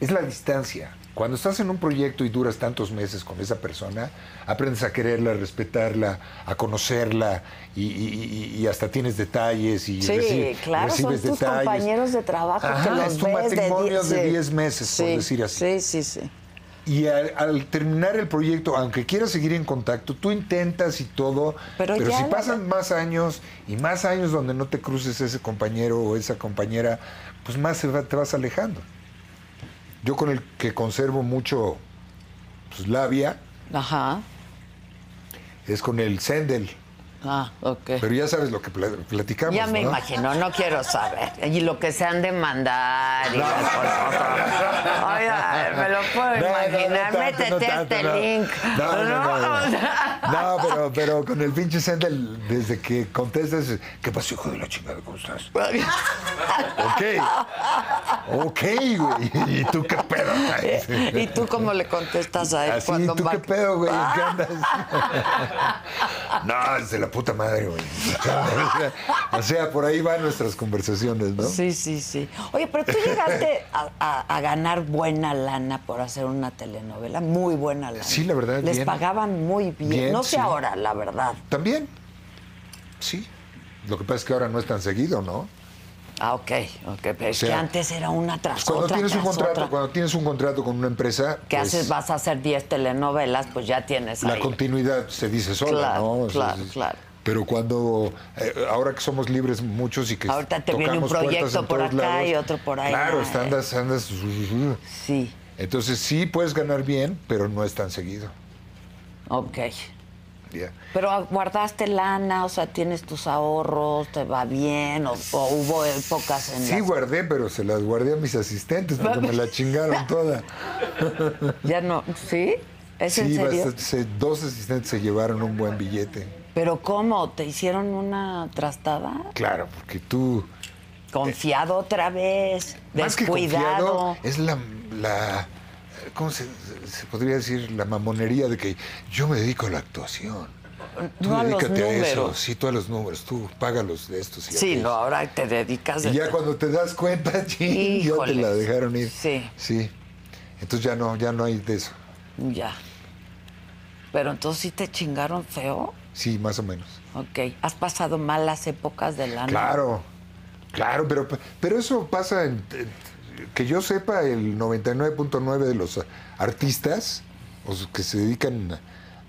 [SPEAKER 2] Es la distancia. Cuando estás en un proyecto y duras tantos meses con esa persona, aprendes a quererla, a respetarla, a conocerla y, y- y- y hasta tienes detalles. Y
[SPEAKER 1] Sí,
[SPEAKER 2] reci-
[SPEAKER 1] claro, son
[SPEAKER 2] recibes
[SPEAKER 1] tus
[SPEAKER 2] detalles.
[SPEAKER 1] compañeros de trabajo que
[SPEAKER 2] Ajá,
[SPEAKER 1] los
[SPEAKER 2] es tu
[SPEAKER 1] ves de
[SPEAKER 2] matrimonio
[SPEAKER 1] diez-
[SPEAKER 2] de
[SPEAKER 1] sí.
[SPEAKER 2] 10 meses, por
[SPEAKER 1] Sí,
[SPEAKER 2] decir
[SPEAKER 1] Sí,
[SPEAKER 2] así.
[SPEAKER 1] sí, sí.
[SPEAKER 2] Y al, al terminar el proyecto, aunque quieras seguir en contacto, tú intentas y todo,
[SPEAKER 1] Pero
[SPEAKER 2] pero,
[SPEAKER 1] ya
[SPEAKER 2] si
[SPEAKER 1] la-
[SPEAKER 2] pasan más años y más años donde no te cruces ese compañero o esa compañera, pues más se va- te vas alejando. Yo con el que conservo mucho pues, labia
[SPEAKER 1] Ajá.
[SPEAKER 2] es con el Sendel,
[SPEAKER 1] Ah, ok.
[SPEAKER 2] pero ya sabes lo que pla- platicamos.
[SPEAKER 1] Ya me
[SPEAKER 2] ¿no?
[SPEAKER 1] imagino, no quiero saber. Y lo que se han de mandar. Y las cosas. Oiga, me lo puedo
[SPEAKER 2] No, no, no
[SPEAKER 1] imaginar.
[SPEAKER 2] tanto,
[SPEAKER 1] Métete
[SPEAKER 2] no
[SPEAKER 1] a
[SPEAKER 2] tanto,
[SPEAKER 1] este
[SPEAKER 2] no.
[SPEAKER 1] link.
[SPEAKER 2] No, no, no, no.
[SPEAKER 1] O sea, *laughs*
[SPEAKER 2] No, pero, pero con el pinche Sendel, desde que contestas, ¿qué pasó, hijo de la chingada?
[SPEAKER 1] *laughs*
[SPEAKER 2] ¿Cómo estás? ok. Ok, güey. ¿Y tú qué pedo?
[SPEAKER 1] *laughs*
[SPEAKER 2] *laughs*
[SPEAKER 1] ¿Y tú cómo le contestas a él
[SPEAKER 2] Así,
[SPEAKER 1] cuando
[SPEAKER 2] ¿tú
[SPEAKER 1] va-
[SPEAKER 2] qué pedo, güey? ¿En
[SPEAKER 1] *laughs*
[SPEAKER 2] ¿Qué andas? no, es de la puta madre, güey. o sea, por ahí van nuestras conversaciones, ¿no?
[SPEAKER 1] Sí, sí, sí. Oye, pero tú
[SPEAKER 2] *laughs*
[SPEAKER 1] llegaste a, a- a ganar buena lana por hacer una telenovela, muy buena lana.
[SPEAKER 2] Sí, la verdad,
[SPEAKER 1] Les
[SPEAKER 2] bien.
[SPEAKER 1] pagaban muy bien.
[SPEAKER 2] Bien,
[SPEAKER 1] no sé
[SPEAKER 2] sí.
[SPEAKER 1] ahora, la verdad.
[SPEAKER 2] También. Sí. Lo que pasa es que ahora no es tan seguido, ¿no?
[SPEAKER 1] Ah, ok, ok. Pero es
[SPEAKER 2] O sea,
[SPEAKER 1] que antes era una tras
[SPEAKER 2] Pues cuando
[SPEAKER 1] otra,
[SPEAKER 2] tienes un
[SPEAKER 1] tras
[SPEAKER 2] contrato,
[SPEAKER 1] otra.
[SPEAKER 2] cuando tienes un contrato con una empresa,
[SPEAKER 1] que
[SPEAKER 2] pues,
[SPEAKER 1] haces, vas a hacer 10 telenovelas, pues ya tienes
[SPEAKER 2] la
[SPEAKER 1] ahí.
[SPEAKER 2] continuidad se dice sola,
[SPEAKER 1] Claro,
[SPEAKER 2] ¿no? O sea,
[SPEAKER 1] claro,
[SPEAKER 2] es-
[SPEAKER 1] claro.
[SPEAKER 2] Pero cuando, eh, ahora que somos libres muchos y que
[SPEAKER 1] Ahorita te viene un
[SPEAKER 2] tocamos puertas
[SPEAKER 1] proyecto
[SPEAKER 2] en
[SPEAKER 1] por
[SPEAKER 2] todos
[SPEAKER 1] acá
[SPEAKER 2] lados,
[SPEAKER 1] y otro por ahí,
[SPEAKER 2] Claro,
[SPEAKER 1] ¿no?
[SPEAKER 2] está- andas, andas.
[SPEAKER 1] Sí,
[SPEAKER 2] Entonces sí puedes ganar bien, pero no es tan seguido.
[SPEAKER 1] ok.
[SPEAKER 2] ya.
[SPEAKER 1] Pero ah, guardaste lana, o sea, tienes tus ahorros, te va bien, o, o hubo épocas en
[SPEAKER 2] Sí
[SPEAKER 1] las-
[SPEAKER 2] guardé, pero se las guardé a mis asistentes porque
[SPEAKER 1] *laughs*
[SPEAKER 2] me la chingaron toda.
[SPEAKER 1] Ya no, ¿sí? ¿Es en
[SPEAKER 2] Sí,
[SPEAKER 1] serio?
[SPEAKER 2] bastante- se- dos asistentes se llevaron un buen billete.
[SPEAKER 1] ¿Pero cómo? ¿Te hicieron una trastada?
[SPEAKER 2] Claro, porque tú
[SPEAKER 1] Confiado otra vez,
[SPEAKER 2] Eh, Más que
[SPEAKER 1] descuidado.
[SPEAKER 2] confiado, eh, es la, la- ¿cómo se, se podría decir? La mamonería de que yo me dedico a la actuación. Tú
[SPEAKER 1] No a los
[SPEAKER 2] dedícate a eso,
[SPEAKER 1] números.
[SPEAKER 2] sí, tú a los números, tú paga los de estos. Y
[SPEAKER 1] Sí,
[SPEAKER 2] aquellos.
[SPEAKER 1] no, ahora te dedicas
[SPEAKER 2] Y ya cuando te das cuenta, *laughs* ching, ya te
[SPEAKER 1] Híjoles.
[SPEAKER 2] la dejaron ir.
[SPEAKER 1] Sí.
[SPEAKER 2] Sí. Entonces ya no, ya no hay de eso.
[SPEAKER 1] Ya. Pero entonces sí te chingaron feo.
[SPEAKER 2] Sí, más o menos.
[SPEAKER 1] Ok. ¿Has pasado malas épocas de lana?
[SPEAKER 2] Claro, claro, pero, pero eso pasa, en- en- que yo sepa, el 99.9 de los artistas, o s- que se dedican a-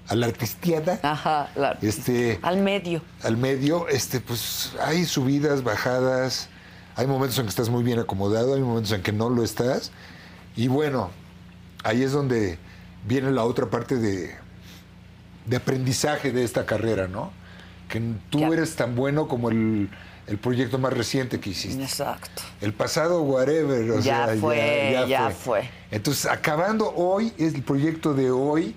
[SPEAKER 2] a la artisteada,
[SPEAKER 1] Ajá. la-
[SPEAKER 2] este,
[SPEAKER 1] Al medio.
[SPEAKER 2] al medio, este, pues hay subidas, bajadas, hay momentos en que estás muy bien acomodado, hay momentos en que no lo estás, y bueno, ahí es donde viene la otra parte de, de aprendizaje de esta carrera, ¿no? Que tú
[SPEAKER 1] Ya.
[SPEAKER 2] eres tan bueno como el, el proyecto más reciente que hiciste.
[SPEAKER 1] Exacto.
[SPEAKER 2] El pasado, whatever. o
[SPEAKER 1] Ya
[SPEAKER 2] sea,
[SPEAKER 1] fue, ya fue.
[SPEAKER 2] Entonces, acabando hoy, es el proyecto de hoy.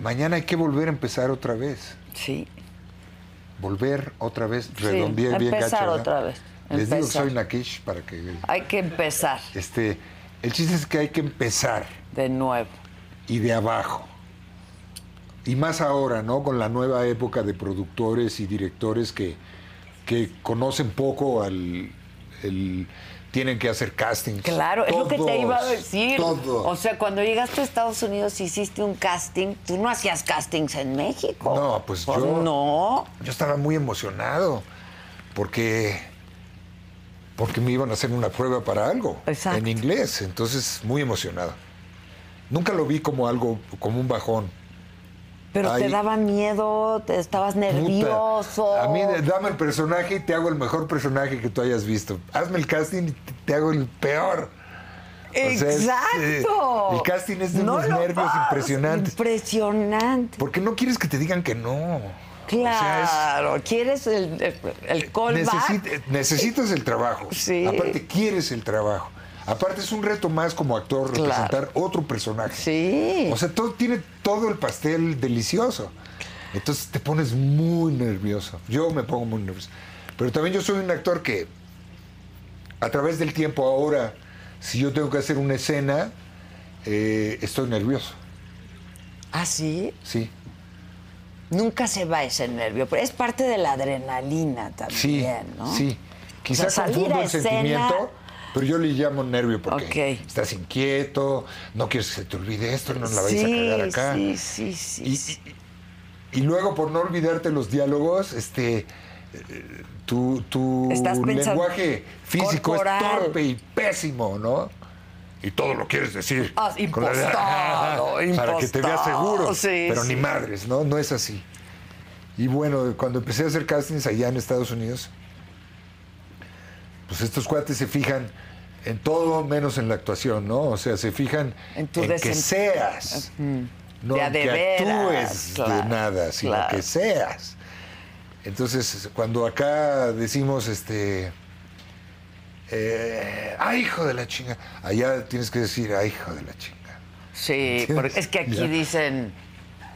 [SPEAKER 2] Mañana hay que volver a empezar otra vez
[SPEAKER 1] Sí.
[SPEAKER 2] volver otra vez,
[SPEAKER 1] Sí,
[SPEAKER 2] redondear bien
[SPEAKER 1] empezar
[SPEAKER 2] gacho, ¿verdad?
[SPEAKER 1] otra vez,
[SPEAKER 2] Les digo que
[SPEAKER 1] empezar.
[SPEAKER 2] soy una quiche para que
[SPEAKER 1] Hay que empezar
[SPEAKER 2] este el chiste es que hay que empezar
[SPEAKER 1] de nuevo.
[SPEAKER 2] y de abajo. Y más ahora, ¿no? Con la nueva época de productores y directores que, que conocen poco al el- tienen que hacer castings.
[SPEAKER 1] Claro, es lo que te iba a
[SPEAKER 2] Todos,
[SPEAKER 1] decir.
[SPEAKER 2] todos.
[SPEAKER 1] O sea, cuando llegaste a Estados Unidos hiciste un casting. Tú no hacías castings en México.
[SPEAKER 2] No, pues yo-
[SPEAKER 1] No.
[SPEAKER 2] Yo estaba muy emocionado porque porque me iban a hacer una prueba para algo
[SPEAKER 1] Exacto.
[SPEAKER 2] en inglés, entonces muy emocionado. Nunca lo vi como algo como un bajón.
[SPEAKER 1] Pero te
[SPEAKER 2] Ay.
[SPEAKER 1] daba miedo, te estabas
[SPEAKER 2] Puta,
[SPEAKER 1] nervioso.
[SPEAKER 2] A mí dame el personaje y te hago el mejor personaje que tú hayas visto. Hazme el casting y te- te hago el peor. O sea, es, eh,
[SPEAKER 1] Exacto.
[SPEAKER 2] el casting es de
[SPEAKER 1] No
[SPEAKER 2] unos
[SPEAKER 1] lo
[SPEAKER 2] nervios
[SPEAKER 1] vas.
[SPEAKER 2] impresionantes.
[SPEAKER 1] Impresionante.
[SPEAKER 2] Porque no quieres que te digan que no. O sea, es-
[SPEAKER 1] Claro, quieres el, el callback.
[SPEAKER 2] Necesit- eh, necesitas el trabajo.
[SPEAKER 1] Sí.
[SPEAKER 2] Aparte, quieres el trabajo. Aparte, es un reto más como actor
[SPEAKER 1] Claro.
[SPEAKER 2] representar otro personaje.
[SPEAKER 1] Sí.
[SPEAKER 2] O sea, todo, tiene todo el pastel delicioso. Entonces te pones muy nervioso. Yo me pongo muy nervioso. Pero también yo soy un actor que a través del tiempo ahora, si yo tengo que hacer una escena eh, estoy nervioso,
[SPEAKER 1] ¿Ah, sí?
[SPEAKER 2] sí.
[SPEAKER 1] Nunca se va ese nervio, pero es parte de la adrenalina
[SPEAKER 2] Sí,
[SPEAKER 1] también, ¿no?
[SPEAKER 2] sí.
[SPEAKER 1] O
[SPEAKER 2] Quizás
[SPEAKER 1] sea, salir
[SPEAKER 2] confundo
[SPEAKER 1] a
[SPEAKER 2] el
[SPEAKER 1] escena-
[SPEAKER 2] sentimiento, pero yo le llamo nervio porque
[SPEAKER 1] Ok.
[SPEAKER 2] estás inquieto, no quieres que se te olvide esto, no la vayas
[SPEAKER 1] sí,
[SPEAKER 2] a cagar acá.
[SPEAKER 1] Sí, sí, sí.
[SPEAKER 2] Y,
[SPEAKER 1] sí.
[SPEAKER 2] y- y luego, por no olvidarte los diálogos, este, eh, tu, tu
[SPEAKER 1] Estás pensando-
[SPEAKER 2] lenguaje físico
[SPEAKER 1] corporal.
[SPEAKER 2] es torpe y pésimo, ¿no? Y todo lo quieres decir.
[SPEAKER 1] Ah,
[SPEAKER 2] Con la-
[SPEAKER 1] impostado,
[SPEAKER 2] *laughs* Para que te veas
[SPEAKER 1] impostado,
[SPEAKER 2] seguro.
[SPEAKER 1] sí,
[SPEAKER 2] pero
[SPEAKER 1] sí.
[SPEAKER 2] ni madres, ¿no? No es así. Y bueno, cuando empecé a hacer castings allá en Estados Unidos, pues estos cuates se fijan en todo menos en la actuación, ¿no? O sea, se fijan
[SPEAKER 1] En
[SPEAKER 2] en,
[SPEAKER 1] tu
[SPEAKER 2] que
[SPEAKER 1] desem-
[SPEAKER 2] seas, no
[SPEAKER 1] De a
[SPEAKER 2] en
[SPEAKER 1] de
[SPEAKER 2] que
[SPEAKER 1] veras,
[SPEAKER 2] actúes
[SPEAKER 1] claro,
[SPEAKER 2] de nada, sino
[SPEAKER 1] claro.
[SPEAKER 2] que seas. Entonces, cuando acá decimos, este, eh, ¡ay, hijo de la chinga! Allá tienes que decir, ¡ay, hijo de la chinga!
[SPEAKER 1] Sí,
[SPEAKER 2] ¿Entiendes?
[SPEAKER 1] porque es que aquí
[SPEAKER 2] Ya.
[SPEAKER 1] dicen,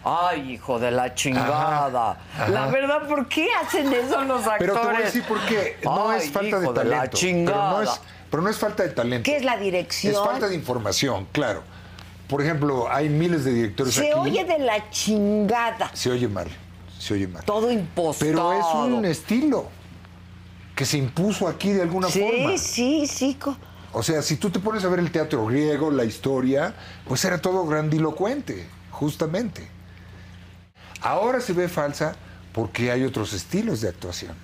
[SPEAKER 1] ay, hijo de la chingada.
[SPEAKER 2] ajá.
[SPEAKER 1] La verdad, ¿por qué hacen eso los actores?
[SPEAKER 2] Pero te voy a decir por qué. No
[SPEAKER 1] Ay,
[SPEAKER 2] es falta de
[SPEAKER 1] hijo
[SPEAKER 2] talento.
[SPEAKER 1] la chingada.
[SPEAKER 2] Pero, no es, pero no es falta de talento.
[SPEAKER 1] ¿Qué es la dirección?
[SPEAKER 2] Es falta de información, claro. Por ejemplo, hay miles de directores
[SPEAKER 1] Se
[SPEAKER 2] pues aquí.
[SPEAKER 1] oye de la chingada.
[SPEAKER 2] Se oye mal. Se oye mal.
[SPEAKER 1] Todo impostado.
[SPEAKER 2] Pero es un estilo que se impuso aquí de alguna
[SPEAKER 1] Sí,
[SPEAKER 2] forma.
[SPEAKER 1] sí, sí. co-
[SPEAKER 2] O sea, si tú te pones a ver el teatro griego, la historia, pues era todo grandilocuente, justamente. Ahora se ve falsa porque hay otros estilos de actuación,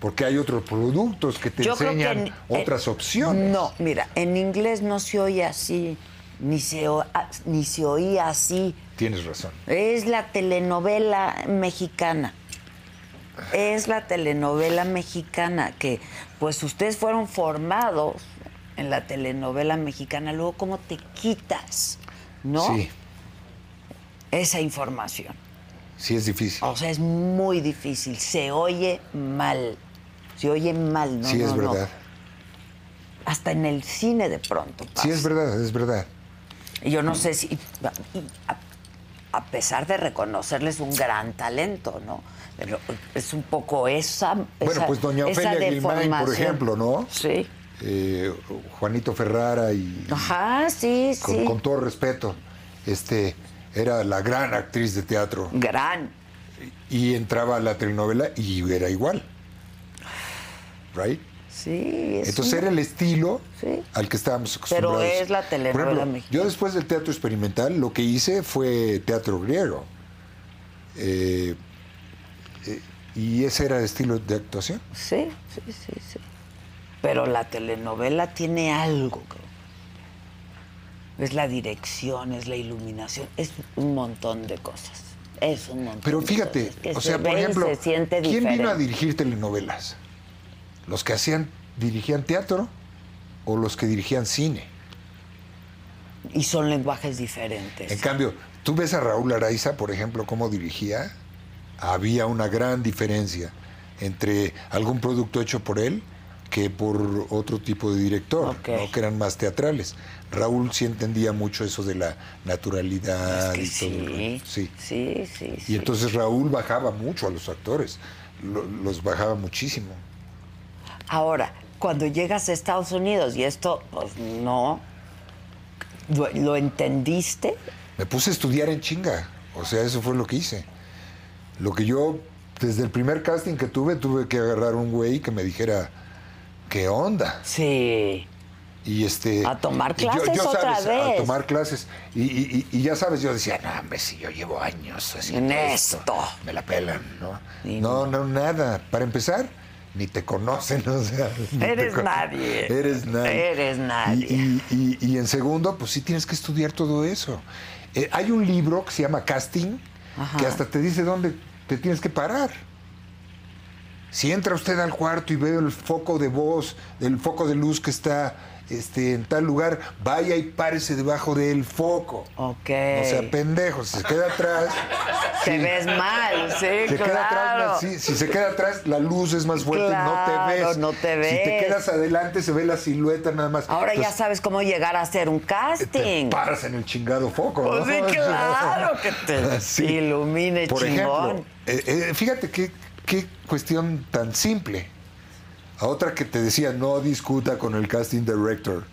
[SPEAKER 2] porque hay otros productos que te
[SPEAKER 1] Yo creo que
[SPEAKER 2] enseñan
[SPEAKER 1] en-
[SPEAKER 2] otras
[SPEAKER 1] eh,
[SPEAKER 2] opciones.
[SPEAKER 1] No, mira, en inglés no se oye así, ni se, o- a- ni se oía así.
[SPEAKER 2] Tienes razón.
[SPEAKER 1] Es la telenovela mexicana. Es la telenovela mexicana que, pues, ustedes fueron formados en la telenovela mexicana. Luego, ¿cómo te quitas, no?
[SPEAKER 2] Sí,
[SPEAKER 1] Esa información.
[SPEAKER 2] sí es difícil.
[SPEAKER 1] O sea, es muy difícil. Se oye mal. Se oye mal, ¿no?
[SPEAKER 2] sí es
[SPEAKER 1] no, no.
[SPEAKER 2] verdad.
[SPEAKER 1] Hasta en el cine de pronto.
[SPEAKER 2] Sí
[SPEAKER 1] pasa.
[SPEAKER 2] es verdad, es verdad.
[SPEAKER 1] Y yo no sé si, y a, a pesar de reconocerles un gran talento, ¿no? Pero es un poco esa.
[SPEAKER 2] Bueno,
[SPEAKER 1] esa-
[SPEAKER 2] pues doña
[SPEAKER 1] esa
[SPEAKER 2] Ofelia Guilmain, por
[SPEAKER 1] deformación.
[SPEAKER 2] ejemplo, ¿no?
[SPEAKER 1] Sí.
[SPEAKER 2] Eh, Juanito Ferrara y
[SPEAKER 1] Ajá, sí,
[SPEAKER 2] con,
[SPEAKER 1] Ah, sí.
[SPEAKER 2] con todo respeto, este, era la gran actriz de teatro
[SPEAKER 1] Gran.
[SPEAKER 2] y entraba a la telenovela y era igual. ¿Right?
[SPEAKER 1] Sí, es
[SPEAKER 2] Entonces
[SPEAKER 1] un-
[SPEAKER 2] era el estilo
[SPEAKER 1] Sí.
[SPEAKER 2] al que estábamos acostumbrados.
[SPEAKER 1] Pero es la
[SPEAKER 2] Por
[SPEAKER 1] telenovela
[SPEAKER 2] ejemplo,
[SPEAKER 1] mexicana.
[SPEAKER 2] Yo después del teatro experimental lo que hice fue teatro griego. Eh, eh, y ese era el estilo de actuación.
[SPEAKER 1] Sí, sí, sí, sí. Pero la telenovela tiene algo. cabrón. Es la dirección, es la iluminación, es un montón de cosas. Es un montón.
[SPEAKER 2] Pero
[SPEAKER 1] de
[SPEAKER 2] fíjate,
[SPEAKER 1] cosas que
[SPEAKER 2] o
[SPEAKER 1] se
[SPEAKER 2] sea,
[SPEAKER 1] ve
[SPEAKER 2] por
[SPEAKER 1] y
[SPEAKER 2] ejemplo,
[SPEAKER 1] se siente
[SPEAKER 2] ¿quién vino a
[SPEAKER 1] diferente.
[SPEAKER 2] dirigir telenovelas? ¿Los que hacían, dirigían teatro o los que dirigían cine?
[SPEAKER 1] Y son lenguajes diferentes.
[SPEAKER 2] En cambio, tú ves a Raúl Araiza, por ejemplo, cómo dirigía, había una gran diferencia entre algún producto hecho por él que por otro tipo de director,
[SPEAKER 1] Ok.
[SPEAKER 2] ¿no? que eran más teatrales. Raúl sí entendía mucho eso de la
[SPEAKER 1] Es
[SPEAKER 2] naturalidad
[SPEAKER 1] que
[SPEAKER 2] y todo el rollo.
[SPEAKER 1] sí, sí,
[SPEAKER 2] Sí.
[SPEAKER 1] sí, sí.
[SPEAKER 2] Y entonces Raúl bajaba mucho a los actores, lo- los bajaba muchísimo.
[SPEAKER 1] Ahora, cuando llegas a Estados Unidos y esto, pues no, ¿lo, lo entendiste?
[SPEAKER 2] Me puse a estudiar en chinga, o sea, eso fue lo que hice. Lo que yo, desde el primer casting que tuve, tuve que agarrar un güey que me dijera, ¿qué onda?
[SPEAKER 1] Sí.
[SPEAKER 2] Y este.
[SPEAKER 1] A tomar
[SPEAKER 2] y yo-
[SPEAKER 1] clases
[SPEAKER 2] yo,
[SPEAKER 1] otra
[SPEAKER 2] sabes,
[SPEAKER 1] vez.
[SPEAKER 2] A tomar clases. Y, y- y- y ya sabes, yo decía, no, hombre, si yo llevo años haciendo
[SPEAKER 1] En
[SPEAKER 2] esto,
[SPEAKER 1] esto.
[SPEAKER 2] Me la pelan, ¿no?
[SPEAKER 1] Y
[SPEAKER 2] no, no, nada. Para empezar, ni te conocen, *laughs* o sea. ni te
[SPEAKER 1] Eres
[SPEAKER 2] conocen.
[SPEAKER 1] nadie.
[SPEAKER 2] Eres nadie.
[SPEAKER 1] Eres nadie.
[SPEAKER 2] Y, y- y- y en segundo, pues sí tienes que estudiar todo eso. Eh, hay un libro que se llama Casting,
[SPEAKER 1] Ajá.
[SPEAKER 2] que hasta te dice dónde te tienes que parar. Si entra usted al cuarto y ve el foco de voz, el foco de luz que está este, en tal lugar, vaya y párese debajo del foco.
[SPEAKER 1] Ok.
[SPEAKER 2] O sea, pendejo, si se queda atrás,
[SPEAKER 1] *laughs* Te ves mal, sí,
[SPEAKER 2] se
[SPEAKER 1] claro.
[SPEAKER 2] queda atrás, sí, si se queda atrás, la luz es más fuerte
[SPEAKER 1] Claro,
[SPEAKER 2] y no te ves.
[SPEAKER 1] no te
[SPEAKER 2] Si te
[SPEAKER 1] ves.
[SPEAKER 2] quedas adelante, se ve la silueta nada más.
[SPEAKER 1] Ahora ya
[SPEAKER 2] Entonces,
[SPEAKER 1] sabes cómo llegar a hacer un
[SPEAKER 2] Te
[SPEAKER 1] casting.
[SPEAKER 2] paras en el chingado foco, ¿no?
[SPEAKER 1] Pues sí,
[SPEAKER 2] *laughs*
[SPEAKER 1] claro, que te
[SPEAKER 2] Sí.
[SPEAKER 1] ilumine
[SPEAKER 2] Por
[SPEAKER 1] chingón.
[SPEAKER 2] ejemplo, eh, eh, fíjate qué, qué cuestión tan simple. A otra que te decía, no discuta con el casting director.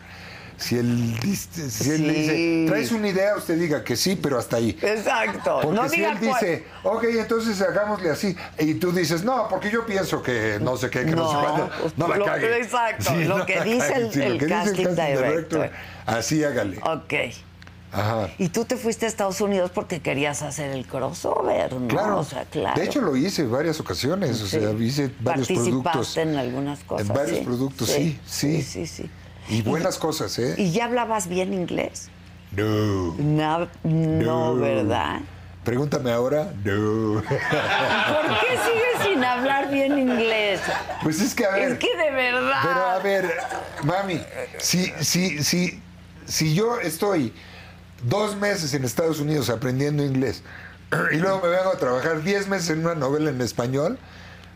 [SPEAKER 2] Si él, diste- si él le
[SPEAKER 1] Sí.
[SPEAKER 2] dice, traes una idea, usted diga que sí, pero hasta ahí.
[SPEAKER 1] Exacto.
[SPEAKER 2] Porque
[SPEAKER 1] no
[SPEAKER 2] si
[SPEAKER 1] diga
[SPEAKER 2] él
[SPEAKER 1] cuál.
[SPEAKER 2] dice, ok, entonces hagámosle así, y tú dices, no, porque yo pienso que no sé qué, que no, sé cuándo, no la
[SPEAKER 1] pues, lo-
[SPEAKER 2] cague.
[SPEAKER 1] exacto, lo
[SPEAKER 2] no
[SPEAKER 1] que
[SPEAKER 2] la
[SPEAKER 1] dice
[SPEAKER 2] cague.
[SPEAKER 1] el-
[SPEAKER 2] Sí, lo
[SPEAKER 1] el
[SPEAKER 2] que dice
[SPEAKER 1] casting director.
[SPEAKER 2] Así hágale.
[SPEAKER 1] Ok.
[SPEAKER 2] Ajá.
[SPEAKER 1] Y tú te fuiste a Estados Unidos porque querías hacer el crossover, ¿no?
[SPEAKER 2] Claro.
[SPEAKER 1] O sea, claro.
[SPEAKER 2] De hecho, lo hice varias ocasiones, o sea,
[SPEAKER 1] Sí.
[SPEAKER 2] hice varios
[SPEAKER 1] Participaste
[SPEAKER 2] productos.
[SPEAKER 1] en algunas cosas.
[SPEAKER 2] En varios
[SPEAKER 1] ¿sí?
[SPEAKER 2] productos, sí, sí.
[SPEAKER 1] Sí, sí, sí.
[SPEAKER 2] Y buenas cosas, ¿eh?
[SPEAKER 1] ¿Y ya hablabas bien inglés?
[SPEAKER 2] No.
[SPEAKER 1] No, no,
[SPEAKER 2] No.
[SPEAKER 1] ¿verdad?
[SPEAKER 2] Pregúntame ahora. No. *laughs*
[SPEAKER 1] ¿Por qué sigues sin hablar bien inglés?
[SPEAKER 2] Pues es que, a ver.
[SPEAKER 1] Es que de verdad.
[SPEAKER 2] Pero a ver, mami, si, si, si, si yo estoy dos meses en Estados Unidos aprendiendo inglés *clears throat* y luego me vengo a trabajar diez meses en una novela en español,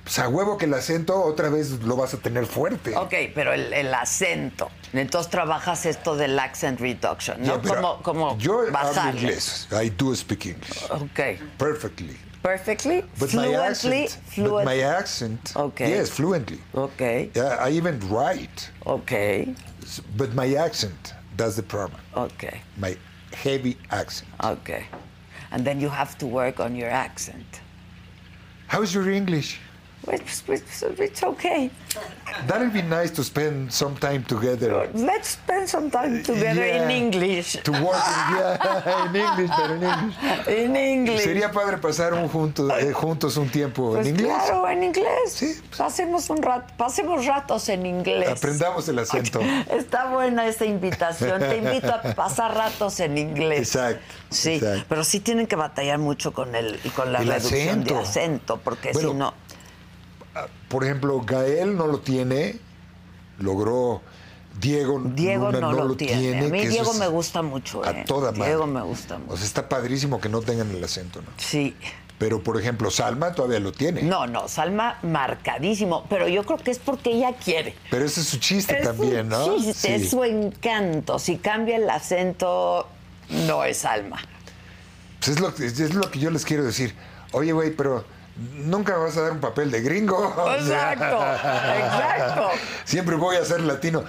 [SPEAKER 2] pues a huevo que el acento otra vez lo vas a tener fuerte.
[SPEAKER 1] Ok, pero el, el acento. Entonces trabajas esto del accent reduction, ¿no?
[SPEAKER 2] Ya, pero
[SPEAKER 1] como como
[SPEAKER 2] yo
[SPEAKER 1] basal.
[SPEAKER 2] hablo inglés. I do speak English
[SPEAKER 1] Ok.
[SPEAKER 2] perfectly.
[SPEAKER 1] Perfectly.
[SPEAKER 2] But my
[SPEAKER 1] fluently.
[SPEAKER 2] accent, but my
[SPEAKER 1] Fluently.
[SPEAKER 2] accent,
[SPEAKER 1] Okay.
[SPEAKER 2] yes, fluently.
[SPEAKER 1] Ok.
[SPEAKER 2] Yeah, I even write,
[SPEAKER 1] Ok.
[SPEAKER 2] but my accent, that's the problem.
[SPEAKER 1] Ok.
[SPEAKER 2] My heavy accent.
[SPEAKER 1] Ok. And then you have to work on your accent.
[SPEAKER 2] How's your English?
[SPEAKER 1] Well, It's, it's, it's okay.
[SPEAKER 2] That'll be nice to spend some time together.
[SPEAKER 1] Let's spend some time together in
[SPEAKER 2] Eh, Yeah.
[SPEAKER 1] English.
[SPEAKER 2] To work in, yeah, *laughs* in English, pero en
[SPEAKER 1] *laughs*
[SPEAKER 2] English.
[SPEAKER 1] In English.
[SPEAKER 2] Sería padre pasar un junto- eh, juntos un tiempo
[SPEAKER 1] Pues
[SPEAKER 2] en inglés.
[SPEAKER 1] Claro, en inglés.
[SPEAKER 2] Sí, pues.
[SPEAKER 1] Pasemos un rato, pasemos ratos en inglés.
[SPEAKER 2] Aprendamos el acento.
[SPEAKER 1] *laughs* Está buena esta invitación. Te invito a pasar ratos en inglés.
[SPEAKER 2] Exacto,
[SPEAKER 1] Sí,
[SPEAKER 2] exacto.
[SPEAKER 1] pero sí tienen que batallar mucho con el y con la
[SPEAKER 2] El
[SPEAKER 1] reducción de
[SPEAKER 2] acento.
[SPEAKER 1] acento, porque
[SPEAKER 2] Bueno,
[SPEAKER 1] si no.
[SPEAKER 2] Por ejemplo, Gael no lo tiene, logró. Diego,
[SPEAKER 1] Diego
[SPEAKER 2] Luna
[SPEAKER 1] no, lo tiene. A mí
[SPEAKER 2] que eso
[SPEAKER 1] Diego
[SPEAKER 2] es
[SPEAKER 1] me gusta mucho.
[SPEAKER 2] A
[SPEAKER 1] ¿eh?
[SPEAKER 2] toda madre.
[SPEAKER 1] Diego me gusta
[SPEAKER 2] O
[SPEAKER 1] mucho.
[SPEAKER 2] sea, está padrísimo que no tengan el acento, ¿no?
[SPEAKER 1] Sí.
[SPEAKER 2] Pero, por ejemplo, Salma todavía lo tiene.
[SPEAKER 1] No, no, Salma marcadísimo, pero yo creo que es porque ella quiere.
[SPEAKER 2] Pero ese es su chiste
[SPEAKER 1] Es
[SPEAKER 2] Eh, también,
[SPEAKER 1] un
[SPEAKER 2] ¿no?
[SPEAKER 1] chiste,
[SPEAKER 2] Sí.
[SPEAKER 1] es su encanto. Si cambia el acento, no es alma.
[SPEAKER 2] Pues es lo, que- es lo que yo les quiero decir. Oye, güey, pero nunca me vas a dar un papel de gringo. *laughs* O sea,
[SPEAKER 1] Exacto, exacto.
[SPEAKER 2] Siempre voy a ser latino.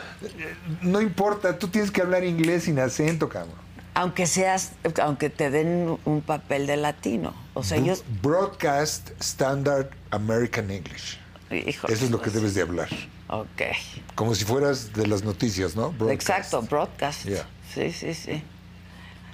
[SPEAKER 2] No importa, tú tienes que hablar inglés sin acento, cabrón.
[SPEAKER 1] Aunque seas, aunque te den un papel de latino. O sea, yo.
[SPEAKER 2] Broadcast Standard American English.
[SPEAKER 1] híjole, pues,
[SPEAKER 2] Eso es lo que debes de hablar.
[SPEAKER 1] Ok.
[SPEAKER 2] Como si fueras de las noticias, ¿no? Broadcast.
[SPEAKER 1] Exacto, broadcast.
[SPEAKER 2] Yeah.
[SPEAKER 1] Sí, sí, sí.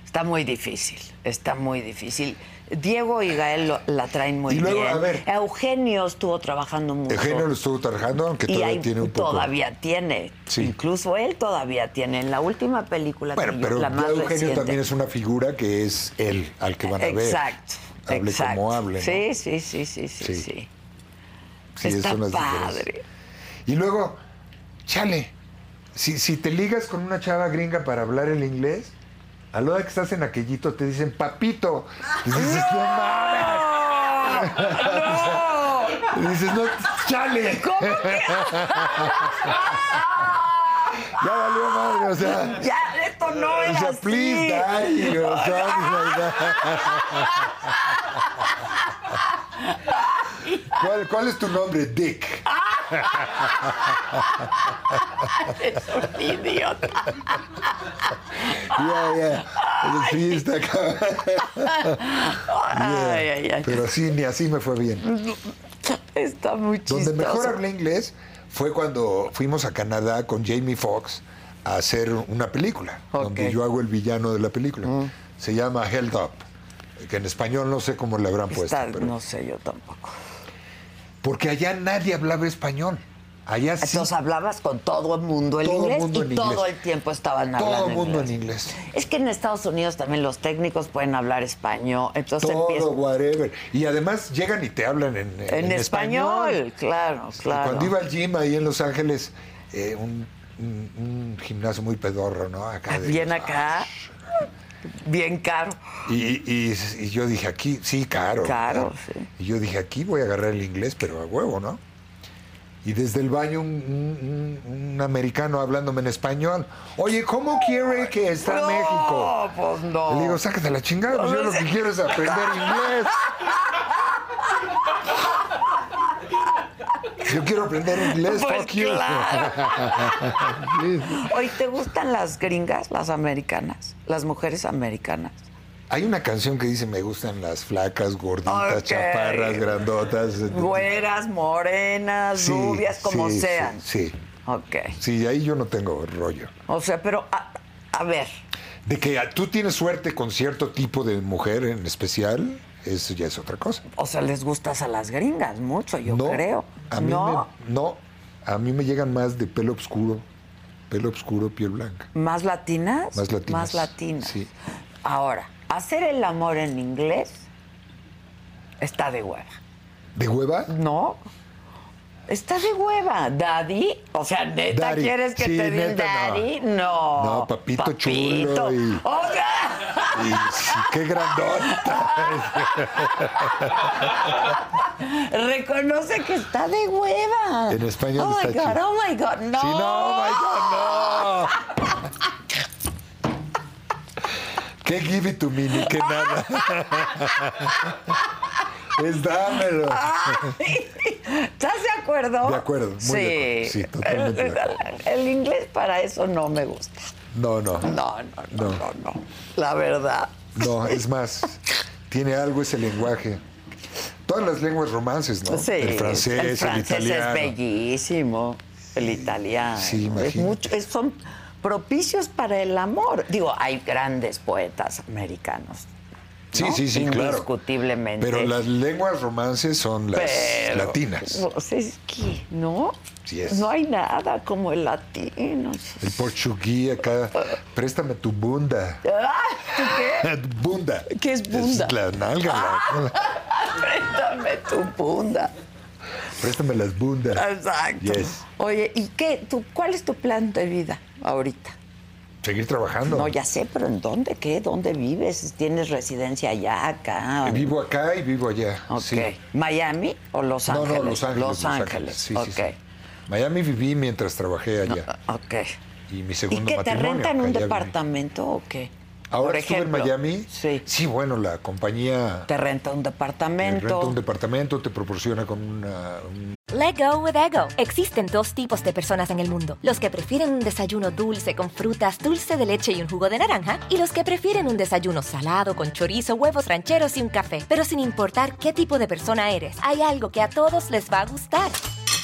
[SPEAKER 1] Está muy difícil, está muy difícil. Diego y Gael lo- la traen muy
[SPEAKER 2] Y luego,
[SPEAKER 1] bien.
[SPEAKER 2] a ver. Eugenio
[SPEAKER 1] estuvo trabajando mucho.
[SPEAKER 2] El género lo estuvo trabajando, aunque
[SPEAKER 1] Y
[SPEAKER 2] todavía
[SPEAKER 1] ahí
[SPEAKER 2] tiene un poco.
[SPEAKER 1] todavía tiene.
[SPEAKER 2] Sí.
[SPEAKER 1] Incluso él todavía tiene. En la última película,
[SPEAKER 2] Bueno,
[SPEAKER 1] que yo-
[SPEAKER 2] pero
[SPEAKER 1] la
[SPEAKER 2] ya
[SPEAKER 1] más
[SPEAKER 2] Eugenio
[SPEAKER 1] reciente.
[SPEAKER 2] también es una figura que es él al que van a ver.
[SPEAKER 1] Exacto.
[SPEAKER 2] Hable
[SPEAKER 1] exacto.
[SPEAKER 2] como hable. ¿no?
[SPEAKER 1] Sí, sí, sí, sí, sí,
[SPEAKER 2] Sí.
[SPEAKER 1] sí.
[SPEAKER 2] Sí,
[SPEAKER 1] Está
[SPEAKER 2] son las diferencias.
[SPEAKER 1] padre.
[SPEAKER 2] Y luego, chale, si, si te ligas con una chava gringa para hablar el inglés, a la hora que estás en aquellito te dicen papito. Y dices, no, *laughs* mames. Y dices, no, chale.
[SPEAKER 1] ¿Cómo que?
[SPEAKER 2] *laughs* Ya valió madre, o sea.
[SPEAKER 1] Ya, esto no
[SPEAKER 2] O
[SPEAKER 1] es
[SPEAKER 2] sea,
[SPEAKER 1] así.
[SPEAKER 2] Uh, please, daddy, o sea, pues, ahí
[SPEAKER 1] *laughs*
[SPEAKER 2] va. ¿Cuál, ¿Cuál es tu nombre, Dick?
[SPEAKER 1] Idiota.
[SPEAKER 2] Ya, ya. Sí, está cabrón.
[SPEAKER 1] Ay, ay, ay.
[SPEAKER 2] Pero así, ni así me fue bien.
[SPEAKER 1] Está muy
[SPEAKER 2] Donde
[SPEAKER 1] chistoso.
[SPEAKER 2] mejor hablé inglés fue cuando fuimos a Canadá con Jamie Foxx a hacer una película,
[SPEAKER 1] Ok. Mm.
[SPEAKER 2] donde yo hago el villano de la película. Se llama Held Up, que en español no sé cómo le habrán puesto.
[SPEAKER 1] Está-
[SPEAKER 2] pero-
[SPEAKER 1] No sé, yo tampoco.
[SPEAKER 2] Porque allá nadie hablaba español. Allá sí,
[SPEAKER 1] Entonces hablabas con todo el mundo el
[SPEAKER 2] Todo el
[SPEAKER 1] inglés
[SPEAKER 2] mundo
[SPEAKER 1] y
[SPEAKER 2] en
[SPEAKER 1] todo
[SPEAKER 2] inglés.
[SPEAKER 1] el tiempo estaban hablando.
[SPEAKER 2] todo el mundo en
[SPEAKER 1] inglés.
[SPEAKER 2] inglés.
[SPEAKER 1] Es que en Estados Unidos también los técnicos pueden hablar español. Entonces
[SPEAKER 2] Todo,
[SPEAKER 1] empiezan.
[SPEAKER 2] whatever. Y además llegan y te hablan en,
[SPEAKER 1] En,
[SPEAKER 2] en
[SPEAKER 1] español, claro, claro.
[SPEAKER 2] Cuando iba al gym ahí en Los Ángeles, eh, un, un- un gimnasio muy pedorro, ¿no? Acá de-
[SPEAKER 1] Ah, Bien acá, bien caro.
[SPEAKER 2] Y, y- y yo dije, aquí, sí, caro.
[SPEAKER 1] Caro,
[SPEAKER 2] ¿verdad?
[SPEAKER 1] sí.
[SPEAKER 2] Y yo dije, aquí voy a agarrar el inglés, pero a huevo, ¿no? Y desde el baño un, un- un- un americano hablándome en español. Oye, ¿cómo quiere que está
[SPEAKER 1] no,
[SPEAKER 2] México?
[SPEAKER 1] pues no.
[SPEAKER 2] Le digo, sácate la chingada, pues yo lo que quiero es aprender inglés. Yo quiero aprender inglés,
[SPEAKER 1] Pues
[SPEAKER 2] fuck you.
[SPEAKER 1] Oye, ¿te gustan las gringas, las americanas? Las mujeres americanas.
[SPEAKER 2] *laughs* Hay una canción que dice me gustan las flacas, gorditas,
[SPEAKER 1] Ok.
[SPEAKER 2] chaparras, grandotas.
[SPEAKER 1] Güeras, morenas,
[SPEAKER 2] Sí,
[SPEAKER 1] rubias, como
[SPEAKER 2] sí, sí,
[SPEAKER 1] sean.
[SPEAKER 2] Sí,
[SPEAKER 1] Ok.
[SPEAKER 2] sí, ahí yo no tengo rollo.
[SPEAKER 1] O sea, pero a, a ver,
[SPEAKER 2] De que ah, tú tienes suerte con cierto tipo de mujer en especial, eso ya es otra cosa.
[SPEAKER 1] o sea, les gustas a las gringas mucho, yo
[SPEAKER 2] no,
[SPEAKER 1] creo.
[SPEAKER 2] A mí
[SPEAKER 1] no,
[SPEAKER 2] Me, no, a mí me llegan más de pelo oscuro, pelo oscuro, piel blanca.
[SPEAKER 1] más latinas.
[SPEAKER 2] Más latinas,
[SPEAKER 1] Más latinas.
[SPEAKER 2] sí.
[SPEAKER 1] Ahora, hacer el amor en inglés está de hueva.
[SPEAKER 2] ¿De hueva?
[SPEAKER 1] No. Está de hueva. ¿Daddy? O sea, ¿neta
[SPEAKER 2] Daddy.
[SPEAKER 1] quieres que
[SPEAKER 2] Sí,
[SPEAKER 1] te diga
[SPEAKER 2] neta, no.
[SPEAKER 1] daddy? No.
[SPEAKER 2] No, papito chulo y-
[SPEAKER 1] O sea,
[SPEAKER 2] Y, sí, ¡Qué grandota!
[SPEAKER 1] reconoce que está de hueva.
[SPEAKER 2] En español
[SPEAKER 1] Oh, my
[SPEAKER 2] está
[SPEAKER 1] God,
[SPEAKER 2] chido.
[SPEAKER 1] oh, my God, no.
[SPEAKER 2] Sí, no, oh my God, no. ¿Qué give it to me? Ni qué nada. *laughs* es dámelo.
[SPEAKER 1] Ah. ¿Estás de acuerdo?
[SPEAKER 2] De acuerdo, muy
[SPEAKER 1] sí.
[SPEAKER 2] de acuerdo. Sí, totalmente de acuerdo.
[SPEAKER 1] *laughs* El, el inglés para eso no me gusta.
[SPEAKER 2] No, no.
[SPEAKER 1] No, no, no, no,
[SPEAKER 2] No.
[SPEAKER 1] no. La verdad.
[SPEAKER 2] No, es más, tiene algo ese lenguaje. Todas las lenguas romances, ¿no?
[SPEAKER 1] Sí,
[SPEAKER 2] el francés, el,
[SPEAKER 1] francés es
[SPEAKER 2] italiano.
[SPEAKER 1] bellísimo. El italiano.
[SPEAKER 2] Sí,
[SPEAKER 1] es
[SPEAKER 2] imagínate.
[SPEAKER 1] mucho, es- son propicios para el amor. Digo, hay grandes poetas americanos.
[SPEAKER 2] Sí,
[SPEAKER 1] ¿no?
[SPEAKER 2] sí, sí, claro.
[SPEAKER 1] Indiscutiblemente.
[SPEAKER 2] Pero las lenguas romances son las
[SPEAKER 1] Pero,
[SPEAKER 2] latinas.
[SPEAKER 1] pues, es que, ¿no?
[SPEAKER 2] Sí es.
[SPEAKER 1] No hay nada como el latino.
[SPEAKER 2] El portugués acá, préstame tu bunda.
[SPEAKER 1] ¡Ah! ¿tú qué?
[SPEAKER 2] *laughs* Bunda.
[SPEAKER 1] ¿Qué es bunda? Ah.
[SPEAKER 2] Es la nalga. la-
[SPEAKER 1] Préstame tu bunda.
[SPEAKER 2] préstame las bundas.
[SPEAKER 1] Exacto.
[SPEAKER 2] Yes.
[SPEAKER 1] Oye, ¿y qué? ¿Tú, ¿Cuál es tu plan de vida ahorita?
[SPEAKER 2] Seguir trabajando.
[SPEAKER 1] No, ya sé, pero ¿en dónde qué? ¿Dónde vives? ¿Tienes residencia allá, acá?
[SPEAKER 2] Vivo acá y vivo allá.
[SPEAKER 1] Ok.
[SPEAKER 2] sí.
[SPEAKER 1] ¿Miami o Los
[SPEAKER 2] No,
[SPEAKER 1] Ángeles?
[SPEAKER 2] no, Los Ángeles.
[SPEAKER 1] Los Ángeles,
[SPEAKER 2] Sí,
[SPEAKER 1] ok.
[SPEAKER 2] sí, sí. Miami viví mientras trabajé allá.
[SPEAKER 1] Ok.
[SPEAKER 2] Y mi
[SPEAKER 1] ¿Y
[SPEAKER 2] segundo
[SPEAKER 1] que te
[SPEAKER 2] matrimonio.
[SPEAKER 1] rentan
[SPEAKER 2] acá
[SPEAKER 1] un
[SPEAKER 2] ya viví.
[SPEAKER 1] departamento o qué?
[SPEAKER 2] Ahora
[SPEAKER 1] Por
[SPEAKER 2] estuve
[SPEAKER 1] ejemplo.
[SPEAKER 2] en Miami.
[SPEAKER 1] Sí.
[SPEAKER 2] bueno, la compañía
[SPEAKER 1] Te renta un
[SPEAKER 2] te
[SPEAKER 1] departamento.
[SPEAKER 2] renta un departamento, te proporciona con una, un-
[SPEAKER 7] Let go with ego. Existen dos tipos de personas en el mundo: los que prefieren un desayuno dulce con frutas, dulce de leche y un jugo de naranja, y los que prefieren un desayuno salado con chorizo, huevos rancheros y un café. Pero sin importar qué tipo de persona eres, hay algo que a todos les va a gustar.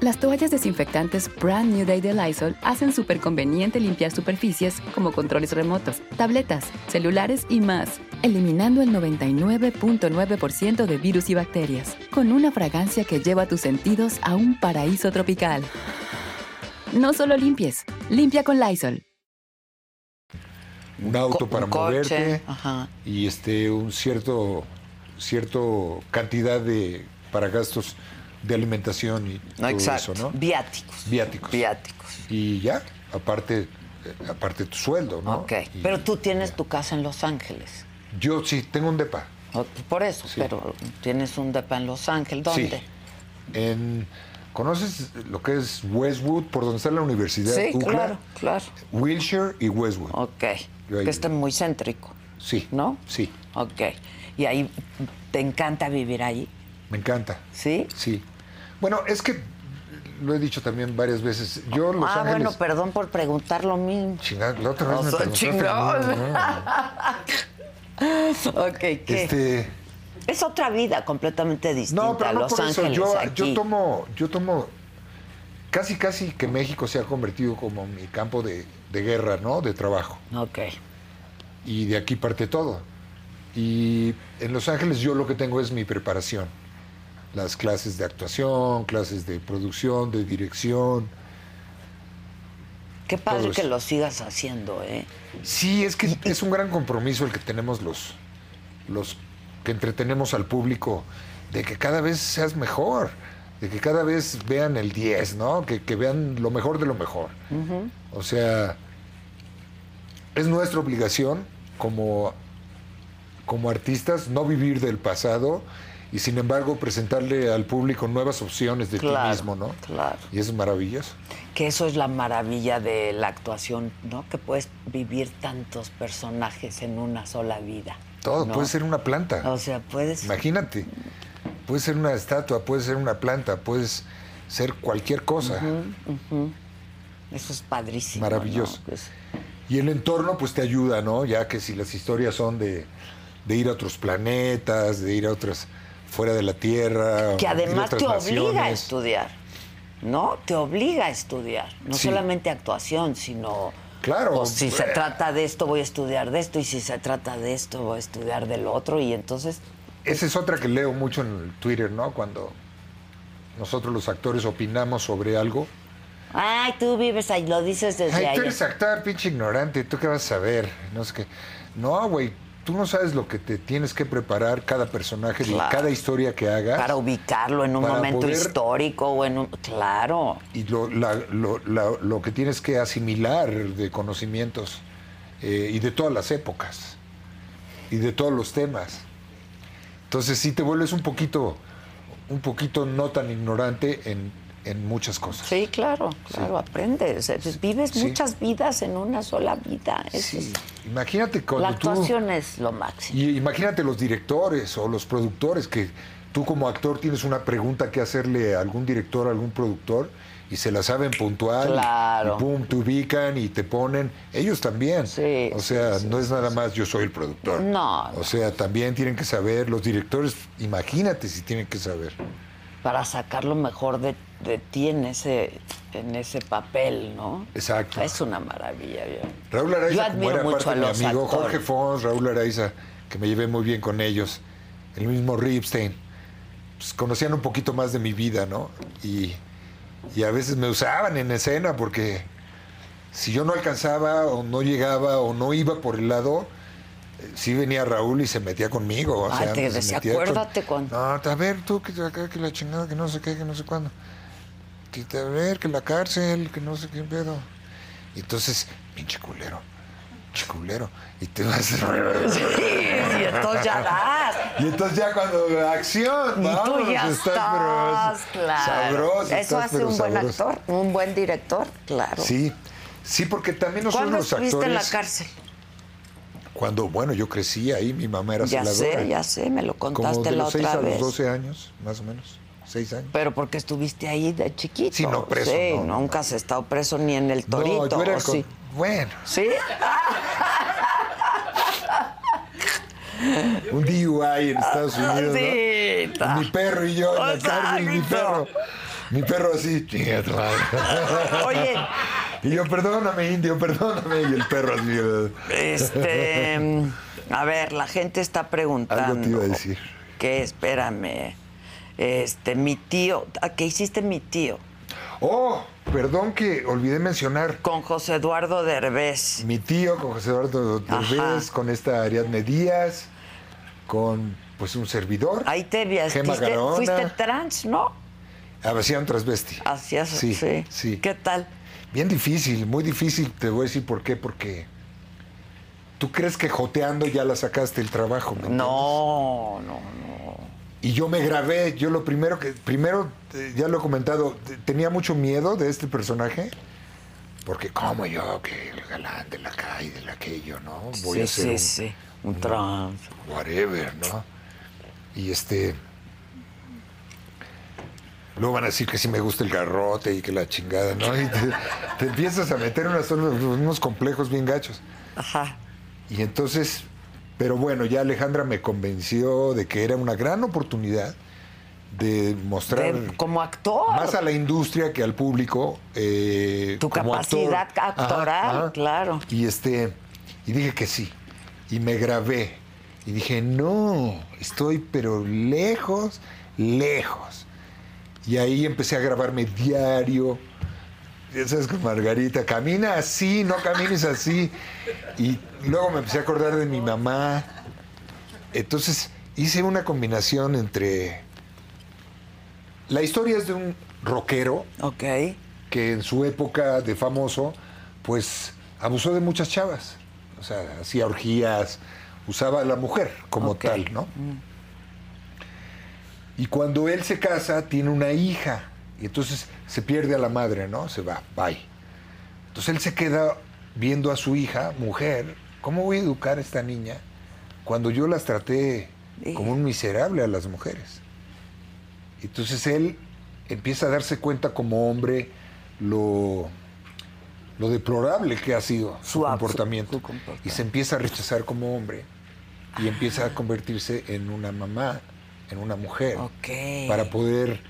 [SPEAKER 6] Las toallas desinfectantes Brand New Day de Lysol hacen súper conveniente limpiar superficies como controles remotos, tabletas, celulares y más, eliminando el 99.9% de virus y bacterias, con una fragancia que lleva tus sentidos a un paraíso tropical. No solo limpies, limpia con Lysol.
[SPEAKER 2] un auto
[SPEAKER 1] co-
[SPEAKER 2] para
[SPEAKER 1] un coche, Ah.
[SPEAKER 2] moverte
[SPEAKER 1] ajá.
[SPEAKER 2] y este un cierto cierto cantidad de para gastos de alimentación y todo
[SPEAKER 1] Exacto.
[SPEAKER 2] eso, ¿no?
[SPEAKER 1] Viáticos.
[SPEAKER 2] Viáticos.
[SPEAKER 1] Viáticos.
[SPEAKER 2] Y ya, aparte eh, aparte tu sueldo, ¿no?
[SPEAKER 1] Ok.
[SPEAKER 2] Y
[SPEAKER 1] Pero tú tienes
[SPEAKER 2] ya.
[SPEAKER 1] tu casa en Los Ángeles.
[SPEAKER 2] Yo sí tengo un depa.
[SPEAKER 1] O- Por eso,
[SPEAKER 2] Sí.
[SPEAKER 1] pero tienes un depa en Los Ángeles. ¿Dónde?
[SPEAKER 2] Sí. En ¿Conoces lo que es Westwood por donde está la universidad?
[SPEAKER 1] Sí,
[SPEAKER 2] UCLA?
[SPEAKER 1] claro, claro.
[SPEAKER 2] Wilshire y Westwood.
[SPEAKER 1] Ok.
[SPEAKER 2] Yo ahí
[SPEAKER 1] Que está
[SPEAKER 2] vivo.
[SPEAKER 1] muy céntrico,
[SPEAKER 2] Sí.
[SPEAKER 1] ¿no?
[SPEAKER 2] Sí.
[SPEAKER 1] Ok. Y ahí te encanta vivir ahí,
[SPEAKER 2] Me encanta.
[SPEAKER 1] ¿sí?
[SPEAKER 2] Sí. Bueno, es que lo he dicho también varias veces. Yo Los
[SPEAKER 1] ah,
[SPEAKER 2] Ángeles.
[SPEAKER 1] bueno, perdón por preguntar lo mismo.
[SPEAKER 2] Chingada, la otra vez
[SPEAKER 1] No
[SPEAKER 2] me
[SPEAKER 1] soy
[SPEAKER 2] preguntaste,
[SPEAKER 1] chingón.
[SPEAKER 2] no, no.
[SPEAKER 1] *laughs*
[SPEAKER 2] *laughs*
[SPEAKER 1] Ok, ¿qué?
[SPEAKER 2] Este,
[SPEAKER 1] Es otra vida completamente distinta
[SPEAKER 2] no, pero
[SPEAKER 1] a
[SPEAKER 2] no
[SPEAKER 1] Los
[SPEAKER 2] por eso.
[SPEAKER 1] Ángeles.
[SPEAKER 2] Yo,
[SPEAKER 1] aquí.
[SPEAKER 2] yo tomo, yo tomo casi casi que México se ha convertido como mi campo de, de guerra, ¿no? De trabajo.
[SPEAKER 1] Ok.
[SPEAKER 2] Y de aquí parte todo. Y en Los Ángeles yo lo que tengo es mi preparación. Las clases de actuación, clases de producción, de dirección.
[SPEAKER 1] Qué padre
[SPEAKER 2] Todo eso.
[SPEAKER 1] que lo sigas haciendo, ¿eh?
[SPEAKER 2] Sí, es que es un gran compromiso el que tenemos los, los que entretenemos al público, de que cada vez seas mejor. de que cada vez vean el 10, ¿no? Que, que vean lo mejor de lo mejor. O sea, es nuestra obligación como, como artistas no vivir del pasado y sin embargo presentarle al público nuevas opciones de ti
[SPEAKER 1] Claro,
[SPEAKER 2] mismo, ¿no?
[SPEAKER 1] claro.
[SPEAKER 2] Y eso es maravilloso.
[SPEAKER 1] Que eso es la maravilla de la actuación, ¿no? Que puedes vivir tantos personajes en una sola vida.
[SPEAKER 2] Todo,
[SPEAKER 1] ¿no?
[SPEAKER 2] puede ser una planta.
[SPEAKER 1] O sea, puedes.
[SPEAKER 2] Imagínate, puede ser una estatua, puede ser una planta, puedes ser cualquier cosa.
[SPEAKER 1] Eso es padrísimo.
[SPEAKER 2] Maravilloso.
[SPEAKER 1] ¿no? Es-
[SPEAKER 2] Y el entorno pues te ayuda, ¿no? Ya que si las historias son de, de ir a otros planetas, de ir a otras fuera de la Tierra.
[SPEAKER 1] que
[SPEAKER 2] o de ir a
[SPEAKER 1] además
[SPEAKER 2] otras
[SPEAKER 1] te obliga a
[SPEAKER 2] naciones.
[SPEAKER 1] estudiar, ¿no? Te obliga a estudiar, no
[SPEAKER 2] Sí.
[SPEAKER 1] solamente actuación, sino...
[SPEAKER 2] Claro.
[SPEAKER 1] pues, si se
[SPEAKER 2] Eh.
[SPEAKER 1] trata de esto, voy a estudiar de esto, y si se trata de esto, voy a estudiar del otro, y entonces...
[SPEAKER 2] Esa es otra que leo mucho en el Twitter, ¿no? Cuando nosotros los actores opinamos sobre algo.
[SPEAKER 1] Ay, tú vives ahí, lo dices desde
[SPEAKER 2] Ay,
[SPEAKER 1] ahí.
[SPEAKER 2] tú eres actor, pinche ignorante, ¿tú qué vas a saber? No sé qué. No, güey, tú no sabes lo que te tienes que preparar cada personaje de
[SPEAKER 1] Claro.
[SPEAKER 2] cada historia que hagas.
[SPEAKER 1] Para ubicarlo en un
[SPEAKER 2] Para
[SPEAKER 1] momento
[SPEAKER 2] poder-
[SPEAKER 1] histórico o en un... Claro.
[SPEAKER 2] y lo, la- lo- la- lo que tienes que asimilar de conocimientos eh, y de todas las épocas y de todos los temas. Entonces sí te vuelves un poquito, un poquito no tan ignorante en, en muchas cosas.
[SPEAKER 1] Sí, claro, claro, aprendes. Es- Vives
[SPEAKER 2] Sí.
[SPEAKER 1] muchas vidas en una sola vida. Eso
[SPEAKER 2] Sí.
[SPEAKER 1] es-
[SPEAKER 2] Imagínate
[SPEAKER 1] La
[SPEAKER 2] cuando tú-
[SPEAKER 1] actuación es lo máximo.
[SPEAKER 2] y imagínate los directores o los productores que tú como actor tienes una pregunta que hacerle a algún director, a algún productor y se la saben puntual y-
[SPEAKER 1] Claro.
[SPEAKER 2] y pum, te ubican y te ponen. Ellos también.
[SPEAKER 1] Sí,
[SPEAKER 2] o sea, no es nada más yo soy el productor.
[SPEAKER 1] No.
[SPEAKER 2] O sea, también tienen que saber los directores, imagínate si tienen que saber.
[SPEAKER 1] para sacar lo mejor de, de ti en ese, en ese papel, ¿no?
[SPEAKER 2] Exacto.
[SPEAKER 1] Es una maravilla. yo-
[SPEAKER 2] Raúl
[SPEAKER 1] Yo
[SPEAKER 2] Araiza, como
[SPEAKER 1] admiro
[SPEAKER 2] era
[SPEAKER 1] mucho
[SPEAKER 2] parte
[SPEAKER 1] a
[SPEAKER 2] de mi
[SPEAKER 1] los
[SPEAKER 2] amigo
[SPEAKER 1] actores.
[SPEAKER 2] Jorge Fons, Raúl Araiza, que me llevé muy bien con ellos, el mismo Ripstein, pues conocían un poquito más de mi vida, ¿no? Y, y a veces me usaban en escena porque si yo no alcanzaba o no llegaba o no iba por el lado, eh, sí venía Raúl y se metía conmigo. O
[SPEAKER 1] Ah,
[SPEAKER 2] sea,
[SPEAKER 1] te
[SPEAKER 2] se
[SPEAKER 1] decía,
[SPEAKER 2] metía con-
[SPEAKER 1] "Acuérdate cuando".
[SPEAKER 2] No, a ver, tú, que, acá, que la chingada, que no sé qué, que no sé cuándo. Que te- a ver, que la cárcel, que no sé qué pedo. Y entonces, pinche culero, pinche culero. Y te vas.
[SPEAKER 1] Y entonces ya das.
[SPEAKER 2] Y entonces ya cuando la acción,
[SPEAKER 1] Y
[SPEAKER 2] vámonos,
[SPEAKER 1] tú ya estás,
[SPEAKER 2] pero
[SPEAKER 1] claro.
[SPEAKER 2] sabroso,
[SPEAKER 1] Eso
[SPEAKER 2] estás,
[SPEAKER 1] hace
[SPEAKER 2] pero
[SPEAKER 1] un buen
[SPEAKER 2] sabroso.
[SPEAKER 1] actor, un buen director, claro.
[SPEAKER 2] Sí, sí, porque también nosotros
[SPEAKER 1] ¿Cuándo
[SPEAKER 2] los
[SPEAKER 1] estuviste
[SPEAKER 2] actores.
[SPEAKER 1] en la cárcel?
[SPEAKER 2] Cuando, bueno, yo crecí ahí, mi mamá era
[SPEAKER 1] Ya
[SPEAKER 2] celadora.
[SPEAKER 1] sé, ya sé, me lo
[SPEAKER 2] Como
[SPEAKER 1] contaste
[SPEAKER 2] de
[SPEAKER 1] la
[SPEAKER 2] los 6
[SPEAKER 1] otra
[SPEAKER 2] a los
[SPEAKER 1] vez.
[SPEAKER 2] 12 años, más o menos. 6 años.
[SPEAKER 1] Pero porque estuviste ahí de chiquito.
[SPEAKER 2] Sí, no, preso,
[SPEAKER 1] Sí,
[SPEAKER 2] no, no,
[SPEAKER 1] nunca has estado preso ni en el torito.
[SPEAKER 2] no, yo era
[SPEAKER 1] ¿o
[SPEAKER 2] con- *laughs*
[SPEAKER 1] sí?
[SPEAKER 2] Bueno,
[SPEAKER 1] ¿Sí?
[SPEAKER 2] un DUI en Estados Unidos.
[SPEAKER 1] Ah,
[SPEAKER 2] ¿no?
[SPEAKER 1] sí. ta.
[SPEAKER 2] Mi perro y yo en la cárcel, mi
[SPEAKER 1] Exacto.
[SPEAKER 2] perro. Mi perro así. chinga tu madre.
[SPEAKER 1] Oye,
[SPEAKER 2] Y yo, perdóname, indio, perdóname. Y el perro así.
[SPEAKER 1] Este, mm, a ver, la gente está preguntando.
[SPEAKER 2] Algo te iba a decir.
[SPEAKER 1] Que espérame. Este, mi tío, ¿a ¿qué hiciste mi tío?
[SPEAKER 2] Oh, perdón que olvidé mencionar.
[SPEAKER 1] Con José Eduardo Derbez.
[SPEAKER 2] Mi tío, con José Eduardo Derbez,
[SPEAKER 1] Ajá.
[SPEAKER 2] con esta Ariadne Díaz, con pues un servidor.
[SPEAKER 1] Ahí te
[SPEAKER 2] Gema
[SPEAKER 1] vestiste,
[SPEAKER 2] Garona.
[SPEAKER 1] fuiste trans, ¿no?
[SPEAKER 2] Hacía un transvesti.
[SPEAKER 1] Hacías
[SPEAKER 2] sí, sí.
[SPEAKER 1] ¿Qué tal?
[SPEAKER 2] Bien difícil, muy difícil. Te voy a decir por qué. Porque tú crees que joteando ya la sacaste el trabajo. ¿me entiendes?
[SPEAKER 1] No, no, no.
[SPEAKER 2] Y yo me grabé. Yo lo primero que. Primero, eh, ya lo he comentado, te- tenía mucho miedo de este personaje. Porque, como yo, que el galán de la calle, de aquello, ¿no? Voy
[SPEAKER 1] sí,
[SPEAKER 2] a ser
[SPEAKER 1] sí,
[SPEAKER 2] un-
[SPEAKER 1] sí. Un trans.
[SPEAKER 2] whatever, ¿no? Y este. Luego van a decir que sí me gusta el garrote y que la chingada, ¿no? Y te, te empiezas a meter unas, unos complejos bien gachos.
[SPEAKER 1] Ajá.
[SPEAKER 2] Y entonces, pero bueno, ya Alejandra me convenció de que era una gran oportunidad de mostrar
[SPEAKER 1] De- como actor.
[SPEAKER 2] más a la industria que al público. eh,
[SPEAKER 1] Tu
[SPEAKER 2] como actor.
[SPEAKER 1] capacidad actoral, claro.
[SPEAKER 2] Y este, y dije que sí. Y me grabé. Y dije, no, estoy pero lejos, lejos. Y ahí empecé a grabarme diario. Ya sabes con Margarita, camina así, no camines así. Y luego me empecé a acordar de mi mamá. Entonces hice una combinación entre La historia es de un rockero
[SPEAKER 1] Ok.
[SPEAKER 2] que en su época de famoso, pues abusó de muchas chavas. O sea, hacía orgías, usaba a la mujer como
[SPEAKER 1] Ok.
[SPEAKER 2] tal, ¿no? Y cuando él se casa, tiene una hija. Y entonces se pierde a la madre, ¿no? Se va, bye. Entonces él se queda viendo a su hija, mujer, ¿cómo voy a educar a esta niña cuando yo las traté como un miserable a las mujeres? Entonces él empieza a darse cuenta como hombre lo, lo deplorable que ha sido
[SPEAKER 1] Su
[SPEAKER 2] su,
[SPEAKER 1] ab-
[SPEAKER 2] comportamiento,
[SPEAKER 1] su comportamiento.
[SPEAKER 2] y se empieza a rechazar como hombre y empieza a convertirse en una mamá, en una mujer,
[SPEAKER 1] Ok.
[SPEAKER 2] para poder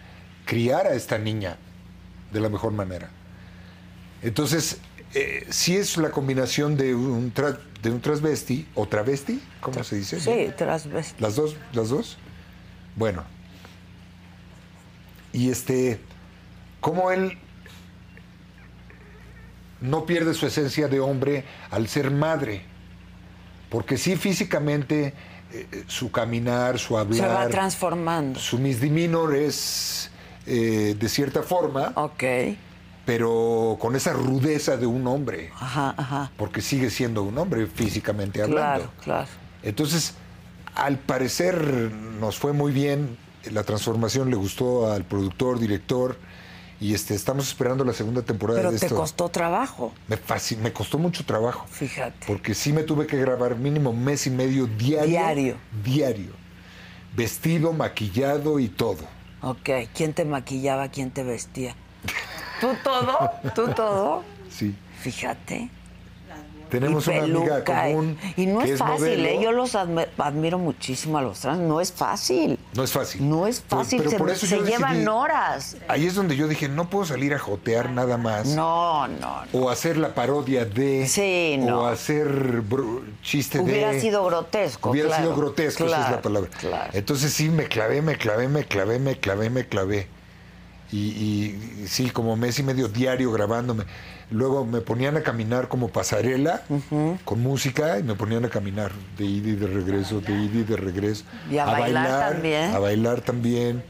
[SPEAKER 2] criar a esta niña de la mejor manera. Entonces, eh, sí es la combinación de un, tra- de un transvesti o travesti, ¿cómo se dice?
[SPEAKER 1] Sí, transvestido.
[SPEAKER 2] ¿Las dos? ¿Las dos? Bueno. Y este, cómo él no pierde su esencia de hombre al ser madre. Porque sí, físicamente, eh, eh, su caminar, su hablar,
[SPEAKER 1] Se va transformando.
[SPEAKER 2] su misdemeanor es eh, de cierta forma,
[SPEAKER 1] Ok.
[SPEAKER 2] pero con esa rudeza de un hombre.
[SPEAKER 1] Ajá, ajá.
[SPEAKER 2] Porque sigue siendo un hombre físicamente hablando.
[SPEAKER 1] Claro, claro.
[SPEAKER 2] Entonces, al parecer nos fue muy bien, la transformación le gustó al productor, director, y este, estamos esperando la segunda temporada
[SPEAKER 1] Pero
[SPEAKER 2] de
[SPEAKER 1] te
[SPEAKER 2] esto.
[SPEAKER 1] costó trabajo,
[SPEAKER 2] Me, faci- me costó mucho trabajo,
[SPEAKER 1] fíjate.
[SPEAKER 2] porque sí me tuve que grabar mínimo mes y medio diario.
[SPEAKER 1] Diario.
[SPEAKER 2] Diario. Vestido, maquillado y todo.
[SPEAKER 1] Ok. ¿Quién te maquillaba? ¿Quién te vestía? ¿Tú todo? ¿Tú todo?
[SPEAKER 2] Sí.
[SPEAKER 1] Fíjate.
[SPEAKER 2] Tenemos
[SPEAKER 1] y
[SPEAKER 2] una amiga
[SPEAKER 1] peluca, y-
[SPEAKER 2] común.
[SPEAKER 1] Y no
[SPEAKER 2] que
[SPEAKER 1] es, fácil,
[SPEAKER 2] modelo.
[SPEAKER 1] ¿eh? yo los admi- admiro muchísimo a los trans, no es fácil.
[SPEAKER 2] No es fácil.
[SPEAKER 1] No es
[SPEAKER 2] Pues,
[SPEAKER 1] fácil,
[SPEAKER 2] pero
[SPEAKER 1] se,
[SPEAKER 2] por eso
[SPEAKER 1] se
[SPEAKER 2] yo decidí-
[SPEAKER 1] llevan horas.
[SPEAKER 2] Ahí es donde yo dije, no puedo salir a jotear nada más.
[SPEAKER 1] No, no, no.
[SPEAKER 2] O hacer la parodia de.
[SPEAKER 1] Sí, no.
[SPEAKER 2] O hacer bro- chiste de.
[SPEAKER 1] Hubiera sido grotesco.
[SPEAKER 2] Hubiera
[SPEAKER 1] claro,
[SPEAKER 2] sido grotesco, esa es la
[SPEAKER 1] claro,
[SPEAKER 2] palabra. Eh,
[SPEAKER 1] claro.
[SPEAKER 2] Entonces sí, me clavé, me clavé, me clavé, me clavé, me clavé. Y, y- y sí, como mes y medio diario grabándome. Luego me ponían a caminar como pasarela con música y me ponían a caminar de ida y de regreso, de ida y de regreso.
[SPEAKER 1] Ah, Y a bailar también.
[SPEAKER 2] A bailar también.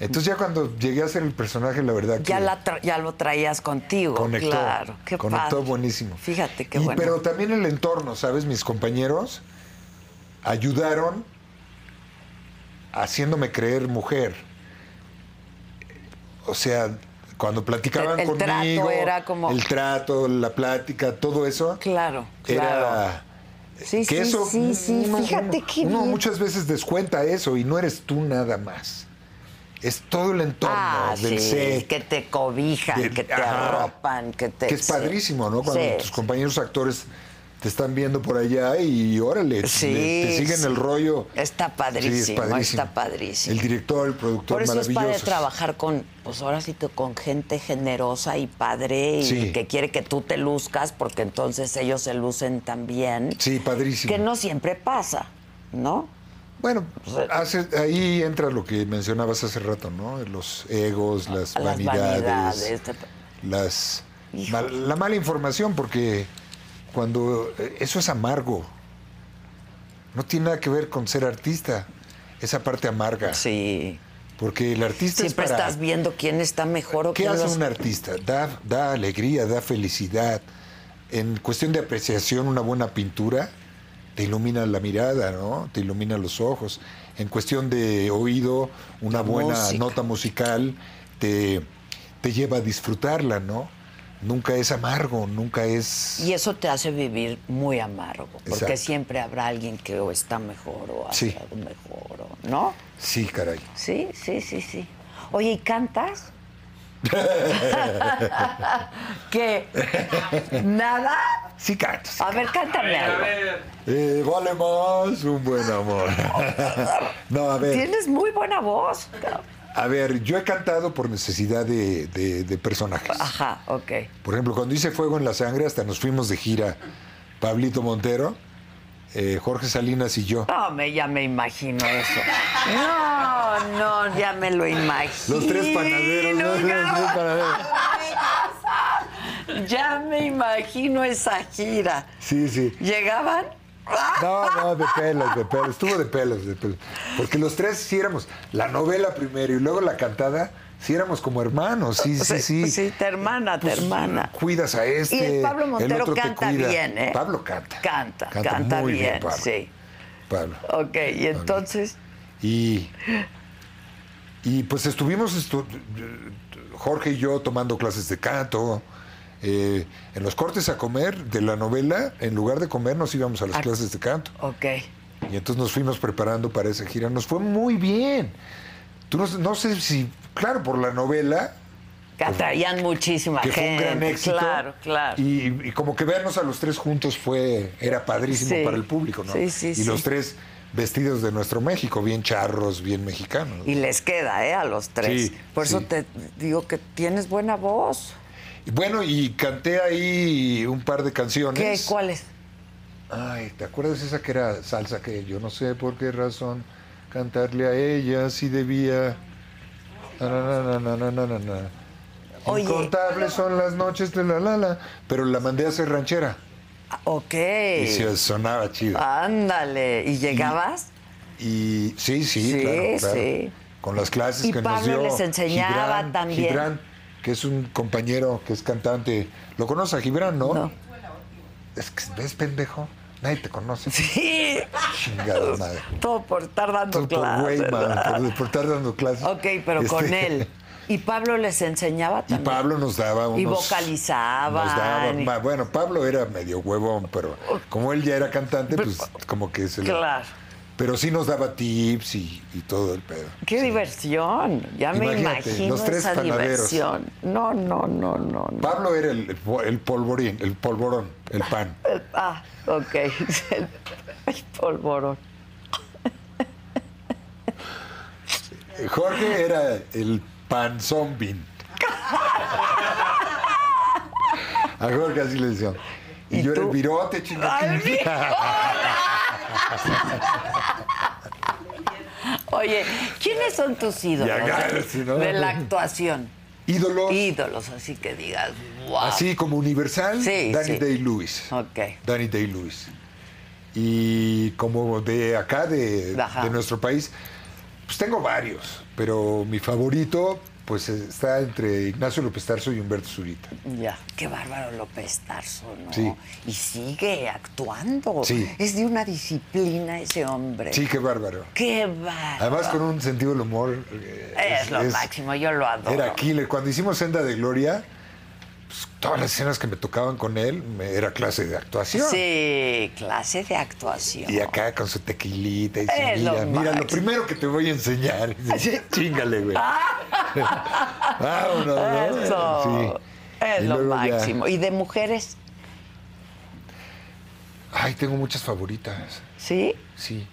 [SPEAKER 2] Entonces ya cuando llegué a ser el personaje, la verdad
[SPEAKER 1] Ya,
[SPEAKER 2] que
[SPEAKER 1] la tra- ya lo traías contigo,
[SPEAKER 2] conectó.
[SPEAKER 1] Oh, claro. Qué
[SPEAKER 2] conectó
[SPEAKER 1] padre.
[SPEAKER 2] buenísimo.
[SPEAKER 1] Fíjate qué
[SPEAKER 2] Y-
[SPEAKER 1] bueno.
[SPEAKER 2] Pero también el entorno, ¿sabes? Mis compañeros ayudaron haciéndome creer mujer. O sea, cuando platicaban
[SPEAKER 1] El- el trato
[SPEAKER 2] conmigo,
[SPEAKER 1] era como-
[SPEAKER 2] el trato, la plática, todo eso,
[SPEAKER 1] Claro, claro.
[SPEAKER 2] era
[SPEAKER 1] Sí,
[SPEAKER 2] que
[SPEAKER 1] sí,
[SPEAKER 2] eso mm,
[SPEAKER 1] sí, sí,
[SPEAKER 2] uno-
[SPEAKER 1] fíjate
[SPEAKER 2] uno-
[SPEAKER 1] qué
[SPEAKER 2] uno
[SPEAKER 1] bien.
[SPEAKER 2] muchas veces descuenta eso y no eres tú nada más. Es todo el entorno
[SPEAKER 1] Ah,
[SPEAKER 2] del
[SPEAKER 1] sí,
[SPEAKER 2] set,
[SPEAKER 1] que te cobijan,
[SPEAKER 2] del-
[SPEAKER 1] que te
[SPEAKER 2] ajá.
[SPEAKER 1] arropan, que te...
[SPEAKER 2] que es
[SPEAKER 1] sí.
[SPEAKER 2] padrísimo, ¿no? Cuando
[SPEAKER 1] Sí,
[SPEAKER 2] tus compañeros actores te están viendo por allá y órale,
[SPEAKER 1] Sí,
[SPEAKER 2] le- te siguen
[SPEAKER 1] sí.
[SPEAKER 2] el rollo.
[SPEAKER 1] Está padrísimo, está padrísimo.
[SPEAKER 2] El director, el productor,
[SPEAKER 1] Por eso es padre
[SPEAKER 2] maravilloso.
[SPEAKER 1] trabajar con, pues ahora sí que con gente generosa y padre y
[SPEAKER 2] Sí.
[SPEAKER 1] que quiere que tú te luzcas porque entonces ellos se lucen también.
[SPEAKER 2] Sí, padrísimo.
[SPEAKER 1] Que no siempre pasa, ¿no?
[SPEAKER 2] Bueno, hace- ahí entra lo que mencionabas hace rato, ¿no? Los egos, las
[SPEAKER 1] A Ah, las
[SPEAKER 2] vanidades, Ah.
[SPEAKER 1] vanidades, este, te-
[SPEAKER 2] las
[SPEAKER 1] Hijo.
[SPEAKER 2] mal- la mala información, porque cuando eh, eso es amargo, no tiene nada que ver con ser artista, esa parte amarga.
[SPEAKER 1] Sí.
[SPEAKER 2] Porque el artista
[SPEAKER 1] Siempre
[SPEAKER 2] es para...
[SPEAKER 1] estás viendo quién está mejor o
[SPEAKER 2] ¿Qué
[SPEAKER 1] quién
[SPEAKER 2] hace
[SPEAKER 1] los-
[SPEAKER 2] un artista? Da, da alegría, da felicidad. En cuestión de apreciación, una buena pintura te ilumina la mirada, ¿no? Te ilumina los ojos. En cuestión de oído, una buena
[SPEAKER 1] música.
[SPEAKER 2] nota musical te, te lleva a disfrutarla, ¿no? Nunca es amargo, nunca es...
[SPEAKER 1] Y eso te hace vivir muy amargo, porque
[SPEAKER 2] Exacto.
[SPEAKER 1] siempre habrá alguien que o está mejor o hace
[SPEAKER 2] Sí.
[SPEAKER 1] algo mejor, o- ¿no?
[SPEAKER 2] Sí, caray.
[SPEAKER 1] Sí, sí, sí, sí. Oye, ¿y cantas? *laughs* ¿Qué? ¿Nada?
[SPEAKER 2] Sí, canto. sí
[SPEAKER 1] A ver, cántame
[SPEAKER 3] A
[SPEAKER 1] algo.
[SPEAKER 3] ver,
[SPEAKER 2] Eh, vale más un buen amor. *laughs* no, a ver.
[SPEAKER 1] Tienes muy buena voz.
[SPEAKER 2] A ver, yo he cantado por necesidad de, de- de personajes.
[SPEAKER 1] Ajá, ok.
[SPEAKER 2] Por ejemplo, cuando hice Fuego en la Sangre, hasta nos fuimos de gira Pablito Montero, eh, Jorge Salinas y yo.
[SPEAKER 1] No, me, ya me imagino eso. No, no, ya me lo imagino.
[SPEAKER 2] Los tres panaderos, ¿no? Los tres panaderos.
[SPEAKER 1] Ya me imagino esa gira.
[SPEAKER 2] Sí, sí.
[SPEAKER 1] ¿Llegaban?
[SPEAKER 2] No, no, de pelos, de pelos. Estuvo de pelos, de pelos. Porque los tres sí éramos la novela primero y luego la cantada, sí éramos como hermanos. Sí, sí, sí.
[SPEAKER 1] Pues Sí, te hermana, te
[SPEAKER 2] Pues,
[SPEAKER 1] hermana.
[SPEAKER 2] Cuidas a este.
[SPEAKER 1] Y el Pablo Montero
[SPEAKER 2] otro te
[SPEAKER 1] canta
[SPEAKER 2] cuida.
[SPEAKER 1] bien, ¿eh?
[SPEAKER 2] Pablo canta.
[SPEAKER 1] Canta, canta
[SPEAKER 2] muy
[SPEAKER 1] bien,
[SPEAKER 2] Pablo.
[SPEAKER 1] sí.
[SPEAKER 2] Pablo.
[SPEAKER 1] Ok, y entonces,
[SPEAKER 2] Y, y pues estuvimos estu- Jorge y yo tomando clases de canto. eh, en los cortes a comer de la novela, en lugar de comer, nos íbamos a las
[SPEAKER 1] Ah.
[SPEAKER 2] clases de canto.
[SPEAKER 1] ok.
[SPEAKER 2] Y entonces nos fuimos preparando para esa gira. Nos fue muy bien. Tú no, no sé si, claro, por la novela,
[SPEAKER 1] Que atraían muchísima
[SPEAKER 2] que fue un
[SPEAKER 1] gente.
[SPEAKER 2] gran éxito.
[SPEAKER 1] Claro, claro.
[SPEAKER 2] Y, y como que vernos a los tres juntos fue, era padrísimo
[SPEAKER 1] Sí.
[SPEAKER 2] para el público, ¿no?
[SPEAKER 1] Sí, sí,
[SPEAKER 2] y
[SPEAKER 1] sí.
[SPEAKER 2] los tres vestidos de nuestro México, bien charros, bien mexicanos.
[SPEAKER 1] Y les queda, ¿eh? A los tres.
[SPEAKER 2] Sí,
[SPEAKER 1] Por eso
[SPEAKER 2] sí.
[SPEAKER 1] te digo que tienes buena voz.
[SPEAKER 2] Y bueno, y canté ahí un par de
[SPEAKER 1] ¿Qué?
[SPEAKER 2] canciones.
[SPEAKER 1] ¿Cuáles?
[SPEAKER 2] Ay, ¿te acuerdas esa que era salsa que yo no sé por qué razón cantarle a ella si debía? Na, na, na, na, na, na, na, na.
[SPEAKER 1] Oye.
[SPEAKER 2] Incontables son las noches de la lala, pero la mandé a hacer ranchera
[SPEAKER 1] Ah, Ok.
[SPEAKER 2] y se sonaba chido.
[SPEAKER 1] Ándale. ¿Y
[SPEAKER 2] *laughs*
[SPEAKER 1] llegabas?
[SPEAKER 2] Y sí, sí,
[SPEAKER 1] Sí,
[SPEAKER 2] claro, claro.
[SPEAKER 1] sí.
[SPEAKER 2] Con las clases
[SPEAKER 1] Y
[SPEAKER 2] que nos
[SPEAKER 1] Pablo
[SPEAKER 2] dio.
[SPEAKER 1] les enseñaba
[SPEAKER 2] Gibran,
[SPEAKER 1] también.
[SPEAKER 2] Gibran, que es un compañero que es cantante. ¿Lo conoces a Gibran, no?
[SPEAKER 1] No.
[SPEAKER 2] Es que, ¿ves, pendejo? Nadie te conoce.
[SPEAKER 1] Sí.
[SPEAKER 2] Chingada
[SPEAKER 1] *laughs*
[SPEAKER 2] madre.
[SPEAKER 1] Todo por estar dando
[SPEAKER 2] Por güey,
[SPEAKER 1] clases.
[SPEAKER 2] man,
[SPEAKER 1] ¿verdad?
[SPEAKER 2] por, por estar dando clases.
[SPEAKER 1] Ok, pero
[SPEAKER 2] Este, *laughs*
[SPEAKER 1] con él. ¿Y Pablo les enseñaba
[SPEAKER 2] Y
[SPEAKER 1] también?
[SPEAKER 2] Pablo nos daba unos...
[SPEAKER 1] Y vocalizaban.
[SPEAKER 2] Nos daba,
[SPEAKER 1] y-
[SPEAKER 2] ma- bueno, Pablo era medio huevón, pero como él ya era cantante, pues como que se le-
[SPEAKER 1] Claro.
[SPEAKER 2] Pero sí nos daba tips y, y todo el pedo.
[SPEAKER 1] ¡Qué diversión! Ya me
[SPEAKER 2] Imagínate,
[SPEAKER 1] imagino
[SPEAKER 2] los tres
[SPEAKER 1] esa
[SPEAKER 2] panaderos.
[SPEAKER 1] diversión. No, no, no, no. no.
[SPEAKER 2] Pablo era el, el po- el polvorín, el polvorón, el pan.
[SPEAKER 1] Ah, ok. *laughs* El, polvorón.
[SPEAKER 2] Jorge era el pan zombie. A Jorge así le decían. Y,
[SPEAKER 1] ¿Y
[SPEAKER 2] yo era
[SPEAKER 1] tú?
[SPEAKER 2] el virote, chingón.
[SPEAKER 1] ¡Ay, mi *laughs* Oye, ¿quiénes son tus ídolos
[SPEAKER 2] Ya, claro, si no-
[SPEAKER 1] de la actuación?
[SPEAKER 2] Ídolos.
[SPEAKER 1] Ídolos, así que digas, wow.
[SPEAKER 2] Así como universal,
[SPEAKER 1] Sí,
[SPEAKER 2] Danny
[SPEAKER 1] sí.
[SPEAKER 2] Day-Lewis.
[SPEAKER 1] Ok.
[SPEAKER 2] Danny Day-Lewis. Y como de acá, de,
[SPEAKER 1] Ajá.
[SPEAKER 2] de nuestro país, pues tengo varios, pero mi favorito pues está entre Ignacio López Tarso y Humberto Zurita.
[SPEAKER 1] Ya. Qué bárbaro López Tarso, ¿no?
[SPEAKER 2] Sí.
[SPEAKER 1] Y sigue actuando.
[SPEAKER 2] Sí.
[SPEAKER 1] Es de una disciplina ese hombre.
[SPEAKER 2] Sí, qué bárbaro.
[SPEAKER 1] Qué bárbaro.
[SPEAKER 2] Además con un sentido del humor. eh,
[SPEAKER 1] Es, lo máximo, yo lo adoro.
[SPEAKER 2] Era killer. Cuando hicimos Senda de Gloria, pues, todas las escenas que me tocaban con él me- era clase de actuación.
[SPEAKER 1] Sí, clase de actuación.
[SPEAKER 2] Y acá con su tequilita y su
[SPEAKER 1] Es lo
[SPEAKER 2] mira, mira, lo
[SPEAKER 1] máximo".
[SPEAKER 2] primero que te voy
[SPEAKER 1] *laughs*
[SPEAKER 2] a enseñar. Y dice, Chingale, güey. Vámonos, ¿no?
[SPEAKER 1] Eso.
[SPEAKER 2] Sí.
[SPEAKER 1] Es
[SPEAKER 2] Y
[SPEAKER 1] lo
[SPEAKER 2] luego ya-
[SPEAKER 1] máximo. ¿Y de mujeres?
[SPEAKER 2] Ay, tengo muchas favoritas.
[SPEAKER 1] ¿Sí?
[SPEAKER 2] Sí.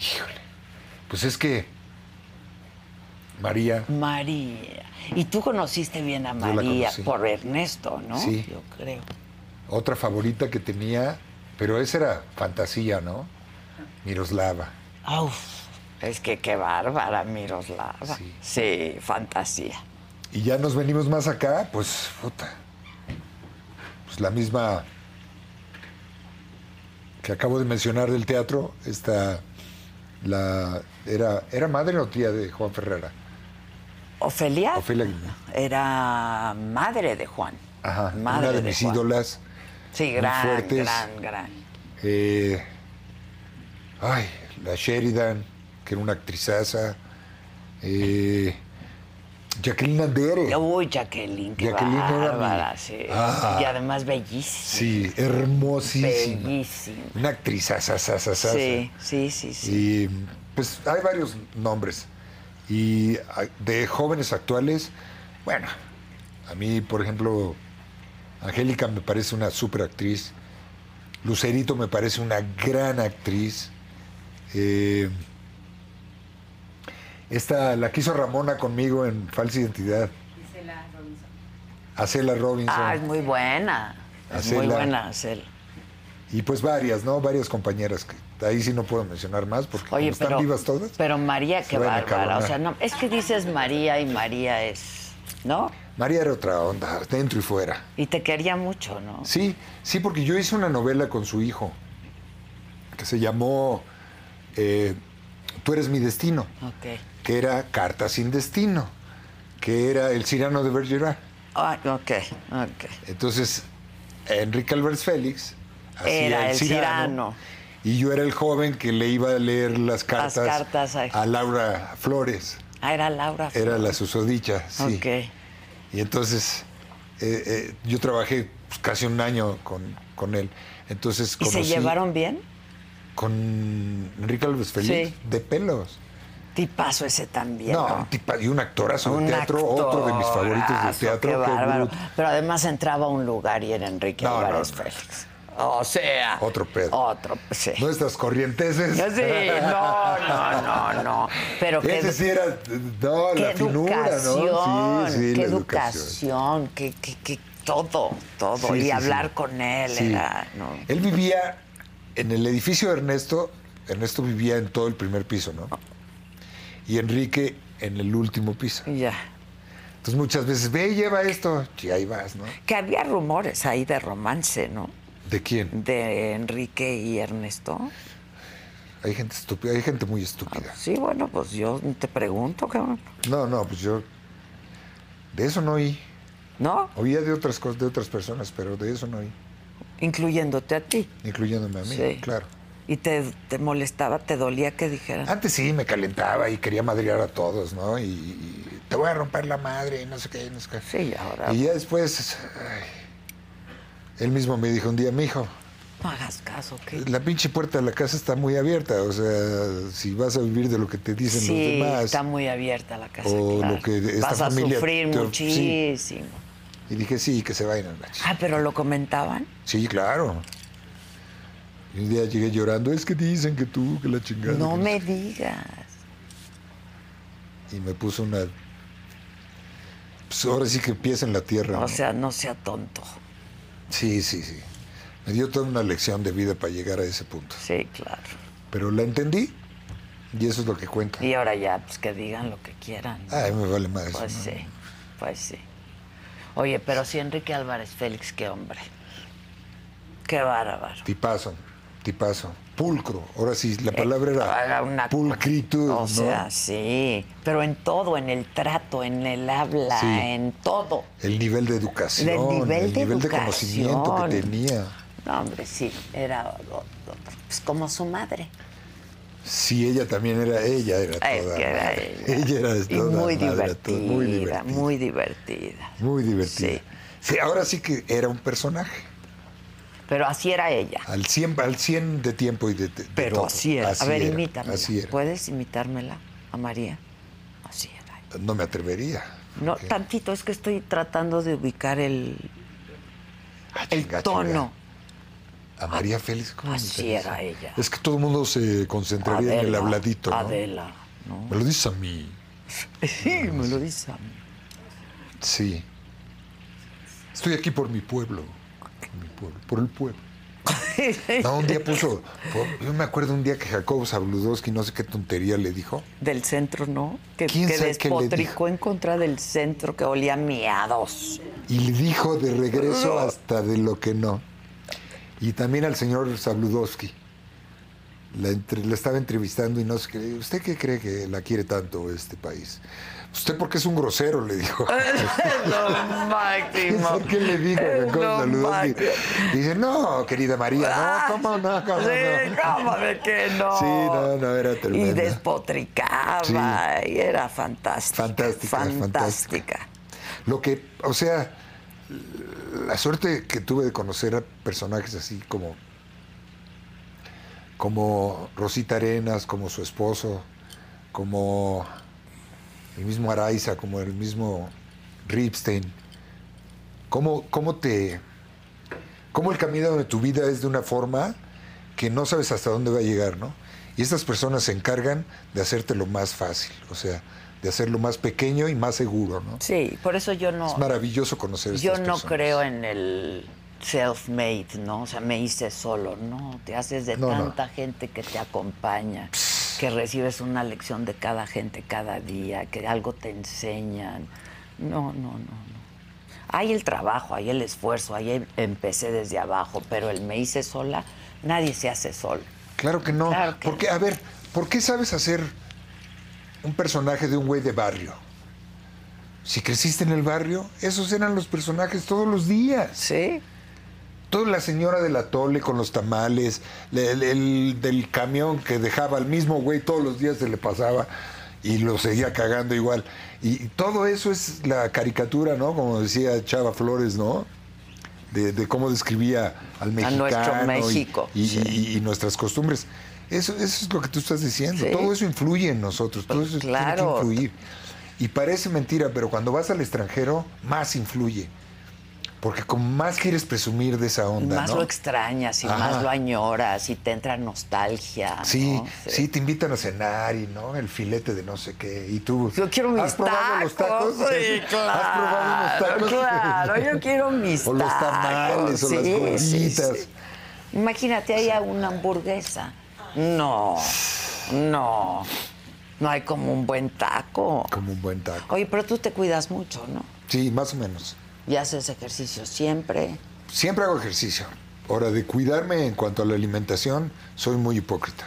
[SPEAKER 2] Híjole. Pues es que María,
[SPEAKER 1] María. Y tú conociste bien a
[SPEAKER 2] Yo la
[SPEAKER 1] María
[SPEAKER 2] conocí.
[SPEAKER 1] por Ernesto, ¿no?
[SPEAKER 2] Sí.
[SPEAKER 1] Yo creo.
[SPEAKER 2] otra favorita que tenía, pero esa era fantasía, ¿no? Miroslava.
[SPEAKER 1] Uf, es que qué bárbara, Miroslava. Sí,
[SPEAKER 2] Sí.
[SPEAKER 1] fantasía.
[SPEAKER 2] Y ya nos venimos más acá, pues, puta. Pues la misma que acabo de mencionar del teatro, esta la era era madre o tía de Juan Ferrera,
[SPEAKER 1] Ofelia
[SPEAKER 2] Ofelia Guillén.
[SPEAKER 1] era madre de Juan.
[SPEAKER 2] Ajá,
[SPEAKER 1] madre
[SPEAKER 2] una de, mis
[SPEAKER 1] Juan.
[SPEAKER 2] ídolas.
[SPEAKER 1] Sí,
[SPEAKER 2] muy
[SPEAKER 1] gran,
[SPEAKER 2] fuertes.
[SPEAKER 1] gran,
[SPEAKER 2] *laughs*
[SPEAKER 1] gran.
[SPEAKER 2] Eh, ay, la Sheridan, que era una actrizaza. Eh, Jacqueline Andere.
[SPEAKER 1] Uy, Jacqueline, qué
[SPEAKER 2] Jacqueline era mi-
[SPEAKER 1] bárbara, sí.
[SPEAKER 2] Ah.
[SPEAKER 1] Y además bellísima.
[SPEAKER 2] Sí, hermosísima.
[SPEAKER 1] Bellísima.
[SPEAKER 2] Una actrizaza,
[SPEAKER 1] Sí, sí, sí, sí.
[SPEAKER 2] Y pues hay varios nombres. Y a- de jóvenes actuales, bueno, a mí, por ejemplo, Angélica me parece una super actriz. Lucerito me parece una gran actriz. Eh, esta la quiso Ramona conmigo en Falsa Identidad. Acela Robinson.
[SPEAKER 1] Ah, es muy buena. Es muy
[SPEAKER 2] Hacela.
[SPEAKER 1] buena hacerla.
[SPEAKER 2] Y pues varias, ¿no? Varias compañeras. Que ahí sí no puedo mencionar más porque como
[SPEAKER 1] Oye,
[SPEAKER 2] están
[SPEAKER 1] pero,
[SPEAKER 2] vivas todas.
[SPEAKER 1] pero María, qué
[SPEAKER 2] van a
[SPEAKER 1] bárbara. O
[SPEAKER 2] cabronar.
[SPEAKER 1] sea, no, es que dices María y María es, ¿no?
[SPEAKER 2] María era otra onda, dentro y fuera.
[SPEAKER 1] Y te quería mucho, ¿no?
[SPEAKER 2] Sí, sí, porque yo hice una novela con su hijo que se llamó eh, Tú eres mi destino,
[SPEAKER 1] Ok.
[SPEAKER 2] que era Carta sin destino, que era El Cirano de Bergerac.
[SPEAKER 1] Ah, ok, ok.
[SPEAKER 2] Entonces, Enrique Albers Félix hacía
[SPEAKER 1] Era el
[SPEAKER 2] Cirano,
[SPEAKER 1] Cirano.
[SPEAKER 2] Y yo era el joven que le iba a leer las cartas,
[SPEAKER 1] cartas a-
[SPEAKER 2] a Laura Flores.
[SPEAKER 1] Ah, era Laura.
[SPEAKER 2] Era la susodicha, sí.
[SPEAKER 1] Ok.
[SPEAKER 2] Y entonces eh, eh, yo trabajé pues, casi un año con, con él. Entonces
[SPEAKER 1] ¿Y se
[SPEAKER 2] conocí
[SPEAKER 1] llevaron bien?
[SPEAKER 2] con Enrique Alves Félix
[SPEAKER 1] Sí.
[SPEAKER 2] de pelos.
[SPEAKER 1] Tipazo ese también.
[SPEAKER 2] No,
[SPEAKER 1] ¿no?
[SPEAKER 2] un tipa- y un actorazo de
[SPEAKER 1] Un
[SPEAKER 2] teatro, otro de mis favoritos de
[SPEAKER 1] actorazo,
[SPEAKER 2] teatro.
[SPEAKER 1] Qué
[SPEAKER 2] qué
[SPEAKER 1] bárbaro.
[SPEAKER 2] bruto.
[SPEAKER 1] Pero además entraba a un lugar y era Enrique
[SPEAKER 2] No, no,
[SPEAKER 1] Álvarez
[SPEAKER 2] no.
[SPEAKER 1] Félix. O sea.
[SPEAKER 2] Otro pedo.
[SPEAKER 1] Otro, sí.
[SPEAKER 2] Nuestras corrienteses.
[SPEAKER 1] Sí,
[SPEAKER 2] *laughs*
[SPEAKER 1] no, no, no, no. Pero qué,
[SPEAKER 2] Ese sí era, no,
[SPEAKER 1] qué
[SPEAKER 2] la finura, ¿no?
[SPEAKER 1] educación,
[SPEAKER 2] Sí, sí,
[SPEAKER 1] qué
[SPEAKER 2] la
[SPEAKER 1] educación, qué, qué, qué, todo, todo.
[SPEAKER 2] Sí,
[SPEAKER 1] y
[SPEAKER 2] sí, sí.
[SPEAKER 1] hablar con él
[SPEAKER 2] Sí.
[SPEAKER 1] era. ¿no?
[SPEAKER 2] Él vivía en el edificio de Ernesto, Ernesto vivía en todo el primer piso, ¿no? Y Enrique en el último piso.
[SPEAKER 1] Ya.
[SPEAKER 2] Entonces muchas veces, ve y lleva esto, y ahí vas, ¿no?
[SPEAKER 1] Que había rumores ahí de romance, ¿no?
[SPEAKER 2] ¿De
[SPEAKER 1] Mm.
[SPEAKER 2] quién?
[SPEAKER 1] De Enrique y Ernesto.
[SPEAKER 2] Hay gente estúpida, hay gente muy estúpida.
[SPEAKER 1] Sí, bueno, pues yo te pregunto, cabrón.
[SPEAKER 2] No, no, pues yo de eso no oí.
[SPEAKER 1] ¿No?
[SPEAKER 2] Oía de otras cosas, de otras personas, pero de eso no oí,
[SPEAKER 1] Incluyéndote a ti.
[SPEAKER 2] incluyéndome a mí,
[SPEAKER 1] Sí.
[SPEAKER 2] claro.
[SPEAKER 1] Y te, te molestaba, te dolía que dijeran.
[SPEAKER 2] Antes sí me calentaba y quería madrear a todos, ¿no? Y, y te voy a romper la madre y no sé qué, y no sé qué.
[SPEAKER 1] Sí, ahora
[SPEAKER 2] Y ya después, ay, él mismo me dijo un día, mijo,
[SPEAKER 1] no hagas caso, ¿qué?
[SPEAKER 2] la pinche puerta de la casa está muy abierta, o sea, si vas a vivir de lo que te dicen
[SPEAKER 1] Sí,
[SPEAKER 2] los demás.
[SPEAKER 1] está muy abierta la casa.
[SPEAKER 2] O
[SPEAKER 1] claro.
[SPEAKER 2] lo que esta
[SPEAKER 1] Vas a
[SPEAKER 2] familia
[SPEAKER 1] sufrir
[SPEAKER 2] te-
[SPEAKER 1] muchísimo.
[SPEAKER 2] Y dije, sí, que se vayan a la ch-".
[SPEAKER 1] Ah, pero lo comentaban.
[SPEAKER 2] Sí, claro. Y un día llegué llorando, es que dicen que tú, que la chingada.
[SPEAKER 1] No
[SPEAKER 2] que
[SPEAKER 1] me digas.
[SPEAKER 2] Y me puso una... Pues ahora sí que pies en la tierra.
[SPEAKER 1] O
[SPEAKER 2] ¿no?
[SPEAKER 1] sea, no sea tonto.
[SPEAKER 2] Sí, sí, sí. Me dio toda una lección de vida para llegar a ese punto.
[SPEAKER 1] Sí, claro.
[SPEAKER 2] Pero la entendí y eso es lo que cuenta.
[SPEAKER 1] Y ahora ya, pues que digan lo que quieran. ¿no?
[SPEAKER 2] Ay, me vale madre.
[SPEAKER 1] Pues
[SPEAKER 2] ¿no?
[SPEAKER 1] sí, pues sí. Oye, pero sí, Enrique Álvarez Félix, qué hombre. Qué bárbaro.
[SPEAKER 2] Tipazo, tipazo. Pulcro. Ahora sí,
[SPEAKER 1] Eh,
[SPEAKER 2] la palabra
[SPEAKER 1] Haga
[SPEAKER 2] era
[SPEAKER 1] una-
[SPEAKER 2] pulcritud.
[SPEAKER 1] O
[SPEAKER 2] ¿no?
[SPEAKER 1] sea, sí. Pero en todo, en el trato, en el habla,
[SPEAKER 2] Sí.
[SPEAKER 1] en todo.
[SPEAKER 2] El nivel de educación.
[SPEAKER 1] Del nivel
[SPEAKER 2] el
[SPEAKER 1] de
[SPEAKER 2] nivel de
[SPEAKER 1] educación.
[SPEAKER 2] conocimiento que tenía.
[SPEAKER 1] No, hombre, sí. Era o- o- pues, como su madre.
[SPEAKER 2] Sí, ella también era, ella era
[SPEAKER 1] Ay,
[SPEAKER 2] toda.
[SPEAKER 1] que era
[SPEAKER 2] madre.
[SPEAKER 1] ella.
[SPEAKER 2] era
[SPEAKER 1] Y
[SPEAKER 2] toda
[SPEAKER 1] muy,
[SPEAKER 2] madre,
[SPEAKER 1] divertida,
[SPEAKER 2] toda- muy divertida.
[SPEAKER 1] muy divertida.
[SPEAKER 2] muy divertida.
[SPEAKER 1] Sí.
[SPEAKER 2] Sí, ahora sí que era un personaje.
[SPEAKER 1] Pero así era ella.
[SPEAKER 2] Al 100, al 100 de tiempo y de, de- de
[SPEAKER 1] Pero
[SPEAKER 2] todo.
[SPEAKER 1] así era. A ver, pues.
[SPEAKER 2] era,
[SPEAKER 1] imítamela.
[SPEAKER 2] Así era.
[SPEAKER 1] ¿Puedes imitármela a María? Así era.
[SPEAKER 2] No me atrevería.
[SPEAKER 1] No,
[SPEAKER 2] porque-
[SPEAKER 1] tantito, es que estoy tratando de ubicar el,
[SPEAKER 2] Ah,
[SPEAKER 1] el
[SPEAKER 2] chinga,
[SPEAKER 1] tono.
[SPEAKER 2] chinga. A María Félix, ¿cómo me
[SPEAKER 1] Así
[SPEAKER 2] interesa?
[SPEAKER 1] era ella.
[SPEAKER 2] Es que todo el mundo se concentraría en el habladito. ¿no?
[SPEAKER 1] Adela, ¿no?
[SPEAKER 2] Me lo dices a mí.
[SPEAKER 1] Sí, me lo dice a mí.
[SPEAKER 2] Sí. Estoy aquí por mi pueblo. Por mi pueblo. Por el pueblo. No, un día puso. por- yo me acuerdo un día que Jacobo Sabludowski, no sé qué tontería le dijo.
[SPEAKER 1] Del centro, ¿no? Que,
[SPEAKER 2] ¿Quién
[SPEAKER 1] que
[SPEAKER 2] sabe qué le
[SPEAKER 1] despotricó
[SPEAKER 2] dijo?
[SPEAKER 1] en contra del centro que olía a
[SPEAKER 2] *laughs*
[SPEAKER 1] miados.
[SPEAKER 2] Y le dijo de regreso hasta de lo que no. Y también al señor Sabludowski. La, entre- la estaba entrevistando y no sé qué. le digo, ¿Usted qué cree que la quiere tanto este país? Usted porque es un grosero, le dijo.
[SPEAKER 1] *laughs* lo
[SPEAKER 2] ¿Quién
[SPEAKER 1] máximo.
[SPEAKER 2] sabe ¿Qué le dijo
[SPEAKER 1] Es
[SPEAKER 2] Jacobo
[SPEAKER 1] lo
[SPEAKER 2] Sabludowski?
[SPEAKER 1] máximo.
[SPEAKER 2] Dice, no, querida María, no, cómo no, cómo
[SPEAKER 1] Ah, Sí,
[SPEAKER 2] no.
[SPEAKER 1] cómo de que no.
[SPEAKER 2] Sí, no, no, era
[SPEAKER 1] Y
[SPEAKER 2] tremenda.
[SPEAKER 1] despotricaba, y era fantástica.
[SPEAKER 2] Fantástica, fantástica.
[SPEAKER 1] fantástica.
[SPEAKER 2] Lo que, o sea, la suerte que tuve de conocer a personajes así como, como Rosita Arenas, como su esposo, como el mismo Araiza, como el mismo Ripstein. ¿Cómo, cómo te. cómo el camino de tu vida es de una forma que no sabes hasta dónde va a llegar, ¿no? Y estas personas se encargan de hacértelo más fácil, o sea, de hacerlo más pequeño y más seguro, ¿no?
[SPEAKER 1] Sí, por eso yo no.
[SPEAKER 2] Es maravilloso conocer a
[SPEAKER 1] Yo
[SPEAKER 2] estas
[SPEAKER 1] no
[SPEAKER 2] personas.
[SPEAKER 1] creo en el self-made, ¿no? O sea, me hice solo, ¿no? Te haces de
[SPEAKER 2] No, no.
[SPEAKER 1] tanta gente que te acompaña, que recibes una lección de cada gente cada día, que algo te enseñan. No, no, no, no. Hay el trabajo, hay el esfuerzo, ahí em- empecé desde abajo, pero el me hice sola, nadie se hace solo.
[SPEAKER 2] Claro que no.
[SPEAKER 1] Claro que
[SPEAKER 2] Porque, a ver, ¿por qué sabes hacer un personaje de un güey de barrio? Si creciste en el barrio, esos eran los personajes todos los días.
[SPEAKER 1] Sí,
[SPEAKER 2] Toda la señora del atole con los tamales, el, el del camión que dejaba al mismo güey todos los días se le pasaba y lo seguía cagando igual. Y todo eso es la caricatura, ¿no? Como decía Chava Flores, ¿no? De, de cómo describía al mexicano.
[SPEAKER 1] nuestro
[SPEAKER 2] y-
[SPEAKER 1] México,
[SPEAKER 2] Y,
[SPEAKER 1] sí.
[SPEAKER 2] y- y nuestras costumbres. Eso, eso es lo que tú estás diciendo.
[SPEAKER 1] Sí.
[SPEAKER 2] Todo eso influye en nosotros. Todo eso tiene
[SPEAKER 1] claro.
[SPEAKER 2] que influir. Y parece mentira, pero cuando vas al extranjero, más influye. Porque con más quieres presumir de esa
[SPEAKER 1] y
[SPEAKER 2] onda,
[SPEAKER 1] más
[SPEAKER 2] ¿no?
[SPEAKER 1] lo extrañas y
[SPEAKER 2] Ajá.
[SPEAKER 1] más lo añoras y te entra nostalgia.
[SPEAKER 2] Sí,
[SPEAKER 1] ¿no?
[SPEAKER 2] sí, te invitan a cenar y no, el filete de no sé qué. Y tú.
[SPEAKER 1] Yo quiero mis
[SPEAKER 2] ¿Has probado
[SPEAKER 1] tacos.
[SPEAKER 2] los tacos?
[SPEAKER 1] Sí, claro.
[SPEAKER 2] *laughs* ¿Has probado los tacos? *laughs*
[SPEAKER 1] Claro, yo quiero mis
[SPEAKER 2] O los tamales,
[SPEAKER 1] tacos,
[SPEAKER 2] o las
[SPEAKER 1] sí,
[SPEAKER 2] gorditas.
[SPEAKER 1] sí, sí. Imagínate ahí a una hamburguesa. No, no. No hay como un buen taco.
[SPEAKER 2] Como un buen taco.
[SPEAKER 1] Oye, pero tú te cuidas mucho, ¿no?
[SPEAKER 2] Sí, más o menos.
[SPEAKER 1] Y haces ejercicio siempre.
[SPEAKER 2] Siempre hago ejercicio. Ahora, de cuidarme en cuanto a la alimentación, soy muy hipócrita.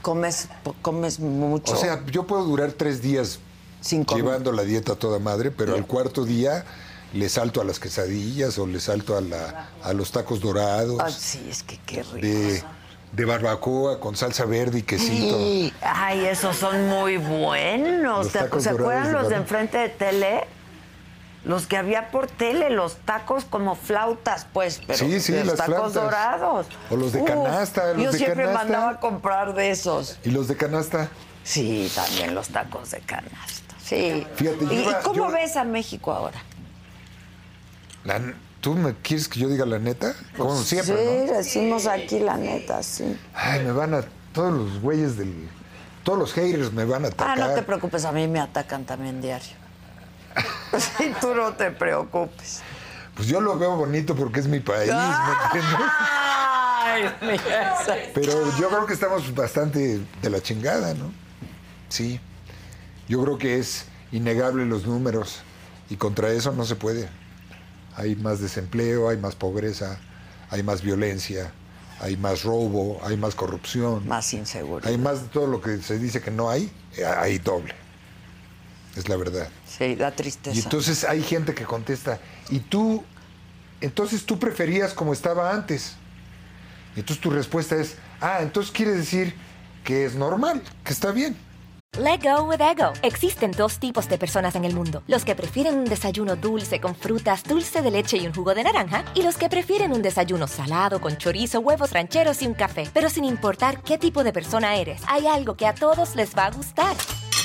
[SPEAKER 1] Comes, po- comes mucho.
[SPEAKER 2] O sea, yo puedo durar tres días
[SPEAKER 1] Sin comer.
[SPEAKER 2] llevando la dieta a toda madre, pero al cuarto día le salto a las quesadillas o le salto a, la, a los tacos dorados
[SPEAKER 1] Ay, sí, es que qué rico.
[SPEAKER 2] de, de barbacoa con salsa verde y quesito.
[SPEAKER 1] Y- Ay, esos son muy buenos.
[SPEAKER 2] Los
[SPEAKER 1] ¿Te-
[SPEAKER 2] tacos
[SPEAKER 1] ¿Se acuerdan
[SPEAKER 2] dorados de
[SPEAKER 1] los de
[SPEAKER 2] barba-
[SPEAKER 1] enfrente de tele? Los que había por tele, los tacos como flautas, pues, pero
[SPEAKER 2] Sí, sí,
[SPEAKER 1] los
[SPEAKER 2] las
[SPEAKER 1] tacos
[SPEAKER 2] flautas.
[SPEAKER 1] dorados.
[SPEAKER 2] O los de
[SPEAKER 1] Uf,
[SPEAKER 2] canasta, los
[SPEAKER 1] yo
[SPEAKER 2] de
[SPEAKER 1] siempre
[SPEAKER 2] canasta.
[SPEAKER 1] mandaba a comprar de esos.
[SPEAKER 2] ¿Y los de canasta?
[SPEAKER 1] Sí, también los tacos de canasta. Sí.
[SPEAKER 2] Fíjate, yo
[SPEAKER 1] ¿Y, y
[SPEAKER 2] iba-
[SPEAKER 1] cómo
[SPEAKER 2] yo-
[SPEAKER 1] ves a México ahora?
[SPEAKER 2] La n- ¿Tú me quieres que yo diga la neta? Como siempre,
[SPEAKER 1] Pues sí,
[SPEAKER 2] ¿no?
[SPEAKER 1] decimos aquí la neta, sí.
[SPEAKER 2] Ay, me van a... Todos los güeyes del... Todos los haters me van a
[SPEAKER 1] Ah,
[SPEAKER 2] atacar.
[SPEAKER 1] no te preocupes, a mí me atacan también diario. *laughs* Sí, tú no te preocupes.
[SPEAKER 2] Pues yo lo veo bonito porque es mi país, ¿me
[SPEAKER 1] Ah.
[SPEAKER 2] entiendes?
[SPEAKER 1] Ay, mira, esa-
[SPEAKER 2] Pero yo creo que estamos bastante de la chingada, ¿no? Sí. Yo creo que es innegable los números y contra eso no se puede. Hay más desempleo, hay más pobreza, hay más violencia, hay más robo, hay más corrupción,
[SPEAKER 1] Más inseguro.
[SPEAKER 2] hay más de todo lo que se dice que no hay, eh, hay doble. Es la verdad.
[SPEAKER 1] Sí, da
[SPEAKER 2] Y
[SPEAKER 1] tristeza.
[SPEAKER 2] entonces hay gente que contesta, ¿y tú? Entonces tú preferías como estaba antes. Y entonces tu respuesta es, ah, entonces quiere decir que es normal, que está bien.
[SPEAKER 7] Let go with ego. Existen dos tipos de personas en el mundo: los que prefieren un desayuno dulce con frutas, dulce de leche y un jugo de naranja, y los que prefieren un desayuno salado con chorizo, huevos rancheros y un café. Pero sin importar qué tipo de persona eres, hay algo que a todos les va a gustar.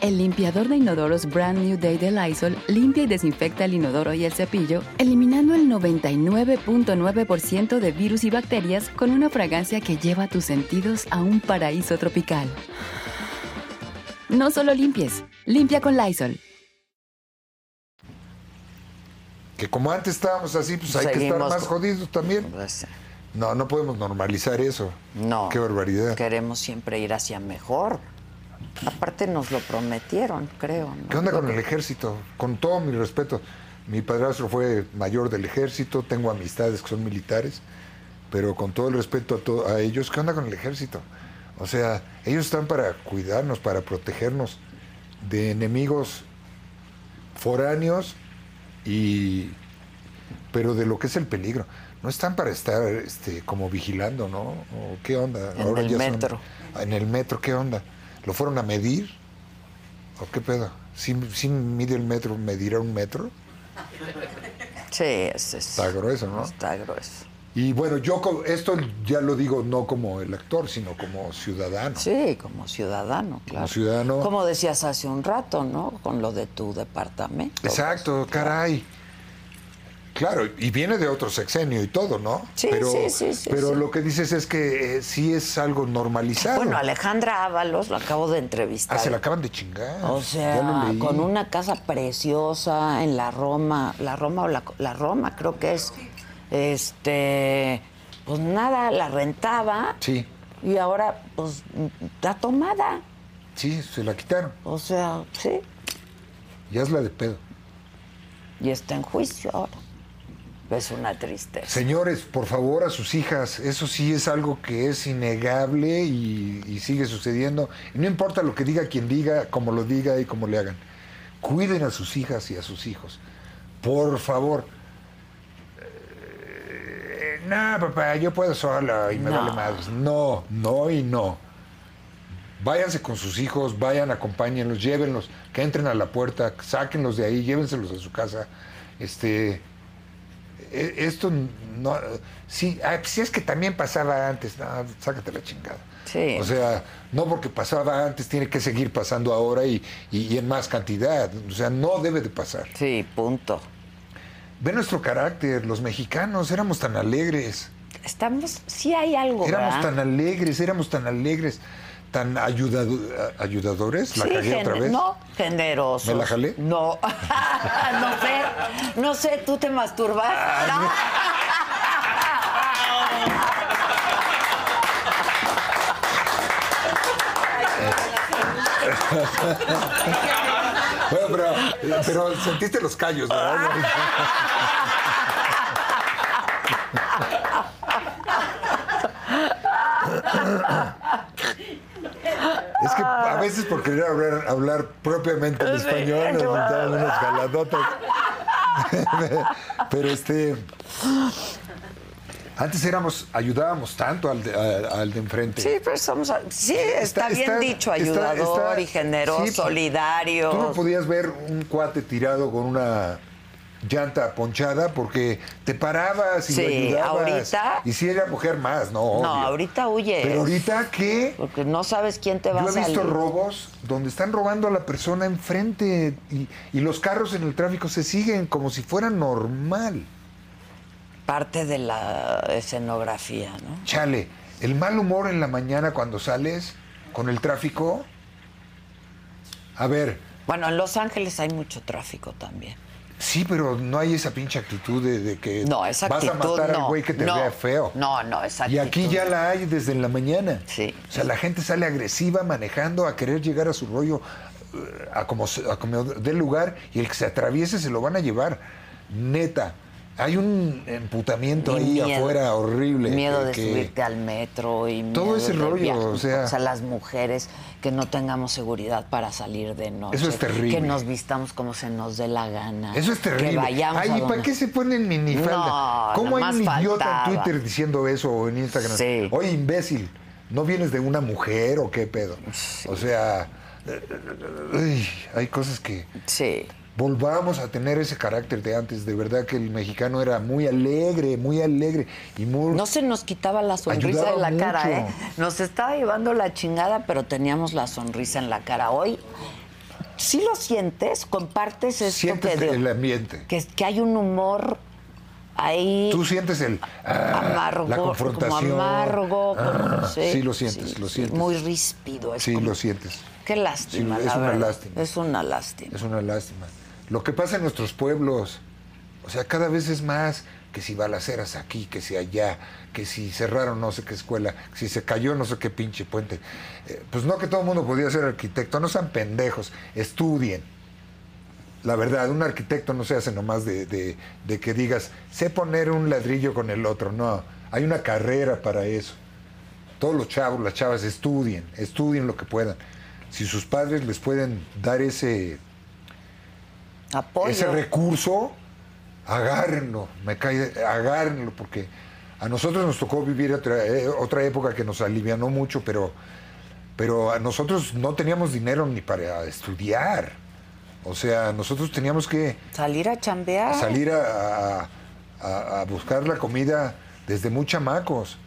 [SPEAKER 6] El limpiador de inodoros Brand New Day de Lysol limpia y desinfecta el inodoro y el cepillo, eliminando el 99.9% de virus y bacterias con una fragancia que lleva tus sentidos a un paraíso tropical. No solo limpies, limpia con Lysol.
[SPEAKER 2] Que como antes estábamos así, pues hay que estar
[SPEAKER 1] Seguimos
[SPEAKER 2] más
[SPEAKER 1] con-
[SPEAKER 2] jodidos también.
[SPEAKER 1] Pues,
[SPEAKER 2] No, no podemos normalizar eso.
[SPEAKER 1] no.
[SPEAKER 2] Qué barbaridad. ¿Qué,
[SPEAKER 1] Queremos siempre ir hacia mejor. Aparte nos lo prometieron, creo. ¿no?
[SPEAKER 2] onda con el ejército? Con todo mi respeto. Mi padrastro fue mayor del ejército, tengo amistades que son militares, pero con todo el respeto a, to- a ellos, ¿qué onda con el ejército? O sea, ellos están para cuidarnos, para protegernos de enemigos foráneos y pero de lo que es el peligro. No están para estar este, como vigilando, ¿no? ¿O ¿Qué onda?
[SPEAKER 1] En el metro.
[SPEAKER 2] en el metro, ¿qué onda? ¿Lo fueron a medir? ¿O qué pedo? ¿Sí, sí mide el metro? ¿Medirá un metro?
[SPEAKER 1] Sí, ese es,
[SPEAKER 2] Está grueso, ¿no?
[SPEAKER 1] Está grueso.
[SPEAKER 2] Y bueno, yo co- esto ya lo digo no como el actor, sino como ciudadano.
[SPEAKER 1] Sí, como ciudadano, claro.
[SPEAKER 2] ciudadano.
[SPEAKER 1] Como decías hace un rato, ¿no? Con lo de tu departamento.
[SPEAKER 2] Exacto, caray. Claro, y viene de otro sexenio y todo, ¿no?
[SPEAKER 1] Sí,
[SPEAKER 2] pero,
[SPEAKER 1] sí, sí, sí,
[SPEAKER 2] Pero
[SPEAKER 1] sí.
[SPEAKER 2] lo que dices es que eh, sí es algo normalizado.
[SPEAKER 1] Bueno, Alejandra Ábalos la acabo de entrevistar.
[SPEAKER 2] Ah, se la acaban de chingar.
[SPEAKER 1] O
[SPEAKER 2] Ah, Ya lo
[SPEAKER 1] sea,
[SPEAKER 2] leí.
[SPEAKER 1] con una casa preciosa en la Roma, la Roma o la, la Roma creo que es, este, pues nada, la rentaba
[SPEAKER 2] Sí,
[SPEAKER 1] y ahora pues está tomada,
[SPEAKER 2] sí, se la quitaron.
[SPEAKER 1] o sea, sí,
[SPEAKER 2] Ya es la de pedo.
[SPEAKER 1] y está en juicio ahora. Es una tristeza.
[SPEAKER 2] Señores, por favor, a sus hijas, eso sí es algo que es innegable y, y sigue sucediendo. Y no importa lo que diga quien diga, como lo diga y como le hagan. Cuiden a sus hijas y a sus hijos. Por favor. Eh, no, papá, yo puedo sola y me
[SPEAKER 1] No.
[SPEAKER 2] vale madres. No, no y no. Váyanse con sus hijos, vayan, acompáñenlos, llévenlos, que entren a la puerta, sáquenlos de ahí, llévenselos a su casa. Este, e- esto no. Sí, ah, si es que también pasaba antes, no, sácate la chingada.
[SPEAKER 1] Sí.
[SPEAKER 2] O sea, no porque pasaba antes, tiene que seguir pasando ahora y, y- y en más cantidad. O sea, no debe de pasar.
[SPEAKER 1] Sí, punto.
[SPEAKER 2] Ve nuestro carácter, los mexicanos éramos tan alegres.
[SPEAKER 1] Estamos, sí hay algo,
[SPEAKER 2] Éramos
[SPEAKER 1] ¿verdad?
[SPEAKER 2] tan alegres, éramos tan alegres, tan ayudado- a- ayudadores. La
[SPEAKER 1] Sí,
[SPEAKER 2] cagué otra
[SPEAKER 1] gene-
[SPEAKER 2] vez.
[SPEAKER 1] No, generosos.
[SPEAKER 2] ¿Me la jalé?
[SPEAKER 1] No. *laughs* no sé, no sé, ¿tú te masturbas?
[SPEAKER 2] Bueno, pero, pero sentiste los callos, ¿verdad? Es que a veces por querer hablar, hablar propiamente en
[SPEAKER 1] Sí,
[SPEAKER 2] español nos
[SPEAKER 1] claro.
[SPEAKER 2] montaban unas galadotas. Pero este. Antes éramos, ayudábamos tanto al de, a- al de enfrente.
[SPEAKER 1] Sí, pero somos. Sí, está,
[SPEAKER 2] Está-
[SPEAKER 1] bien
[SPEAKER 2] está-
[SPEAKER 1] dicho,
[SPEAKER 2] está-
[SPEAKER 1] ayudador
[SPEAKER 2] está-
[SPEAKER 1] y generoso,
[SPEAKER 2] sí, pues,
[SPEAKER 1] solidario.
[SPEAKER 2] Tú no podías ver un cuate tirado con una llanta ponchada porque te parabas y
[SPEAKER 1] Sí,
[SPEAKER 2] lo ayudabas.
[SPEAKER 1] ahorita-
[SPEAKER 2] Y si era mujer más, no,
[SPEAKER 1] No,
[SPEAKER 2] obvio.
[SPEAKER 1] ahorita huyes.
[SPEAKER 2] Pero ahorita, ¿qué?
[SPEAKER 1] Porque no sabes quién te va
[SPEAKER 2] Yo
[SPEAKER 1] a
[SPEAKER 2] he
[SPEAKER 1] salir.
[SPEAKER 2] visto robos donde están robando a la persona enfrente y, y los carros en el tráfico se siguen como si fuera normal.
[SPEAKER 1] Parte de la escenografía, ¿no?
[SPEAKER 2] Chale, el mal humor en la mañana cuando sales con el tráfico. A ver,
[SPEAKER 1] Bueno, en Los Ángeles hay mucho tráfico también.
[SPEAKER 2] Sí, pero no hay esa pinche actitud de, de que
[SPEAKER 1] No, esa
[SPEAKER 2] Eh, vas
[SPEAKER 1] actitud
[SPEAKER 2] a matar
[SPEAKER 1] no.
[SPEAKER 2] al güey que te
[SPEAKER 1] no,
[SPEAKER 2] vea feo.
[SPEAKER 1] No, no, esa
[SPEAKER 2] y aquí
[SPEAKER 1] actitud
[SPEAKER 2] ya
[SPEAKER 1] no.
[SPEAKER 2] la hay desde la mañana.
[SPEAKER 1] Sí.
[SPEAKER 2] O sea, la gente sale agresiva manejando a querer llegar a su rollo, eh, a como, se- a como dé lugar, y el que se atraviese se lo van a llevar. Neta, hay un emputamiento
[SPEAKER 1] Y
[SPEAKER 2] ahí
[SPEAKER 1] miedo.
[SPEAKER 2] afuera horrible.
[SPEAKER 1] Miedo
[SPEAKER 2] que-
[SPEAKER 1] de
[SPEAKER 2] que-
[SPEAKER 1] subirte al metro y
[SPEAKER 2] Todo
[SPEAKER 1] miedo
[SPEAKER 2] ese
[SPEAKER 1] de
[SPEAKER 2] rollo,
[SPEAKER 1] viajar.
[SPEAKER 2] o sea-
[SPEAKER 1] las mujeres que no tengamos seguridad para salir de noche.
[SPEAKER 2] Eso es terrible.
[SPEAKER 1] Que nos vistamos como se nos dé la gana.
[SPEAKER 2] Eso es terrible.
[SPEAKER 1] Que vayamos
[SPEAKER 2] Ay,
[SPEAKER 1] a
[SPEAKER 2] ¿y para
[SPEAKER 1] donde-
[SPEAKER 2] qué se ponen minifalda?
[SPEAKER 1] No,
[SPEAKER 2] ¿Cómo hay
[SPEAKER 1] nomás
[SPEAKER 2] un idiota en
[SPEAKER 1] faltaba.
[SPEAKER 2] Twitter diciendo eso o en Instagram?
[SPEAKER 1] Sí.
[SPEAKER 2] Oye, imbécil, ¿no vienes de una mujer o qué pedo? O sea, ay, hay cosas que...
[SPEAKER 1] Sí.
[SPEAKER 2] Volvamos a tener ese carácter de antes. De verdad que el mexicano era muy alegre, muy alegre y muy...
[SPEAKER 1] No se nos quitaba la sonrisa
[SPEAKER 2] Ayudaba
[SPEAKER 1] de la cara,
[SPEAKER 2] mucho.
[SPEAKER 1] ¿eh? Nos estaba llevando la chingada, pero teníamos la sonrisa en la cara. Hoy, si lo sientes, compartes esto
[SPEAKER 2] sientes
[SPEAKER 1] que, de-
[SPEAKER 2] el ambiente.
[SPEAKER 1] que, que hay un humor ahí.
[SPEAKER 2] Tú sientes el... ah,
[SPEAKER 1] amargo,
[SPEAKER 2] La confrontación.
[SPEAKER 1] como amargo, como-
[SPEAKER 2] Ah,
[SPEAKER 1] sí,
[SPEAKER 2] lo sientes,
[SPEAKER 1] sí,
[SPEAKER 2] lo
[SPEAKER 1] sí,
[SPEAKER 2] sientes.
[SPEAKER 1] muy ríspido, es
[SPEAKER 2] Sí,
[SPEAKER 1] como-
[SPEAKER 2] lo sientes.
[SPEAKER 1] Qué lástima,
[SPEAKER 2] Sí,
[SPEAKER 1] la
[SPEAKER 2] es una
[SPEAKER 1] verdad.
[SPEAKER 2] lástima.
[SPEAKER 1] Es una lástima.
[SPEAKER 2] Es una lástima. Lo que pasa en nuestros pueblos, o sea, cada vez es más que si balaceras aquí, que si allá, que si cerraron no sé qué escuela, que si se cayó no sé qué pinche puente. Eh, pues no que todo el mundo podía ser arquitecto, no sean pendejos, estudien. La verdad, un arquitecto no se hace nomás de, de- de que digas, sé poner un ladrillo con el otro, no, hay una carrera para eso todos los chavos, las chavas, estudien, estudien lo que puedan. Si sus padres les pueden dar ese,
[SPEAKER 1] Apoyo.
[SPEAKER 2] ese recurso, agárrenlo, me cae, de- agárrenlo, porque a nosotros nos tocó vivir otra, eh, otra época que nos alivianó mucho, pero, pero a nosotros no teníamos dinero ni para estudiar. O sea, nosotros teníamos que
[SPEAKER 1] Salir a chambear.
[SPEAKER 2] salir a, a- a- a buscar la comida desde muy chamacos.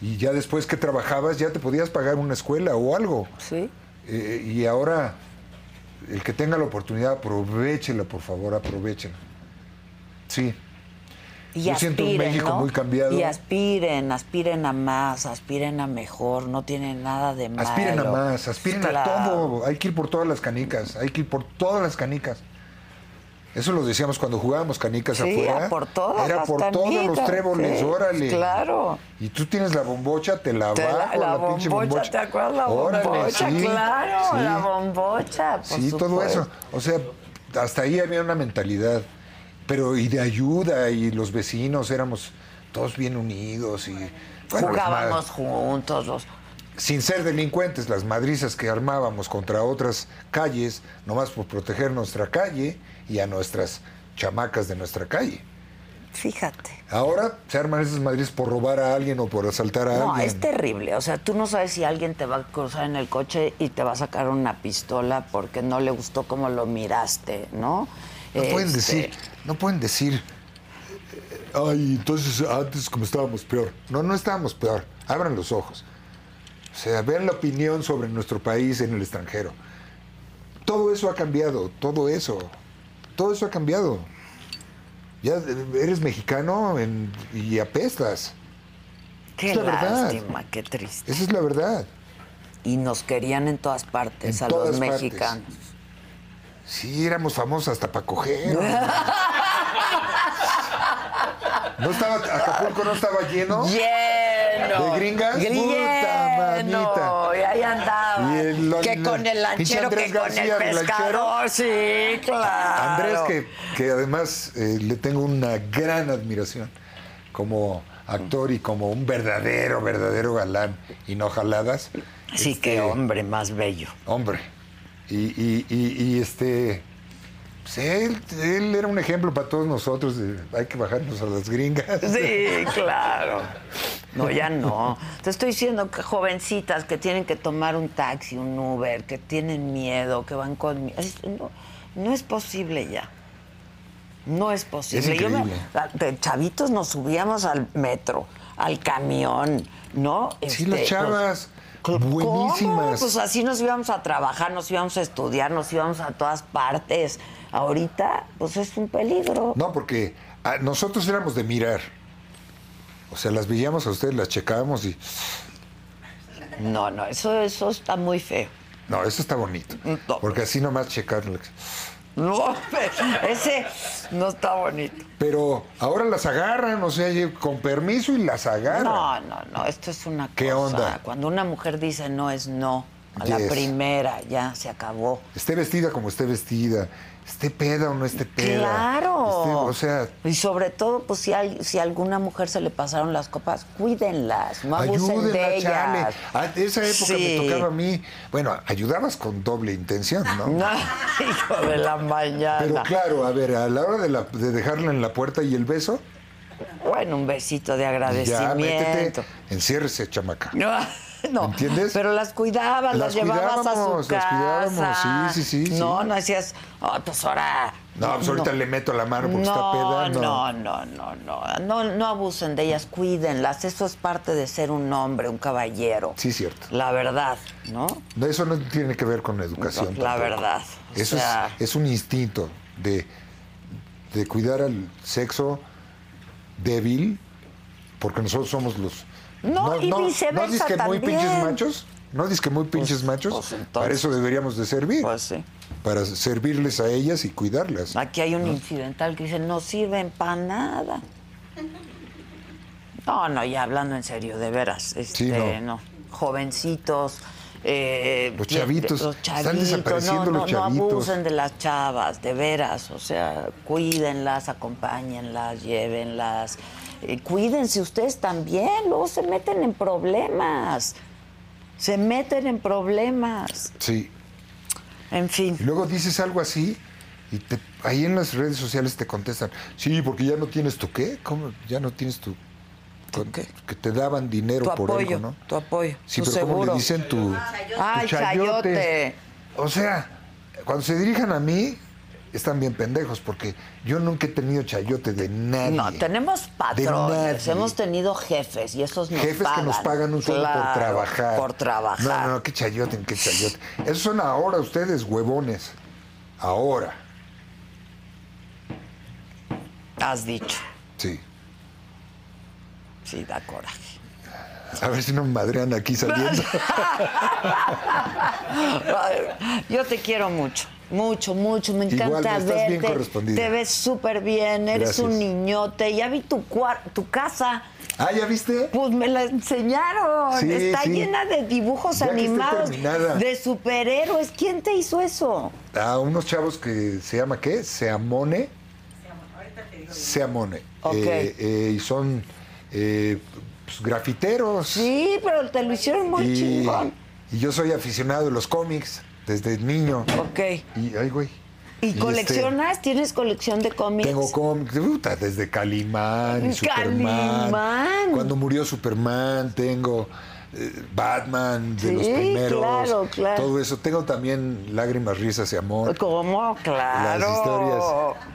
[SPEAKER 2] Y ya después que trabajabas ya te podías pagar una escuela o algo.
[SPEAKER 1] Sí.
[SPEAKER 2] Eh, y ahora, el que tenga la oportunidad, aprovechela, por favor, aprovechela. Sí.
[SPEAKER 1] Y
[SPEAKER 2] Yo siento un México muy cambiado.
[SPEAKER 1] Y aspiren, aspiren a más, aspiren a mejor, no tienen nada de malo.
[SPEAKER 2] Aspiren a más, aspiren a
[SPEAKER 1] Claro.
[SPEAKER 2] todo. Hay que ir por todas las canicas, hay que ir por todas las canicas. Eso lo decíamos cuando jugábamos canicas
[SPEAKER 1] Sí,
[SPEAKER 2] afuera.
[SPEAKER 1] a por todas
[SPEAKER 2] Era
[SPEAKER 1] las
[SPEAKER 2] por todos los
[SPEAKER 1] canicas,
[SPEAKER 2] tréboles,
[SPEAKER 1] sí,
[SPEAKER 2] órale.
[SPEAKER 1] claro.
[SPEAKER 2] Y tú tienes la bombocha, te la
[SPEAKER 1] Te- la,
[SPEAKER 2] bajo,
[SPEAKER 1] la
[SPEAKER 2] la, pinche
[SPEAKER 1] bombocha,
[SPEAKER 2] bombocha.
[SPEAKER 1] ¿te acuerdas? La
[SPEAKER 2] Órale,
[SPEAKER 1] bombocha,
[SPEAKER 2] sí,
[SPEAKER 1] claro,
[SPEAKER 2] sí.
[SPEAKER 1] la bombocha. por
[SPEAKER 2] Sí, todo
[SPEAKER 1] supuesto.
[SPEAKER 2] eso. O sea, hasta ahí había una mentalidad. Pero y de ayuda, y los vecinos éramos todos bien unidos y. bueno, pues, las
[SPEAKER 1] Jugábamos
[SPEAKER 2] ma-
[SPEAKER 1] juntos, los-
[SPEAKER 2] sin ser delincuentes, las madrizas que armábamos contra otras calles, nomás por proteger nuestra calle y a nuestras chamacas de nuestra calle.
[SPEAKER 1] Fíjate.
[SPEAKER 2] Ahora se arman esas madrizas por robar a alguien o por asaltar a
[SPEAKER 1] No, este
[SPEAKER 2] alguien.
[SPEAKER 1] es terrible. O sea, tú no sabes si alguien te va a cruzar en el coche y te va a sacar una pistola porque no le gustó cómo lo miraste, ¿no?
[SPEAKER 2] No pueden
[SPEAKER 1] Este,
[SPEAKER 2] decir, no pueden decir. eh, Ay, entonces antes como estábamos peor. No, no estábamos peor. Abran los ojos. O sea, vean la opinión sobre nuestro país en el extranjero. Todo eso ha cambiado, todo eso. Todo eso ha cambiado. Ya eh, eres mexicano en- y apestas.
[SPEAKER 1] Qué
[SPEAKER 2] Es la verdad.
[SPEAKER 1] lástima, qué triste.
[SPEAKER 2] Esa es la verdad.
[SPEAKER 1] Y nos querían en todas partes
[SPEAKER 2] En
[SPEAKER 1] a
[SPEAKER 2] todas
[SPEAKER 1] los
[SPEAKER 2] partes.
[SPEAKER 1] mexicanos.
[SPEAKER 2] Sí, éramos famosos hasta para coger. hombre. No estaba, Acapulco no estaba lleno.
[SPEAKER 1] Lleno.
[SPEAKER 2] ¿De gringas? Puta,
[SPEAKER 1] Lleno.
[SPEAKER 2] mamita.
[SPEAKER 1] Y ahí andaba.
[SPEAKER 2] Y el-
[SPEAKER 1] que con el
[SPEAKER 2] pinche
[SPEAKER 1] lanchero, que
[SPEAKER 2] Andrés
[SPEAKER 1] con
[SPEAKER 2] García,
[SPEAKER 1] el
[SPEAKER 2] el lanchero.
[SPEAKER 1] pescador. Sí, claro.
[SPEAKER 2] Andrés, que, que además eh, le tengo una gran admiración como actor y como un verdadero, verdadero galán y no jaladas.
[SPEAKER 1] Sí,
[SPEAKER 2] Este,
[SPEAKER 1] qué hombre más bello.
[SPEAKER 2] Hombre. Y, y- y- y, este. pues, él, él era un ejemplo para todos nosotros. de, hay que bajarnos a las gringas.
[SPEAKER 1] Sí, claro. No, ya no. Te estoy diciendo que jovencitas que tienen que tomar un taxi, un Uber, que tienen miedo, que van con... mi- es- No, no es posible ya. No es posible.
[SPEAKER 2] Es
[SPEAKER 1] Yo me-
[SPEAKER 2] increíble.
[SPEAKER 1] la- de chavitos nos subíamos al metro, al camión, ¿no?
[SPEAKER 2] Sí,
[SPEAKER 1] Este,
[SPEAKER 2] las chavas.
[SPEAKER 1] pues, ¿cómo?
[SPEAKER 2] buenísimas.
[SPEAKER 1] Pues así nos íbamos a trabajar, nos íbamos a estudiar, nos íbamos a todas partes. Ahorita, pues es un peligro.
[SPEAKER 2] No, porque ah, nosotros éramos de mirar. O sea, las veíamos a ustedes, las checábamos y.
[SPEAKER 1] No, no, eso, eso está muy feo.
[SPEAKER 2] No, eso está bonito.
[SPEAKER 1] Mm, No.
[SPEAKER 2] Porque así nomás checarle.
[SPEAKER 1] No, ese no está bonito.
[SPEAKER 2] Pero ahora las agarran, o sea, y- con permiso y las agarran.
[SPEAKER 1] No, no, no, esto es una
[SPEAKER 2] ¿Qué
[SPEAKER 1] cosa.
[SPEAKER 2] onda?
[SPEAKER 1] Cuando una mujer dice no es no, a la
[SPEAKER 2] Yes.
[SPEAKER 1] primera ya se acabó.
[SPEAKER 2] Oh, Esté vestida como esté vestida, esté peda o no esté peda.
[SPEAKER 1] Claro.
[SPEAKER 2] esté- Este, o sea,
[SPEAKER 1] y sobre todo, pues si, al- si a alguna mujer se le pasaron las copas, cuídenlas, no abusen de
[SPEAKER 2] ayúdenla,
[SPEAKER 1] ellas.
[SPEAKER 2] chale. A esa época
[SPEAKER 1] Sí.
[SPEAKER 2] me tocaba a mí. Bueno, ayudabas con doble intención,
[SPEAKER 1] *laughs*
[SPEAKER 2] ¿no?
[SPEAKER 1] No, hijo de la mañana.
[SPEAKER 2] Pero claro, a ver, a la hora de, la- de dejarla en la puerta y el beso, pues
[SPEAKER 1] Bueno, un besito de
[SPEAKER 2] ya
[SPEAKER 1] agradecimiento.
[SPEAKER 2] métete, enciérrese, chamaca.
[SPEAKER 1] No, *laughs* no.
[SPEAKER 2] ¿Entiendes?
[SPEAKER 1] Pero las cuidabas, las,
[SPEAKER 2] Las
[SPEAKER 1] llevabas a
[SPEAKER 2] cuidábamos,
[SPEAKER 1] su
[SPEAKER 2] las
[SPEAKER 1] casa.
[SPEAKER 2] cuidábamos, sí, sí, sí,
[SPEAKER 1] No,
[SPEAKER 2] sí.
[SPEAKER 1] no hacías, "Ah, pues ahora.
[SPEAKER 2] No, pues ahorita le meto la mano porque está
[SPEAKER 1] No,
[SPEAKER 2] peda.
[SPEAKER 1] no, no, no, no, no, no abusen de ellas, cuídenlas. Eso es parte de ser un hombre, un caballero.
[SPEAKER 2] Sí, cierto.
[SPEAKER 1] La verdad, ¿no?
[SPEAKER 2] No, Eso no tiene que ver con la educación.
[SPEAKER 1] La
[SPEAKER 2] tampoco.
[SPEAKER 1] verdad, o
[SPEAKER 2] Eso
[SPEAKER 1] sea-
[SPEAKER 2] es, es un instinto de, de cuidar al sexo débil, porque nosotros somos los.
[SPEAKER 1] No, y viceversa
[SPEAKER 2] No que muy
[SPEAKER 1] también.
[SPEAKER 2] pinches machos. No dices que muy pinches machos.
[SPEAKER 1] pues, entonces.
[SPEAKER 2] para eso deberíamos de servir.
[SPEAKER 1] Pues Ah. sí.
[SPEAKER 2] para servirles a ellas y cuidarlas.
[SPEAKER 1] Aquí hay un incidental que dice, no sirven para nada. No, no, ya hablando en serio, de veras. Este,
[SPEAKER 2] no.
[SPEAKER 1] no. Jovencitos. eh,
[SPEAKER 2] Los chavitos,
[SPEAKER 1] Los
[SPEAKER 2] están
[SPEAKER 1] chavitos.
[SPEAKER 2] desapareciendo
[SPEAKER 1] no,
[SPEAKER 2] los
[SPEAKER 1] no, No
[SPEAKER 2] chavitos.
[SPEAKER 1] abusen de las chavas, de veras. O sea, cuídenlas, acompáñenlas, llévenlas. Eh, cuídense ustedes también. Luego se meten en problemas. Se meten en problemas.
[SPEAKER 2] Sí.
[SPEAKER 1] En fin.
[SPEAKER 2] Y luego dices algo así y te- ahí en las redes sociales te contestan, sí, porque ya no tienes tu qué, ¿cómo? Ya no tienes tu... con-
[SPEAKER 1] qué?
[SPEAKER 2] Que te daban dinero
[SPEAKER 1] Tu
[SPEAKER 2] por
[SPEAKER 1] apoyo,
[SPEAKER 2] algo, ¿no?
[SPEAKER 1] tu apoyo,
[SPEAKER 2] Sí,
[SPEAKER 1] tu
[SPEAKER 2] pero ¿cómo
[SPEAKER 1] seguro.
[SPEAKER 2] le dicen tu... tu
[SPEAKER 1] Ah, el chayote.
[SPEAKER 2] O sea, cuando se dirijan a mí, están bien pendejos, porque yo nunca he tenido chayote de nadie.
[SPEAKER 1] No, tenemos
[SPEAKER 2] De
[SPEAKER 1] patrones,
[SPEAKER 2] nadie.
[SPEAKER 1] hemos tenido jefes y esos nos
[SPEAKER 2] Jefes
[SPEAKER 1] pagan.
[SPEAKER 2] que nos pagan un sueldo
[SPEAKER 1] Claro,
[SPEAKER 2] por trabajar.
[SPEAKER 1] Por trabajar.
[SPEAKER 2] No, no, no, qué chayote, qué chayote. Esos son ahora ustedes, huevones. Ahora,
[SPEAKER 1] Has dicho.
[SPEAKER 2] sí.
[SPEAKER 1] Sí, da coraje.
[SPEAKER 2] A ver si nos madrean
[SPEAKER 1] *laughs*
[SPEAKER 2] aquí saliendo.
[SPEAKER 1] Ay, Yo te quiero mucho, mucho, mucho. Me encanta
[SPEAKER 2] Igual, estás bien
[SPEAKER 1] verte.
[SPEAKER 2] correspondida.
[SPEAKER 1] Te ves súper bien, eres
[SPEAKER 2] Gracias.
[SPEAKER 1] un niñote. Ya vi tu, cuar- tu casa.
[SPEAKER 2] ah, ¿ya viste?
[SPEAKER 1] Pues me la enseñaron.
[SPEAKER 2] Sí,
[SPEAKER 1] Está
[SPEAKER 2] sí.
[SPEAKER 1] llena de dibujos
[SPEAKER 2] Ya que esté
[SPEAKER 1] animados,
[SPEAKER 2] terminada.
[SPEAKER 1] de superhéroes. ¿Quién te hizo eso?
[SPEAKER 2] A unos chavos que se llama ¿qué? Seamone. Seamone.
[SPEAKER 1] Ok.
[SPEAKER 2] Eh, eh, y son eh, pues, grafiteros.
[SPEAKER 1] Sí, pero te lo hicieron muy
[SPEAKER 2] y,
[SPEAKER 1] chingón.
[SPEAKER 2] y yo soy aficionado de los cómics desde niño.
[SPEAKER 1] Ok.
[SPEAKER 2] Y, ay, güey.
[SPEAKER 1] ¿Y
[SPEAKER 2] este,
[SPEAKER 1] coleccionas? ¿Tienes colección de cómics? Mm,
[SPEAKER 2] Tengo cómics, puta, desde Calimán y Superman.
[SPEAKER 1] Calimán.
[SPEAKER 2] Cuando murió Superman, tengo eh, Batman de los
[SPEAKER 1] Sí,
[SPEAKER 2] primeros.
[SPEAKER 1] claro, claro.
[SPEAKER 2] Todo eso. Tengo también Lágrimas, Risas y Amor.
[SPEAKER 1] ¿Cómo? Claro.
[SPEAKER 2] historias.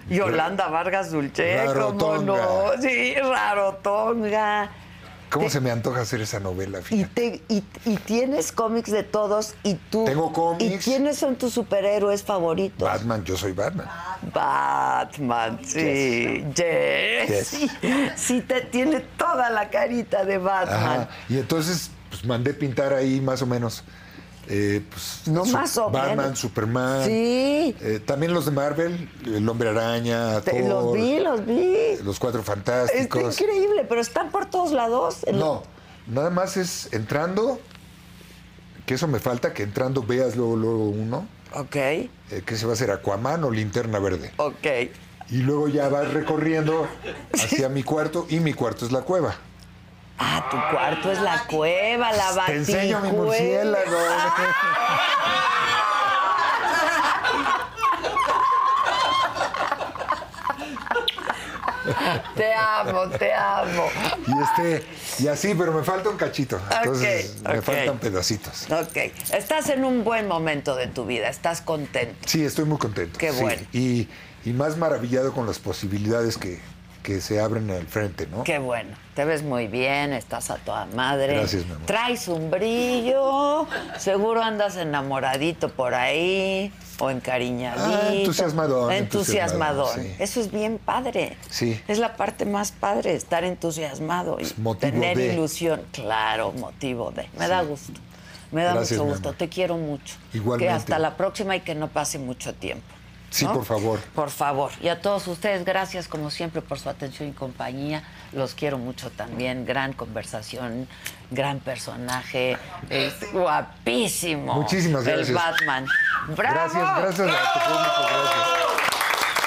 [SPEAKER 1] Yolanda Vargas Dulce, ¿eh? ¿cómo
[SPEAKER 2] Rarotonga.
[SPEAKER 1] no? Sí, Rarotonga.
[SPEAKER 2] ¿Cómo se me antoja hacer esa novela?
[SPEAKER 1] Y,
[SPEAKER 2] Fíjate.
[SPEAKER 1] te, y, y tienes cómics de todos y tú.
[SPEAKER 2] Tengo cómics.
[SPEAKER 1] ¿Y quiénes son tus superhéroes favoritos?
[SPEAKER 2] Batman, yo soy Batman.
[SPEAKER 1] Batman, sí. Yes.
[SPEAKER 2] Yes.
[SPEAKER 1] Sí, sí te tiene toda la carita de Batman.
[SPEAKER 2] Ajá. Y entonces pues, mandé pintar ahí más o menos. eh, pues,
[SPEAKER 1] No
[SPEAKER 2] su-
[SPEAKER 1] más o
[SPEAKER 2] Batman,
[SPEAKER 1] menos.
[SPEAKER 2] Superman.
[SPEAKER 1] Sí.
[SPEAKER 2] Eh, también los de Marvel, el Hombre Araña,
[SPEAKER 1] Te-
[SPEAKER 2] Thor,
[SPEAKER 1] los vi, los vi.
[SPEAKER 2] los Cuatro
[SPEAKER 1] Está
[SPEAKER 2] Fantásticos.
[SPEAKER 1] increíble, pero están por todos lados. En-
[SPEAKER 2] No, nada más es entrando, que eso me falta, que entrando veas luego, luego uno,
[SPEAKER 1] Ok,
[SPEAKER 2] eh, que se va a hacer Aquaman o Linterna Verde.
[SPEAKER 1] ok.
[SPEAKER 2] Y luego ya
[SPEAKER 1] *laughs*
[SPEAKER 2] vas recorriendo hacia mi cuarto y mi cuarto es la cueva.
[SPEAKER 1] Ah, tu cuarto es la cueva, la
[SPEAKER 2] Te
[SPEAKER 1] baticueva.
[SPEAKER 2] enseño
[SPEAKER 1] *laughs*
[SPEAKER 2] mi murciélago.
[SPEAKER 1] Te amo, te amo.
[SPEAKER 2] Y este, y así, pero me falta un cachito. Entonces
[SPEAKER 1] Ok,
[SPEAKER 2] me
[SPEAKER 1] ok.
[SPEAKER 2] faltan pedacitos.
[SPEAKER 1] Ok, estás en un buen momento de tu vida, estás contento.
[SPEAKER 2] Sí, estoy muy contento.
[SPEAKER 1] Qué
[SPEAKER 2] sí.
[SPEAKER 1] bueno.
[SPEAKER 2] Y, y más maravillado con las posibilidades que, que se abren al frente, ¿no?
[SPEAKER 1] Qué bueno, te ves muy bien, estás a toda madre.
[SPEAKER 2] Gracias, mi amor.
[SPEAKER 1] Traes un brillo, seguro andas enamoradito por ahí o encariñadito.
[SPEAKER 2] Ah, entusiasmadón,
[SPEAKER 1] Entusiasmadón.
[SPEAKER 2] entusiasmadón, sí.
[SPEAKER 1] Eso es bien padre.
[SPEAKER 2] Sí.
[SPEAKER 1] Es la parte más padre, estar entusiasmado y
[SPEAKER 2] Es motivo
[SPEAKER 1] tener
[SPEAKER 2] de.
[SPEAKER 1] ilusión. Claro, motivo de. Me da gusto. Me da
[SPEAKER 2] Gracias, mi
[SPEAKER 1] mucho gusto.
[SPEAKER 2] amor.
[SPEAKER 1] Te quiero mucho.
[SPEAKER 2] Igualmente.
[SPEAKER 1] Que hasta la próxima y que no pase mucho tiempo.
[SPEAKER 2] Sí,
[SPEAKER 1] ¿no?
[SPEAKER 2] por favor.
[SPEAKER 1] Por favor. Y a todos ustedes, gracias como siempre por su atención y compañía. Los quiero mucho también. Gran conversación, gran personaje. Es guapísimo.
[SPEAKER 2] Muchísimas
[SPEAKER 1] El
[SPEAKER 2] gracias.
[SPEAKER 1] Batman. ¡Bravo!
[SPEAKER 2] Gracias, gracias a tu público, gracias.